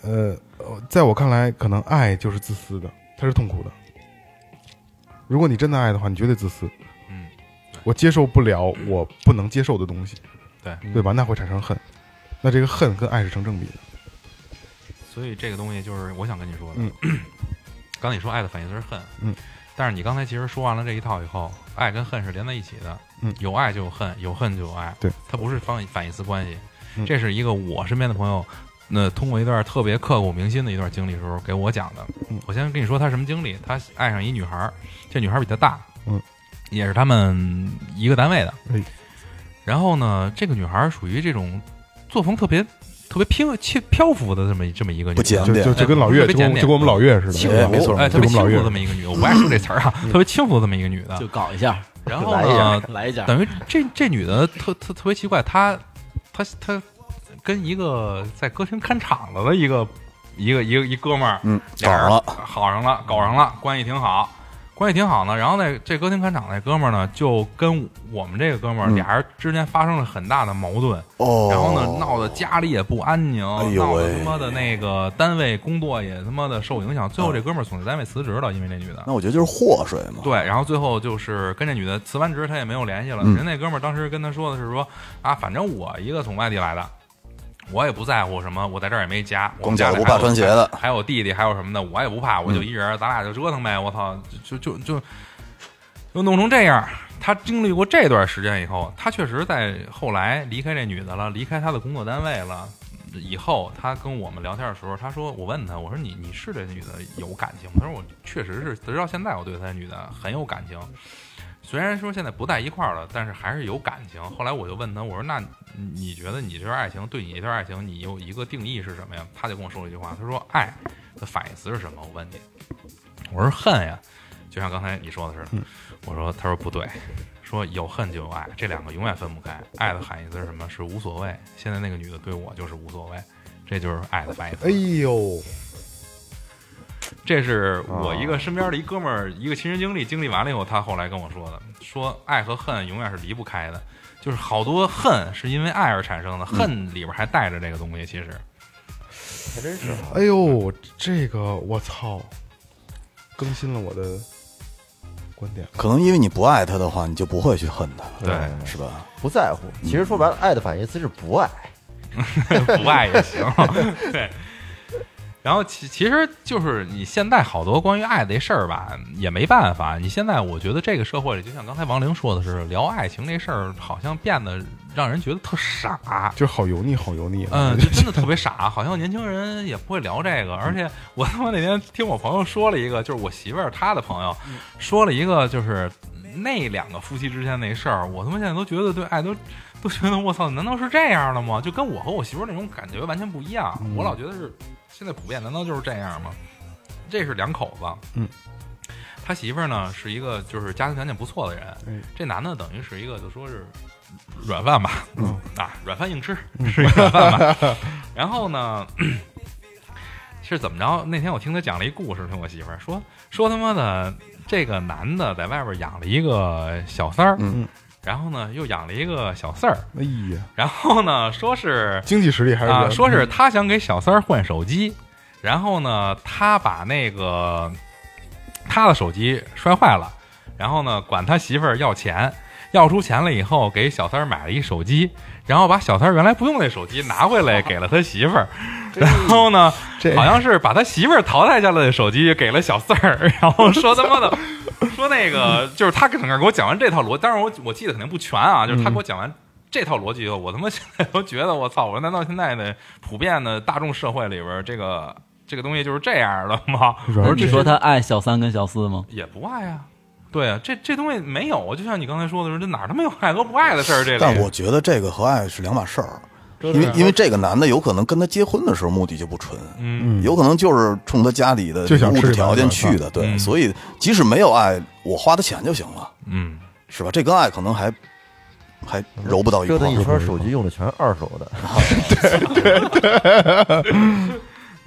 Speaker 4: 呃，呃在我看来，可能爱就是自私的，它是痛苦的。如果你真的爱的话，你绝对自私。
Speaker 3: 嗯，
Speaker 4: 我接受不了我不能接受的东西，
Speaker 3: 对
Speaker 4: 对吧？那会产生恨，那这个恨跟爱是成正比的。
Speaker 3: 所以这个东西就是我想跟你说的。
Speaker 4: 嗯
Speaker 3: 刚才你说爱的反义词是恨，
Speaker 4: 嗯，
Speaker 3: 但是你刚才其实说完了这一套以后，爱跟恨是连在一起的，
Speaker 4: 嗯
Speaker 3: 有爱就有恨，有恨就有爱，
Speaker 4: 对，
Speaker 3: 它不是反反义词关系。
Speaker 4: 嗯
Speaker 3: 这是一个我身边的朋友，那通过一段特别刻骨铭心的一段经历时候给我讲的。
Speaker 4: 嗯
Speaker 3: 我先跟你说他什么经历，他爱上一女孩儿，这女孩儿比他大，
Speaker 4: 嗯，
Speaker 3: 也是他们一个单位的，
Speaker 4: 哎
Speaker 3: 然后呢，这个女孩儿属于这种作风特别特别飘轻漂浮的这么这么一个女
Speaker 5: 不检
Speaker 4: 就
Speaker 3: 的。
Speaker 4: 就就跟老岳，
Speaker 3: 哎不是
Speaker 4: 就跟我
Speaker 3: 被检点
Speaker 4: 就跟我们老岳似的，
Speaker 3: 轻
Speaker 5: 哎
Speaker 3: 浮，
Speaker 5: 没错
Speaker 3: 哎，特
Speaker 4: 就跟
Speaker 3: 别
Speaker 4: 我们
Speaker 3: 轻
Speaker 4: 老岳
Speaker 3: 浮这么一个女的，我不爱说这词儿啊，特别轻浮这么一个女的
Speaker 8: 就。搞一下，
Speaker 3: 然后
Speaker 6: 来一
Speaker 3: 呢，
Speaker 8: 来一下，
Speaker 3: 等于这这女的特特特别奇怪，她她她跟一个在歌厅看场子的一个一个一个一哥们儿，
Speaker 5: 嗯，搞
Speaker 3: 俩人
Speaker 5: 了，
Speaker 3: 好上了，搞上了，关系挺好，关系挺好呢。然后那这歌厅看场那哥们儿呢，就跟我们这个哥们儿
Speaker 5: 嗯
Speaker 3: 俩人之间发生了很大的矛盾，
Speaker 5: 哦，
Speaker 3: 然后呢，闹得家里也不安宁，
Speaker 5: 哎呦
Speaker 3: 闹
Speaker 5: 喂
Speaker 3: 得他妈的那个单位工作也他妈的受影响。最后这哥们儿从这单位辞职了，因为这女的。
Speaker 5: 那我觉得就是祸水嘛，
Speaker 3: 对，然后最后就是跟这女的辞完职，他也没有联系了。
Speaker 5: 嗯
Speaker 3: 人那哥们儿当时跟他说的是说啊，反正我一个从外地来的，我也不在乎什么，我在这儿也没家，我
Speaker 5: 光
Speaker 3: 们家
Speaker 5: 脚
Speaker 3: 里
Speaker 5: 不
Speaker 3: 还
Speaker 5: 怕
Speaker 3: 有
Speaker 5: 穿鞋的，
Speaker 3: 还有弟弟，还有什么的，我也不怕，我就一人儿，咱俩就折腾呗。我操，就就就就弄成这样。他经历过这段时间以后，他确实在后来离开这女的了，离开他的工作单位了。以后他跟我们聊天的时候，他说：“我问他，我说你你是对女的有感情吗？”他说：“我确实是，直到现在我对他女的很有感情。虽然说现在不在一块儿了，但是还是有感情。”后来我就问他：“我说那你觉得你这段爱情对你这段爱情，你有一个定义是什么呀？”他就跟我说了一句话，他说：“爱的反义词是什么？我问你。”我说：“恨呀。”就像刚才你说的似
Speaker 4: 嗯
Speaker 3: 的，我说：“他说不对，说有恨就有爱，这两个永远分不开。爱的含义是什么？是无所谓。现在那个女的对我就是无所谓，这就是爱的反义词。
Speaker 4: 哎呦，
Speaker 3: 这是我一个身边的一哥们儿，一个亲身经历，经历完了以后，他后来跟我说的，说爱和恨永远是离不开的，就是好多恨是因为爱而产生的，恨里边还带着这个东西。其实， [LAUGHS]
Speaker 6: 还真是啊，
Speaker 4: 哎呦，这个我操，更新了我的观点。
Speaker 5: 可能因为你不爱他的话，你就不会去恨他，
Speaker 3: 对，
Speaker 5: 是吧？
Speaker 6: 不在乎。其实说白了，爱的反义词是不爱。
Speaker 3: 不爱也行。对。然后其其实就是你现在好多关于爱这事儿吧，也没办法。你现在我觉得这个社会里，就像刚才王玲说的是，聊爱情这事儿好像变得让人觉得特傻。
Speaker 4: 就是好油腻，好油腻啊。
Speaker 3: 嗯，就真的特别傻，好像年轻人也不会聊这个。而且我他妈那天听我朋友说了一个，就是我媳妇儿她的朋友
Speaker 4: 嗯
Speaker 3: 说了一个，就是那两个夫妻之间那事儿，我他妈现在都觉得对爱都都觉得我操，难道是这样的吗？就跟我和我媳妇儿那种感觉完全不一样。
Speaker 4: 嗯
Speaker 3: 我老觉得是现在普遍，难道就是这样吗？这是两口子，
Speaker 4: 嗯。
Speaker 3: 他媳妇儿呢是一个就是家庭条件不错的人，
Speaker 4: 哎
Speaker 3: 这男的等于是一个就说是软饭吧，
Speaker 4: 嗯
Speaker 3: 啊，软饭硬吃是一个软饭吧。然后呢， [CLEARS THROAT] 是怎么着？那天我听他讲了一故事，听我媳妇儿说说他妈的这个男的在外边养了一个小三儿，
Speaker 5: 嗯
Speaker 3: 然后呢又养了一个小四儿，
Speaker 4: 哎呀，
Speaker 3: 然后呢说是
Speaker 4: 经济实力还是比嗯
Speaker 3: 啊，
Speaker 4: 较
Speaker 3: 说是他想给小三儿换手机，然后呢，他把那个他的手机摔坏了，然后呢，管他媳妇儿要钱，要出钱了以后，给小三儿买了一手机，然后把小三儿原来不用那手机拿回来给了他媳妇儿，然后呢，
Speaker 4: 这
Speaker 3: 好像是把他媳妇儿淘汰下来的手机给了小四儿， [LAUGHS] 然后说他妈的，说那个就是他整个给我讲完这套逻辑，当然我我记得肯定不全
Speaker 4: 嗯
Speaker 3: 啊，就是他给我讲完这套逻辑以后，我他妈现在都觉得我操，我说难道现在的普遍的大众社会里边儿这个这个东西就是这样的吗？
Speaker 4: 主要是
Speaker 8: 你说他爱小三跟小四吗？
Speaker 3: 也不爱啊。对啊，这这东西没有，就像你刚才说的，说这哪儿他妈有爱和不爱的事儿？这里，
Speaker 5: 但我觉得这个和爱是两码事儿，因为因为这个男的有可能跟他结婚的时候目的就不纯，
Speaker 3: 嗯，
Speaker 5: 有可能就是冲他家里的
Speaker 4: 就想吃
Speaker 5: 物质条件
Speaker 4: 这碗
Speaker 5: 去
Speaker 4: 饭
Speaker 5: 的，对，
Speaker 3: 嗯
Speaker 5: 所以即使没有爱，我花他钱就行了，
Speaker 3: 嗯，
Speaker 5: 是吧？这跟爱可能还还揉不到一
Speaker 6: 折
Speaker 5: 块
Speaker 6: 腾一
Speaker 5: 儿。
Speaker 6: 圈手机用的全是二手的，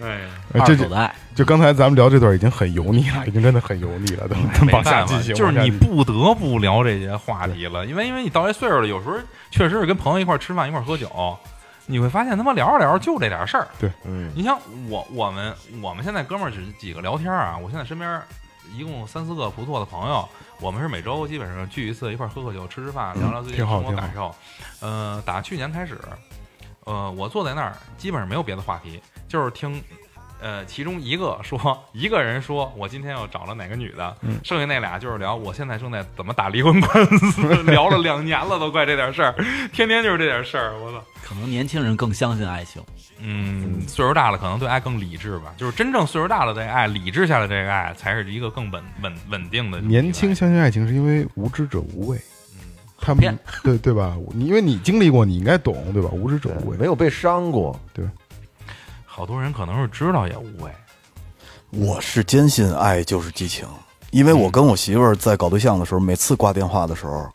Speaker 3: 哎呀，
Speaker 4: 哎
Speaker 8: 二
Speaker 4: 这
Speaker 8: 手
Speaker 4: 就
Speaker 8: 的爱，
Speaker 4: 就刚才咱们聊这段已经很油腻了，已经真的很油腻了，都
Speaker 3: 没
Speaker 4: 往
Speaker 3: 办
Speaker 4: 下
Speaker 3: 法，
Speaker 4: 进行，
Speaker 3: 就是
Speaker 4: 往下
Speaker 3: 你
Speaker 4: 进行
Speaker 3: 不得不聊这些话题了，因为因为你到这岁数了，有时候确实是跟朋友一块儿吃饭一块儿喝酒，你会发现他妈聊着聊着就这点事儿。
Speaker 6: 嗯，
Speaker 3: 你像我我们我们现在哥们儿只几个聊天啊，我现在身边一共三四个不错的朋友，我们是每周基本上聚一次，一块儿喝喝酒、吃吃饭，聊聊最近
Speaker 4: 嗯挺好
Speaker 3: 生活
Speaker 4: 挺好
Speaker 3: 感受。呃，打去年开始，呃，我坐在那儿基本上没有别的话题，就是听。呃，其中一个说，一个人说我今天又找了哪个女的，
Speaker 4: 嗯
Speaker 3: 剩下那俩就是聊我现在正在怎么打离婚官
Speaker 4: [LAUGHS]
Speaker 3: 司，聊了两年了，都快这点事儿，天天就是这点事儿，我操！
Speaker 8: 可能年轻人更相信爱情。
Speaker 3: 嗯，岁数大了，可能对爱更理智吧。就是真正岁数大了的爱，理智下的这个爱，才是一个更稳稳稳定的
Speaker 4: 年轻。相信爱情是因为无知者无畏，
Speaker 3: 嗯
Speaker 4: 他
Speaker 8: 骗
Speaker 4: 们对对吧？你因为你经历过，你应该懂对吧？无知者
Speaker 6: 对
Speaker 4: 无畏，
Speaker 6: 没有被伤过，
Speaker 3: 好多人可能是知道也无谓。
Speaker 5: 我是坚信爱就是激情，因为我跟我媳妇儿在搞对象的时候，每次挂电话的时候，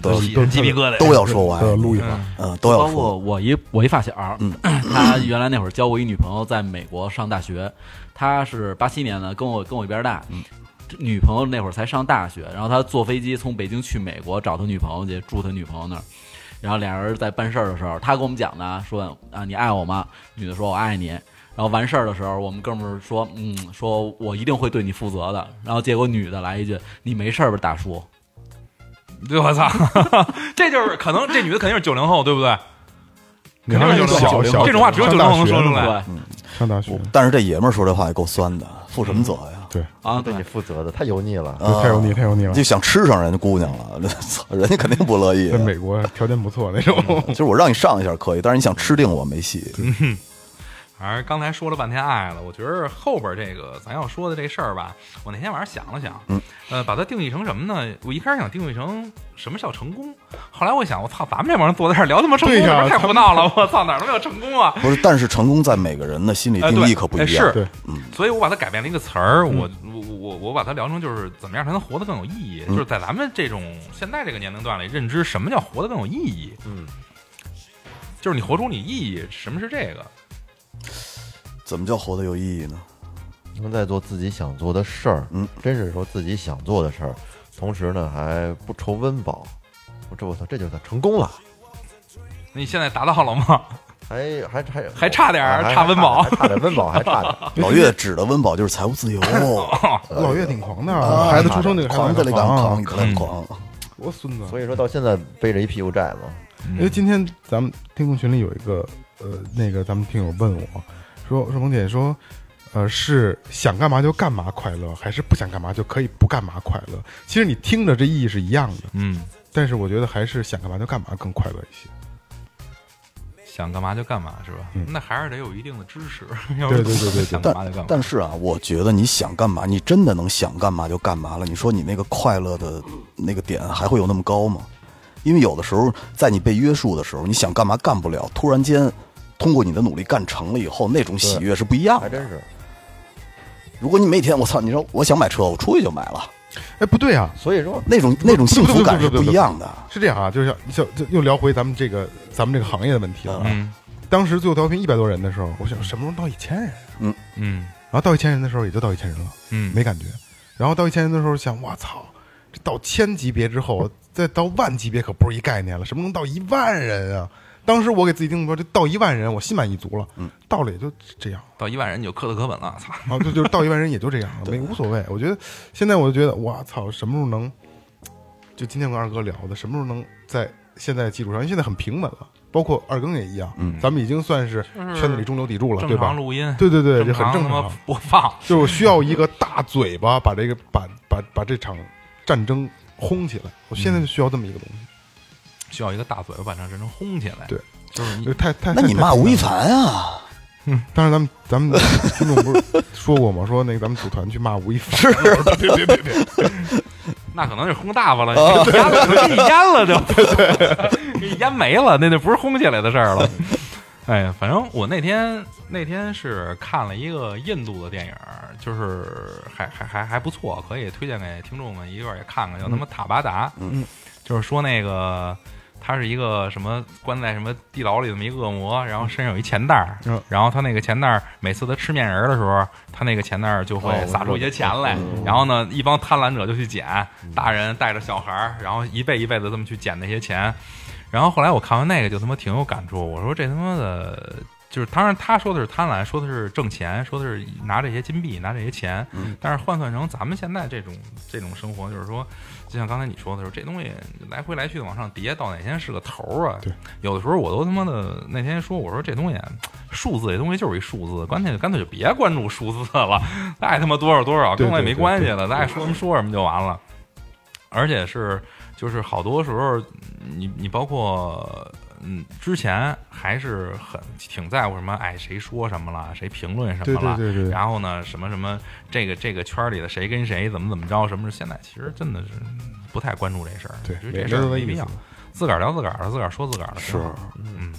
Speaker 5: 都
Speaker 3: 起鸡皮疙瘩
Speaker 5: 都要说我爱
Speaker 4: 都要
Speaker 5: 你
Speaker 4: 呃录一会儿。
Speaker 3: 嗯
Speaker 5: 嗯，都要
Speaker 8: 包
Speaker 5: 说。
Speaker 8: 括我一我一发小儿，
Speaker 5: 嗯
Speaker 8: [CLEARS THROAT] 他原来那会儿交过一女朋友，在美国上大学，他是八七年的，跟我跟我一边大，
Speaker 5: 嗯
Speaker 8: 这女朋友那会儿才上大学，然后他坐飞机从北京去美国找他女朋友去，住他女朋友那儿。然后俩人在办事儿的时候，他跟我们讲的说啊，你爱我吗？女的说我爱你。然后完事儿的时候，我们哥们儿说，嗯，说我一定会对你负责的。然后结果女的来一句，你没事儿吧，大叔？
Speaker 3: 对，我操， [LAUGHS] 这就是可能这女的肯定是九零后，对不对？
Speaker 4: 你还是
Speaker 3: 肯定是
Speaker 4: 小
Speaker 3: 九零
Speaker 4: 小
Speaker 3: [LAUGHS] 这种话只有
Speaker 4: 上
Speaker 3: 九零
Speaker 4: 大
Speaker 3: 后能
Speaker 4: 学
Speaker 3: 说
Speaker 4: 呢
Speaker 3: 出来。
Speaker 8: 对
Speaker 5: 嗯
Speaker 4: 上大学
Speaker 5: 我但是这爷们儿说这话也够酸的，负什么责呀？
Speaker 8: 啊，
Speaker 6: 对
Speaker 8: 对
Speaker 6: 你，负责的太油腻了。
Speaker 5: 啊
Speaker 4: 太油腻，太油腻了
Speaker 5: 就。想吃上人家姑娘了， [LAUGHS] 操，人家肯定不乐意
Speaker 4: 在。美国条件不错那种，
Speaker 5: 就是我让你上一下可以，但是你想吃定我没戏。
Speaker 4: 嗯
Speaker 3: 反正刚才说了半天爱了，我觉得后边这个咱要说的这事儿吧，我那天晚上想了想，
Speaker 5: 嗯
Speaker 3: 呃，把它定义成什么呢？我一开始想定义成什么叫成功，后来我想，我操，咱们这帮人坐在这儿聊他妈成功，
Speaker 4: 对呀
Speaker 3: 这不是太胡闹了，我操，哪儿都没有成功啊！
Speaker 5: 不是，但是成功在每个人的心理
Speaker 3: 哎，
Speaker 5: 定
Speaker 3: 对，
Speaker 5: 义可不
Speaker 3: 哎
Speaker 5: 一样。
Speaker 3: 是
Speaker 4: 对，
Speaker 3: 所以我把它改变了一个词儿，我我我我把它聊成就是怎么样才能活得更有意义，就是在咱们这种现在这个年龄段里，认知什么叫活得更有意义。嗯，就是你活出你意义，什么是这个？
Speaker 5: 怎么叫活得有意义呢？
Speaker 6: 能在做自己想做的事儿，
Speaker 5: 嗯，
Speaker 6: 真是说自己想做的事儿，同时呢还不愁温饱，我这我操，这就算成功了，
Speaker 3: 你现在达到了吗？
Speaker 6: 还还还
Speaker 3: 还差点儿
Speaker 6: 还
Speaker 3: 差温饱
Speaker 6: 还差点儿温饱，还差点儿
Speaker 5: 老岳指的温饱就是财务
Speaker 4: [LAUGHS]
Speaker 5: 自由，
Speaker 4: [LAUGHS] 老岳挺狂的啊，
Speaker 5: 啊
Speaker 4: 孩子出生就给孩
Speaker 5: 狂
Speaker 4: 子
Speaker 5: 的
Speaker 4: 买
Speaker 5: 那
Speaker 4: 房啊
Speaker 5: 狂，狂狂。
Speaker 4: 多孙子啊！
Speaker 6: 所以说到现在背着一屁股债嘛，
Speaker 4: 因为今天咱们听众群里有一个呃，那个咱们听友问我说说萌姐说，呃，是想干嘛就干嘛快乐，还是不想干嘛就可以不干嘛快乐？其实你听着这意义是一样的，
Speaker 3: 嗯，
Speaker 4: 但是我觉得还是想干嘛就干嘛更快乐一些。
Speaker 3: 想干嘛就干嘛是吧？
Speaker 4: 嗯
Speaker 3: 那还是得有一定的知识， [LAUGHS] 要不然
Speaker 4: 对对对对对
Speaker 3: 想干嘛就干
Speaker 5: 但
Speaker 3: 嘛。
Speaker 5: 但是啊，我觉得你想干嘛，你真的能想干嘛就干嘛了。你说你那个快乐的那个点还会有那么高吗？因为有的时候，在你被约束的时候，你想干嘛干不了，突然间通过你的努力干成了以后，那种喜悦是不一样
Speaker 6: 还
Speaker 5: 的。
Speaker 6: 真是。
Speaker 5: 如果你每天我操，你说我想买车，我出去就买了，
Speaker 4: 哎，不对啊，
Speaker 6: 所以说
Speaker 5: 那种那种幸福感
Speaker 3: [LAUGHS]
Speaker 5: 是
Speaker 4: 不不不不不
Speaker 5: 不一样的。
Speaker 4: 是这样啊，就是像像就又聊回咱们这个咱们这个行业的问题了啊。
Speaker 3: 嗯
Speaker 4: 当时最后调频一百多人的时候，我想什么时候到一千人？
Speaker 3: 嗯
Speaker 4: 然后到一千人的时候也就到一千人了，
Speaker 3: 嗯，
Speaker 4: 没感觉。然后到一千人的时候想，我操，这到千级别之后，再到万级别可不是一概念了，什么能到一万人啊？当时我给自己定目标，这到一万人，我心满意足了。嗯，到了也就这样，
Speaker 3: 到一万人你就磕头磕本了，操！
Speaker 4: 啊，就就是到一万人也就这样 [LAUGHS] 了，没无所谓。我觉得现在我就觉得，我操，什么时候能？就今天我跟二哥聊的，什么时候能在现在的基础上，因为现在很平稳了，包括二更也一样，嗯，咱们已经算是圈子里中流砥柱了，对
Speaker 3: 啊正
Speaker 4: 吧
Speaker 3: 常？录音，
Speaker 4: 对对对，就
Speaker 3: 正
Speaker 4: 很
Speaker 3: 常
Speaker 4: 正
Speaker 3: 他妈
Speaker 4: 常。
Speaker 3: 播放，
Speaker 4: 就是我需要一个大嘴巴把这个把把把这场战争轰起来。我现在就需要这么一个东西，
Speaker 3: 需要一个大嘴巴把这人轰起来。
Speaker 4: 对
Speaker 3: 就是你
Speaker 4: 就太太
Speaker 5: 那你骂吴亦？凡啊？
Speaker 4: 太当时咱们咱们听众不是说过吗？说那个咱们组团去骂吴亦凡，是别别别别，
Speaker 3: 那可能是轰大发了，
Speaker 5: 哦
Speaker 3: [LAUGHS] 你给你淹了，给你淹了就，
Speaker 5: [LAUGHS]
Speaker 3: 给你淹没了，那就不是轰起来的事儿了。哎呀，反正我那天那天是看了一个印度的电影儿，就是还还还还不错，可以推荐给听众们一块儿也看看，叫他妈《塔巴达》。
Speaker 5: 嗯，
Speaker 3: 就是说那个他是一个什么关在什么地牢里这么一恶魔，然后身上有一钱袋儿
Speaker 4: 嗯，
Speaker 3: 然后他那个钱袋儿每次他吃面人儿的时候，他那个钱袋儿就会撒出一些钱来，然后呢，一帮贪婪者就去捡，大人带着小孩儿，然后一辈一辈的这么去捡那些钱。然后后来我看完那个就他妈挺有感触，我说这他妈的，就是当然他说的是贪婪，说的是挣钱，说的是拿这些金币拿这些钱，
Speaker 4: 嗯
Speaker 3: 但是换算成咱们现在这种这种生活，就是说，就像刚才你说的时候，这东西来回来去的往上叠，到哪天是个头儿啊？
Speaker 4: 对，
Speaker 3: 有的时候我都他妈的那天说，我说这东西数字这东西就是一数字，干脆干脆就别关注数字了， [LAUGHS] 爱他妈多少多少，
Speaker 4: 对
Speaker 3: 跟我也
Speaker 4: 对
Speaker 3: 没
Speaker 4: 对
Speaker 3: 关系
Speaker 4: 对
Speaker 3: 了，咱爱说什么说什么就完了。而且是就是好多时候，你你包括嗯，之前还是很挺在乎什么，哎，谁说什么了，谁评论什
Speaker 4: 对
Speaker 3: 么
Speaker 4: 对
Speaker 3: 了，
Speaker 4: 对对对
Speaker 3: 然后呢，什么什么这个这个圈儿里的谁跟谁怎么怎么着，什么现在其实真的是不太关注这事儿，
Speaker 4: 对
Speaker 3: 觉得
Speaker 4: 没
Speaker 3: 这事
Speaker 4: 没
Speaker 3: 儿
Speaker 4: 多大
Speaker 3: 没
Speaker 4: 意
Speaker 3: 必
Speaker 4: 思
Speaker 3: 要，自个儿聊自个儿的，自个儿说自个儿的，
Speaker 5: 是
Speaker 3: 挺好嗯，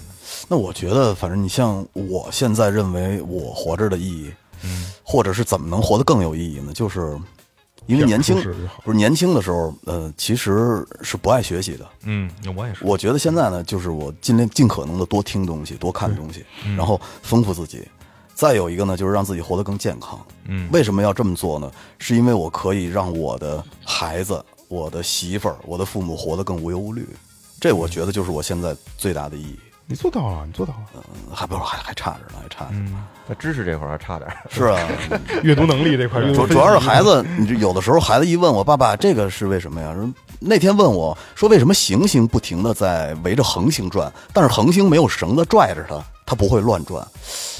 Speaker 5: 那我觉得，反正你像我现在认为我活着的意义，
Speaker 4: 嗯
Speaker 5: 或者是怎么能活得更有意义呢？就是因为年轻
Speaker 4: 这样舒适就好，
Speaker 5: 不是年轻的时候，呃，其实是不爱学习的。
Speaker 3: 嗯，我也是，
Speaker 5: 我觉得现在呢，就是我尽量尽可能的多听东西，多看东西，
Speaker 4: 嗯
Speaker 5: 然后丰富自己。再有一个呢，就是让自己活得更健康。
Speaker 3: 嗯
Speaker 5: 为什么要这么做呢？是因为我可以让我的孩子、我的媳妇儿、我的父母活得更无忧无虑。这
Speaker 4: 嗯
Speaker 5: 我觉得就是我现在最大的意义。
Speaker 4: 你做到了，你做到了，
Speaker 5: 还不是还还差着呢，还差着。
Speaker 3: 嗯，
Speaker 6: 那知识这块儿还差点儿，
Speaker 5: 是啊，
Speaker 4: 阅读能力这块阅读
Speaker 5: 主
Speaker 4: 分
Speaker 5: 主要是
Speaker 4: 析
Speaker 5: 孩子，你这有的时候孩子一问我爸爸这个是为什么呀？说那天问我说为什么行星不停的在围着恒星转，但是恒星没有绳子拽着它，它不会乱转。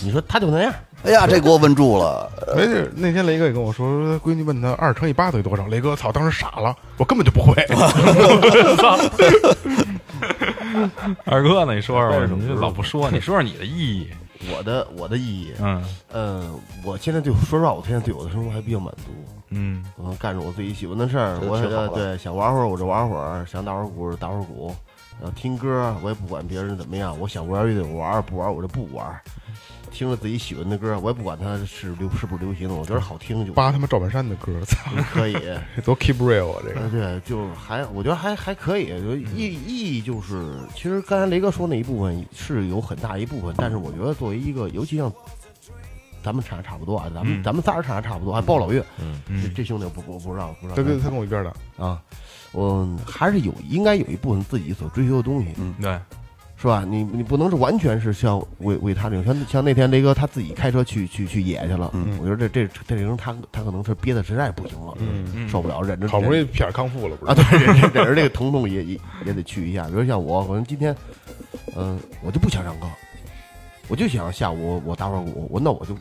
Speaker 7: 你说他就那样，
Speaker 5: 哎呀，这给我问住了。呃
Speaker 4: 没事，那天雷哥也跟我说，说他闺女问他二乘以八等于多少，雷哥操，当时傻了，我根本就不会。 [LAUGHS]
Speaker 3: 二哥呢？你说说吧，
Speaker 7: 不是
Speaker 3: 你就老不 [LAUGHS] 说，你说说你的意义，
Speaker 7: 我的我的意义，
Speaker 3: 嗯
Speaker 7: 呃，我现在对我说实话，我现在对我的生活还比较满足。
Speaker 3: 嗯
Speaker 7: 我能干着我自己喜欢的事儿，
Speaker 5: 这
Speaker 7: 我
Speaker 5: 挺好
Speaker 7: 呃
Speaker 5: 的
Speaker 7: 对想玩会儿我就玩会儿，想打会儿鼓就打会儿鼓，然后听歌我也不管别人怎么样，我想玩乐队我玩，不玩我就不玩。听着自己喜欢的歌，我也不管它是流是不是流行的，我觉得好听就
Speaker 4: 扒他妈赵本山的歌，操，
Speaker 7: 可以。
Speaker 4: 多 keep real 啊，这
Speaker 5: 嗯
Speaker 4: 个
Speaker 7: 呃，对，就还我觉得还还可以，就意意义就是，其实刚才雷哥说那一部分是有很大一部分，但是我觉得作为一个，尤其像咱们差差不多啊，咱
Speaker 3: 嗯
Speaker 7: 们、咱们仨人差差不多，还包老岳，这
Speaker 3: 嗯
Speaker 7: 这兄弟不不不让不让
Speaker 4: 他跟他跟我一边的，
Speaker 7: 啊，我还是有应该有一部分自己所追求的东
Speaker 4: 嗯
Speaker 7: 西，
Speaker 3: 对，
Speaker 7: 是吧？你你不能是完全是像为为他这种，像像那天雷哥他自己开车去去去野去了，
Speaker 5: 嗯
Speaker 7: 我觉得这这这人他他可能是憋的实在不行了，
Speaker 4: 嗯
Speaker 7: 受不了，忍着
Speaker 4: 好不容
Speaker 7: 忍
Speaker 4: 易片儿康复了，不
Speaker 7: 啊，
Speaker 4: 是？
Speaker 7: 对，忍着忍着这个疼痛也也也得去一下。比如像我，可能今天，嗯、我就不想上课，我就想下午我打会儿鼓，我那我就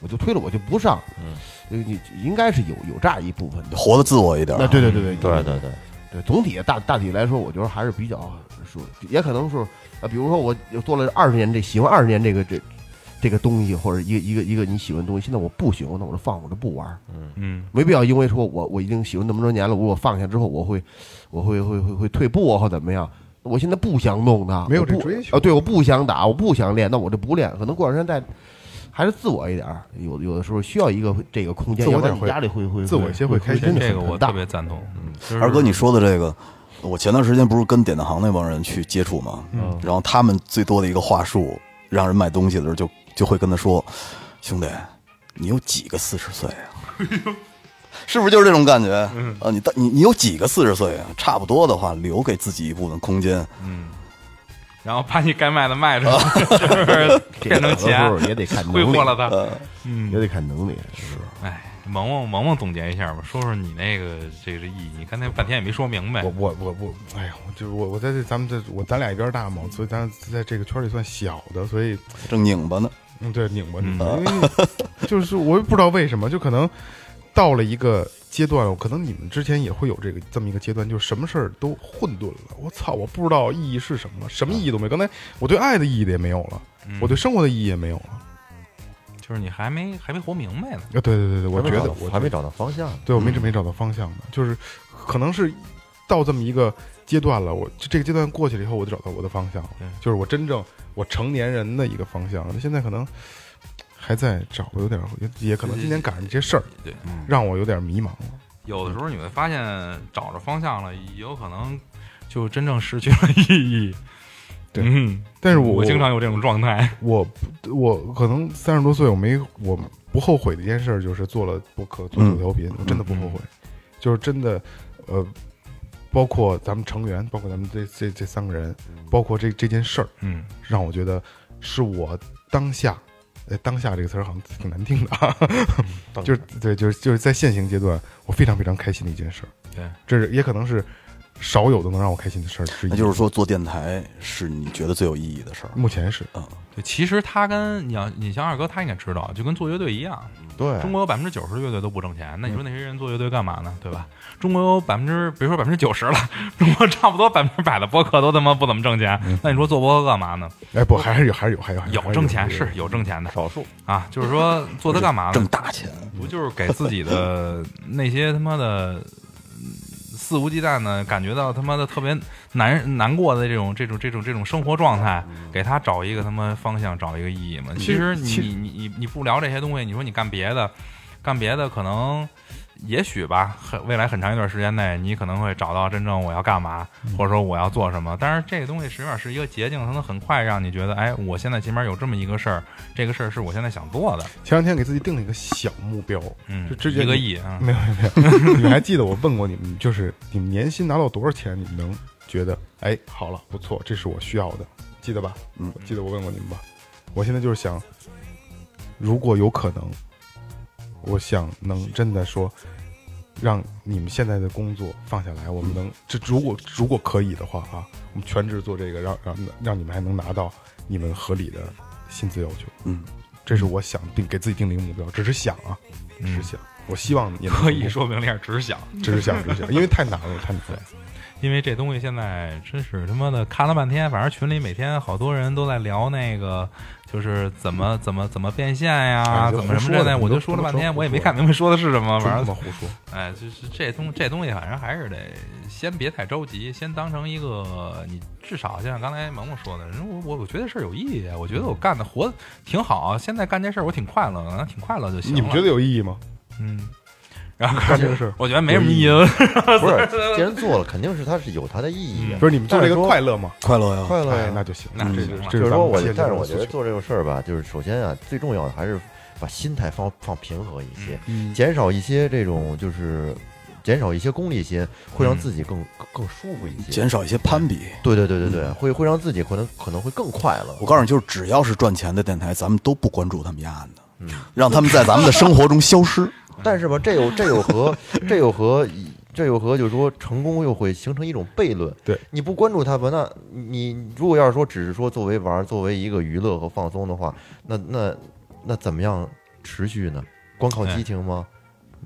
Speaker 7: 我就推了，我就不上。嗯，你应该是有有这样一部分的。啊
Speaker 5: 活得自我一点
Speaker 7: 那，对对对对
Speaker 6: 对对对，
Speaker 7: 对，总体大大体来说，我觉得还是比较舒，也可能是啊，比如说我做了二十年这喜欢二十年这个这这个东西，或者一个一个一个你喜欢的东西，现在我不喜欢，那我就放，我就不玩儿。
Speaker 3: 嗯
Speaker 7: 没必要因为说我我已经喜欢那么多年了，我我放下之后我会我会会会会退步啊或怎么样。我现在不想弄它，
Speaker 4: 没有
Speaker 7: 我不
Speaker 4: 这追求
Speaker 7: 啊，对，我不想打，我不想练，那我就不练。可能过段时间再，还是自我一点儿。有有的时候需要一个这个空间，
Speaker 4: 自我
Speaker 7: 要不然
Speaker 4: 点
Speaker 7: 你
Speaker 4: 会
Speaker 7: 压力会会
Speaker 4: 自我一些会开心
Speaker 7: 真的
Speaker 3: 这个
Speaker 7: 很
Speaker 3: 我
Speaker 7: 大
Speaker 3: 特别赞同。就是
Speaker 5: 二哥你说的这个，我前段时间不是跟典当行那帮人去接触吗？然后他们最多的一个话术让人卖东西的时候就，就会跟他说：“兄弟，你有几个四十岁啊？” [LAUGHS] 是不是就是这种感觉？啊，你到你你有几个四十岁啊？差不多的话，留给自己一部分空间。
Speaker 3: 然后把你该卖的卖出去， [LAUGHS] 就是变成钱
Speaker 7: 这个时候也得看能
Speaker 3: 挥
Speaker 7: 力
Speaker 3: 霍了它。
Speaker 7: 也得看能力。是，
Speaker 3: 哎，萌萌萌萌总结一下吧，说说你那个这个意义。你刚才半天也没说明白
Speaker 4: 我。我我我，哎呀，我就是我我在这咱们这我咱俩一边大嘛，所以咱在这个圈里算小的，所以
Speaker 5: 正拧巴呢，
Speaker 4: 嗯，对，拧巴拧巴，因为就是我也不知道为什么，就可能到了一个阶段，可能你们之前也会有这个这么一个阶段，就是什么事儿都混沌了。我操，我不知道意义是什么了，什么意义都没有。刚才我对爱的意义也没有了，
Speaker 3: 嗯
Speaker 4: 我对生活的意义也没有了。
Speaker 3: 就是你还没还没活明白呢。
Speaker 4: 啊，对对对对，我觉得我
Speaker 6: 还没找到方向呢。
Speaker 4: 对我们
Speaker 3: 嗯
Speaker 4: 一直没找到方向呢，就是可能是到这么一个阶段了，我这这个阶段过去了以后，我就找到我的方向了
Speaker 3: 对，
Speaker 4: 就是我真正我成年人的一个方向了。那现在可能还在找，有点也也可能今年赶上这些事儿，
Speaker 3: 对，
Speaker 5: 嗯
Speaker 4: 让我有点迷茫了。
Speaker 3: 有的时候你会发现找着方向了，也有可能就真正失去了意义。
Speaker 4: 对
Speaker 3: 嗯，
Speaker 4: 但是
Speaker 3: 我
Speaker 4: 我
Speaker 3: 经常有这种状态。
Speaker 4: 我我可能三十多岁，我没我不后悔的一件事就是做了播客，做
Speaker 5: 嗯
Speaker 4: 九调频，我真的不后悔，就是真的，呃，包括咱们成员，包括咱们这这这三个人，
Speaker 5: 嗯
Speaker 4: 包括这这件事儿，
Speaker 3: 嗯，
Speaker 4: 让我觉得是我当下，呃，当下这个词儿好像挺难听的啊，就是对，就是就是在现行阶段，我非常非常开心的一件事儿，
Speaker 3: 对，
Speaker 4: 这是也可能是少有的能让我开心的事儿之一，
Speaker 5: 那就是说做电台是你觉得最有意义的事儿。
Speaker 4: 目前是
Speaker 3: 对，其实他跟你要你像二哥，他应该知道，就跟做乐队一样，
Speaker 6: 对，嗯
Speaker 3: 中国有百分之九十的乐队都不挣钱，那你说那些人做乐队干嘛呢？对吧？中国有百分之，别说百分之九十了， [LAUGHS] 中国差不多百分之百的播客都他妈不怎么挣钱，
Speaker 6: 嗯
Speaker 3: 那你说做播客干嘛呢？
Speaker 4: 哎不，还是有还是有还有还
Speaker 3: 有
Speaker 4: 还
Speaker 3: 挣钱是有挣钱的
Speaker 6: 少数
Speaker 3: 啊，就是说做它干嘛呢
Speaker 5: 挣？大钱，
Speaker 3: 不就是给自己的那些他妈的嗯肆无忌惮的感觉到他妈的特别难难过的这种这种这种这种生活状态，给他找一个他妈方向，找一个意义嘛。
Speaker 4: 其
Speaker 3: 其
Speaker 4: 实
Speaker 3: 实你
Speaker 4: 其
Speaker 3: 你你你你不聊这些东西，你说你干别的，干别的可能。也许吧，很未来很长一段时间内，你可能会找到真正我要干嘛，或者说我要做什么。但是这个东西实际上是一个捷径，它能很快让你觉得，哎，我现在起码有这么一个事儿，这个事儿是我现在想做的。
Speaker 4: 前两天给自己定了一个小目标，
Speaker 3: 嗯
Speaker 4: 就，之前
Speaker 3: 一个亿啊，
Speaker 4: 没有没有没有，你们还记得我问过你们，就是你们年薪拿到多少钱，你们能觉得哎好了不错，这是我需要的，记得吧？
Speaker 5: 嗯，
Speaker 4: 记得我问过你们吧？我现在就是想，如果有可能，我想能真的说，让你们现在的工作放下来，我们能这如果如果可以的话啊，我们全职做这个，让让让你们还能拿到你们合理的薪资要求。
Speaker 5: 嗯，
Speaker 4: 这是我想定给自己定的一个目标，只是想啊，只是想。我希望你们
Speaker 3: 可
Speaker 4: 成
Speaker 3: 以
Speaker 4: 功
Speaker 3: 说明这样只是想，
Speaker 4: 只是想，只
Speaker 3: [LAUGHS]
Speaker 4: 是想，因为太难了，太难了。
Speaker 3: 因为这东西现在真是他妈的看了半天，反正群里每天好多人都在聊那个，就是怎么怎么怎么变现呀，
Speaker 4: 哎就
Speaker 3: 怎么什
Speaker 4: 胡
Speaker 3: 么
Speaker 4: 说
Speaker 3: 这
Speaker 4: 的
Speaker 3: 那，
Speaker 4: 你
Speaker 3: 我就
Speaker 4: 都
Speaker 3: 说
Speaker 4: 不能
Speaker 3: 了半
Speaker 4: 说
Speaker 3: 天，
Speaker 4: 胡
Speaker 3: 我也没
Speaker 4: 说
Speaker 3: 看明白说的是什么，
Speaker 4: 真
Speaker 3: 反
Speaker 4: 他妈
Speaker 3: 正
Speaker 4: 胡说！
Speaker 3: 哎，就是这东这东西，反正还是得先别太着急，先当成一个你至少就像刚才萌萌说的，人我我我觉得事儿有意义，啊我觉得我干的活得挺好，啊现在干这事儿我挺快乐的，挺快乐就行了。
Speaker 4: 你们觉得有意义吗？
Speaker 3: 嗯，然后
Speaker 4: 干这个事儿
Speaker 3: 我觉得没什么意义。
Speaker 6: 不是，既然做了，肯定是它是有它的意义的。
Speaker 4: 不是你们做这个快乐吗？
Speaker 5: 快乐呀！
Speaker 6: 快乐
Speaker 4: 哎
Speaker 6: 呀，，
Speaker 4: 那就行，
Speaker 3: 那
Speaker 4: 这
Speaker 3: 就行了
Speaker 4: 这
Speaker 6: 就是
Speaker 4: 咱
Speaker 6: 说
Speaker 4: 们
Speaker 6: 我
Speaker 4: 接，
Speaker 6: 但是
Speaker 4: 着
Speaker 6: 我觉得
Speaker 4: 诉求
Speaker 6: 做这个事儿吧，就是首先啊，最重要的还是把心态放放平和一些，
Speaker 4: 嗯
Speaker 6: 减少一些这种就是减少一些功利心，会让
Speaker 3: 嗯
Speaker 6: 自己更更更舒服一些。
Speaker 5: 减少一些攀比。
Speaker 6: 对对对对对，会会让自己可能可能会更快乐。
Speaker 5: 我告诉你，就是只要是赚钱的电台，咱们都不关注他们家的，让他们在咱们的生活中消失。
Speaker 6: 但是吧，这有这有和这有和这有和，就是说成功又会形成一种悖论。
Speaker 4: 对，
Speaker 6: 你不关注它吧，那你如果要是说只是说作为玩儿，作为一个娱乐和放松的话，那那那怎么样持续呢？光靠激情吗？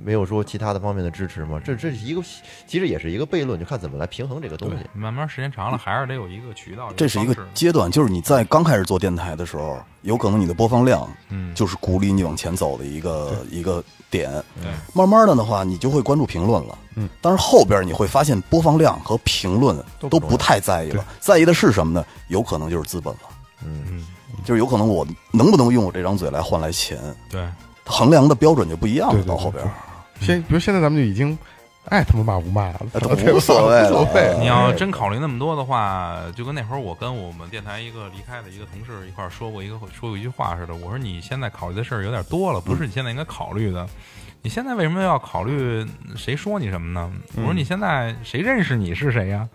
Speaker 6: 没有说其他的方面的支持吗？这这是一个，其实也是一个悖论，就看怎么来平衡这个东西。
Speaker 3: 慢慢时间长了，还是得有一个渠道。
Speaker 5: 这是一个
Speaker 3: 方式
Speaker 5: 阶段，就是你在刚开始做电台的时候，有可能你的播放量
Speaker 3: 嗯，
Speaker 5: 就是鼓励你往前走的一个一个点。
Speaker 3: 对，
Speaker 5: 慢慢的的话，你就会关注评论了。
Speaker 4: 嗯，
Speaker 5: 但是后边你会发现播放量和评论都不太在意了，在意的是什么呢？有可能就是资本了。
Speaker 6: 嗯，
Speaker 5: 就是有可能我能不能用我这张嘴来换来钱，
Speaker 3: 对，
Speaker 5: 衡量的标准就不一样
Speaker 4: 对
Speaker 5: 了。
Speaker 4: 对
Speaker 5: 到后边，
Speaker 4: 现比如现在咱们就已经爱他妈骂不骂了，对吧
Speaker 5: 无所谓了
Speaker 4: 无所谓。
Speaker 3: 你要真考虑那么多的话，就跟那会儿我跟我们电台一个离开的一个同事一块儿说过一个说过一句话似的，我说你现在考虑的事儿有点多了，不是你现在应该考虑的。你现在为什么要考虑谁说你什么呢？我
Speaker 4: 嗯
Speaker 3: 说你现在谁认识你是谁呀、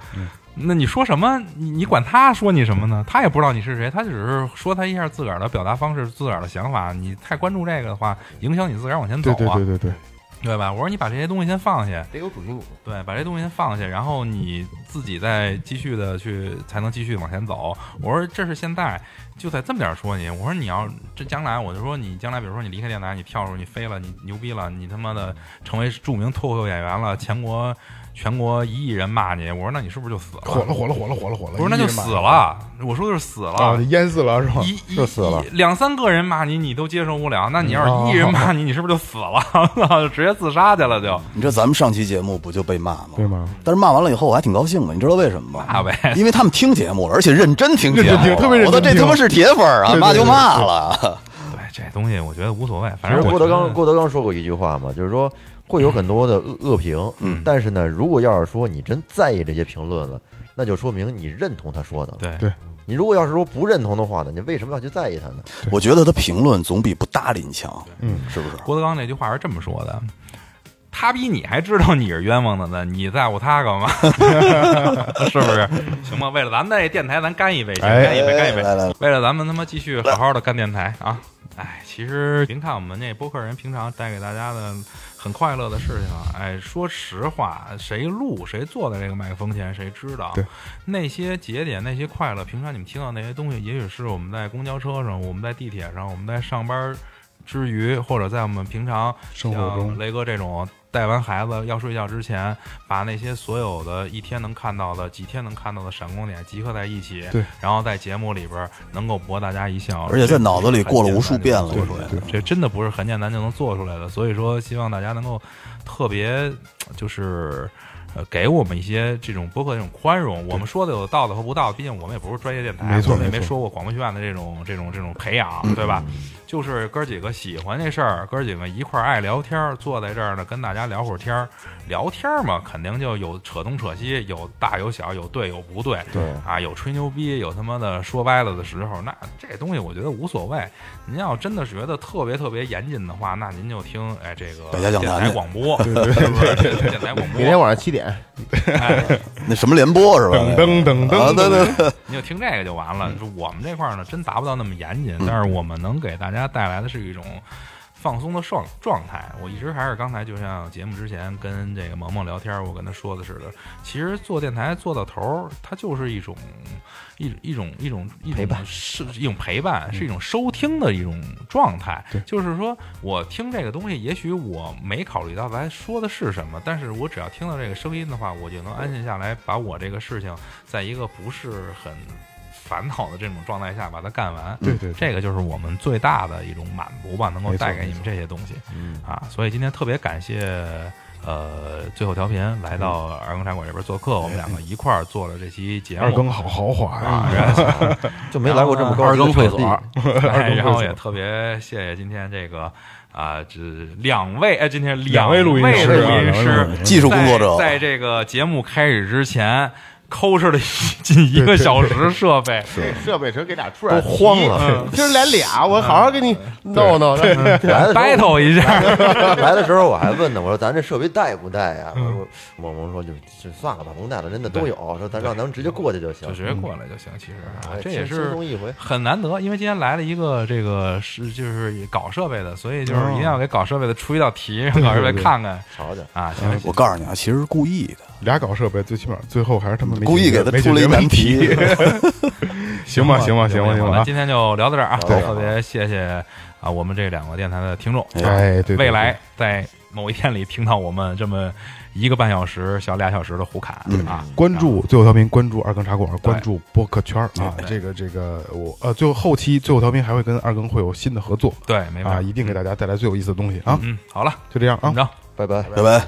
Speaker 3: 那你说什么？你你管他说你什么呢？他也不知道你是谁，他只是说他一下自个儿的表达方式、自个儿的想法。你太关注这个的话，影响你自个儿往前走
Speaker 4: 对
Speaker 3: 啊，
Speaker 4: 对对对对，
Speaker 3: 对吧？我说你把这些东西先放下，
Speaker 7: 得有主心骨。
Speaker 3: 对，把这东西先放下，然后你自己再继续的去，才能继续往前走。我说这是现在，就在这么点儿说你。我说你要这将来，我就说你将来，比如说你离开电台，你跳出，你飞了，你牛逼了，你他妈的成为著名脱口秀演员了，全国全国一亿人骂你。我说那你是不是就死了？
Speaker 4: 火了火了火了火了火了，
Speaker 3: 我说那就死了。我说就是死了。
Speaker 4: 啊！你淹死了是吗？
Speaker 3: 一一
Speaker 4: 就死了
Speaker 3: 一两三个人骂你，你都接受不了。那你要是一人骂你，你是不是就死了？ [LAUGHS] 直接自杀去了就。
Speaker 5: 你知道咱们上期节目不就被骂吗？
Speaker 4: 对吗？
Speaker 5: 但是骂完了以后，我还挺高兴的，你知道为什么吗？
Speaker 3: 骂呗
Speaker 5: 因为他们听节目，而且认真听节
Speaker 4: 认真
Speaker 5: 目，
Speaker 4: 听特别认真
Speaker 5: 我的这
Speaker 4: 听
Speaker 5: 他妈是铁粉啊，
Speaker 4: 对对
Speaker 5: 骂就
Speaker 4: 对
Speaker 5: 骂了。
Speaker 3: 对，这东西我觉得无所谓，反
Speaker 6: 其
Speaker 3: 正
Speaker 6: 实郭
Speaker 3: 我
Speaker 6: 德
Speaker 3: 觉
Speaker 6: 纲
Speaker 3: 得
Speaker 6: 郭德纲说过一句话嘛，就是说会有很多的恶恶评，嗯，但是呢，如果要是说你真在意这些评论了，那就说明你认同他说的了。
Speaker 3: 对
Speaker 4: 对
Speaker 6: 你如果要是说不认同的话呢，你为什么要去在意他呢？
Speaker 5: 我觉得他评论总比不搭理你强，
Speaker 4: 嗯，
Speaker 5: 是不是？
Speaker 3: 郭德纲那句话是这么说的：“他比你还知道你是冤枉的呢，你在乎他干嘛？ [LAUGHS] 是不是？行吧，为了咱们这电台，咱干一杯，先
Speaker 4: 哎
Speaker 3: 干一杯，干一杯
Speaker 5: 来。来来，
Speaker 3: 为了咱们他妈继续好好的干电台啊！哎，其实您看我们这播客人平常带给大家的很快乐的事情啊，哎，说实话，谁录谁坐在这个麦克风前，谁知道？
Speaker 4: 对，
Speaker 3: 那些节点，那些快乐，平常你们听到那些东西，也许是我们在公交车上，我们在地铁上，我们在上班之余，或者在我们平常
Speaker 4: 生活中
Speaker 3: 像雷哥这种带完孩子要睡觉之前，把那些所有的一天能看到的、几天能看到的闪光点集合在一起，
Speaker 4: 对，
Speaker 3: 然后在节目里边能够博大家一笑，
Speaker 5: 而且在脑子里过了无数遍了，
Speaker 3: 这
Speaker 5: 我说
Speaker 4: 对
Speaker 3: 这真的不是很简单就能做出来的。所以说，希望大家能够特别就是。呃，给我们一些这种播客这种宽容，我们说的有道理和不道理，毕竟我们也不是专业电台，
Speaker 4: 没错
Speaker 3: 我们也
Speaker 4: 没
Speaker 3: 没
Speaker 4: 错嗯
Speaker 3: 说过广播学院的这种这种这种培养，对吧？就是哥儿几个喜欢这事儿，哥儿几个一块儿爱聊天儿，坐在这儿呢，跟大家聊会儿天儿。聊天儿嘛，肯定就有扯东扯西，有大有小，有对有不对，
Speaker 4: 对
Speaker 3: 啊，有吹牛逼，有他妈的说歪了的时候。那这东西我觉得无所谓。您要真的觉得特别特别严谨的话，那您就听哎这个
Speaker 5: 百家讲坛
Speaker 3: 电台
Speaker 5: 去
Speaker 3: 广播， [LAUGHS] 对对对对，电台广播，
Speaker 7: 每天晚上七点，
Speaker 5: 那什么联播是吧？
Speaker 4: 噔噔噔
Speaker 5: 啊，
Speaker 4: 噔
Speaker 5: 对
Speaker 4: 噔，
Speaker 5: 对对，
Speaker 3: 你就听这个就完了。就是我们这块儿呢，真达不到那么严谨，但是我们能给大家带来的是一种放松的状状态。我一直还是刚才就像节目之前跟这个萌萌聊天儿，我跟他说的似的，其实做电台做到头儿，它就是一种一一种一种一种
Speaker 6: 陪伴
Speaker 3: 是一种陪伴，是一种收听的一种状态。就是说我听这个东西，也许我没考虑到咱说的是什么，但是我只要听到这个声音的话，我就能安静下来，把我这个事情在一个不是很烦恼的这种状态下把它干完。
Speaker 4: 对对对
Speaker 3: 嗯这个就是我们最大的一种满足吧，能够
Speaker 4: 没错
Speaker 3: 带给你们这些东西啊。所以今天特别感谢呃最后调频来到儿童茶馆这边做客，我们两个一块儿做了这期节目。
Speaker 4: 二更好豪华
Speaker 3: 啊，
Speaker 4: 呀！
Speaker 3: 然后
Speaker 6: 就没来过这么高
Speaker 8: 二更
Speaker 6: 级的
Speaker 8: 会
Speaker 6: 场地 [LAUGHS]
Speaker 8: 所，
Speaker 3: 哎然后
Speaker 4: 会
Speaker 3: 也
Speaker 4: 所
Speaker 3: 特别谢谢今天这个啊，这两位哎，今天
Speaker 4: 两位
Speaker 3: 位
Speaker 4: 录音
Speaker 3: 音
Speaker 4: 师啊两位录
Speaker 3: 师
Speaker 4: 音师
Speaker 5: [LAUGHS] 技术工作者
Speaker 3: 在在这个节目开始之前。抠哧了近一 [LAUGHS] 个小时设备，
Speaker 7: 这设备真给俩出
Speaker 6: 都
Speaker 7: 来
Speaker 6: 慌了。
Speaker 7: 今儿来
Speaker 4: 啊
Speaker 7: 俩，我好好给你弄弄。
Speaker 6: 来的时候
Speaker 3: battle 一下，
Speaker 6: 来的时候我 [LAUGHS] 还问呢，我说咱这设备带不带啊呀？我我我说就是就算了吧，甭带了，真的都有。说咱让咱们直接过去就行
Speaker 3: 就。直接过来就行。其实啊
Speaker 6: 哎，
Speaker 3: 这也
Speaker 6: 轻
Speaker 3: 是
Speaker 6: 轻松一回
Speaker 3: 很难得，因为今天来了一个这个是就是搞设备的，所以
Speaker 4: 哦
Speaker 3: 就是一定要给搞设备的出一道题，让搞设备看看
Speaker 6: 瞧瞧，
Speaker 3: 啊。
Speaker 4: 哎
Speaker 3: 行，
Speaker 5: 我告诉你啊，其实是故意的，
Speaker 4: 俩搞设备，最起码最后还是他们没
Speaker 5: 故意
Speaker 4: 解决
Speaker 5: 给他
Speaker 4: 没解
Speaker 5: 出了
Speaker 4: 决
Speaker 5: 一难
Speaker 4: 问题，
Speaker 5: 题。 [LAUGHS]
Speaker 4: 行吧行吧行吧行吧
Speaker 3: 那
Speaker 4: 啊！
Speaker 3: 今天就聊到这儿啊，
Speaker 6: 对
Speaker 3: 特别谢谢啊我们这两个电台的听众，
Speaker 4: 哎，对，对
Speaker 3: 未来在某一天里听到我们这么一个半小时、小俩小时的胡侃啊，
Speaker 4: 嗯关注最后调频，关注二更茶馆，关
Speaker 3: 对
Speaker 4: 注播客圈儿啊！
Speaker 3: 对
Speaker 4: 这个这个我呃，最后后期最后调频还会跟二更会有新的合作
Speaker 3: 对，没办
Speaker 4: 啊，
Speaker 3: 法
Speaker 4: 一，定给大家带来最有意思的东西啊！
Speaker 3: 嗯，好了，
Speaker 4: 就这样
Speaker 3: 怎
Speaker 4: 啊
Speaker 3: 么。着？
Speaker 6: 拜拜。
Speaker 5: 拜拜。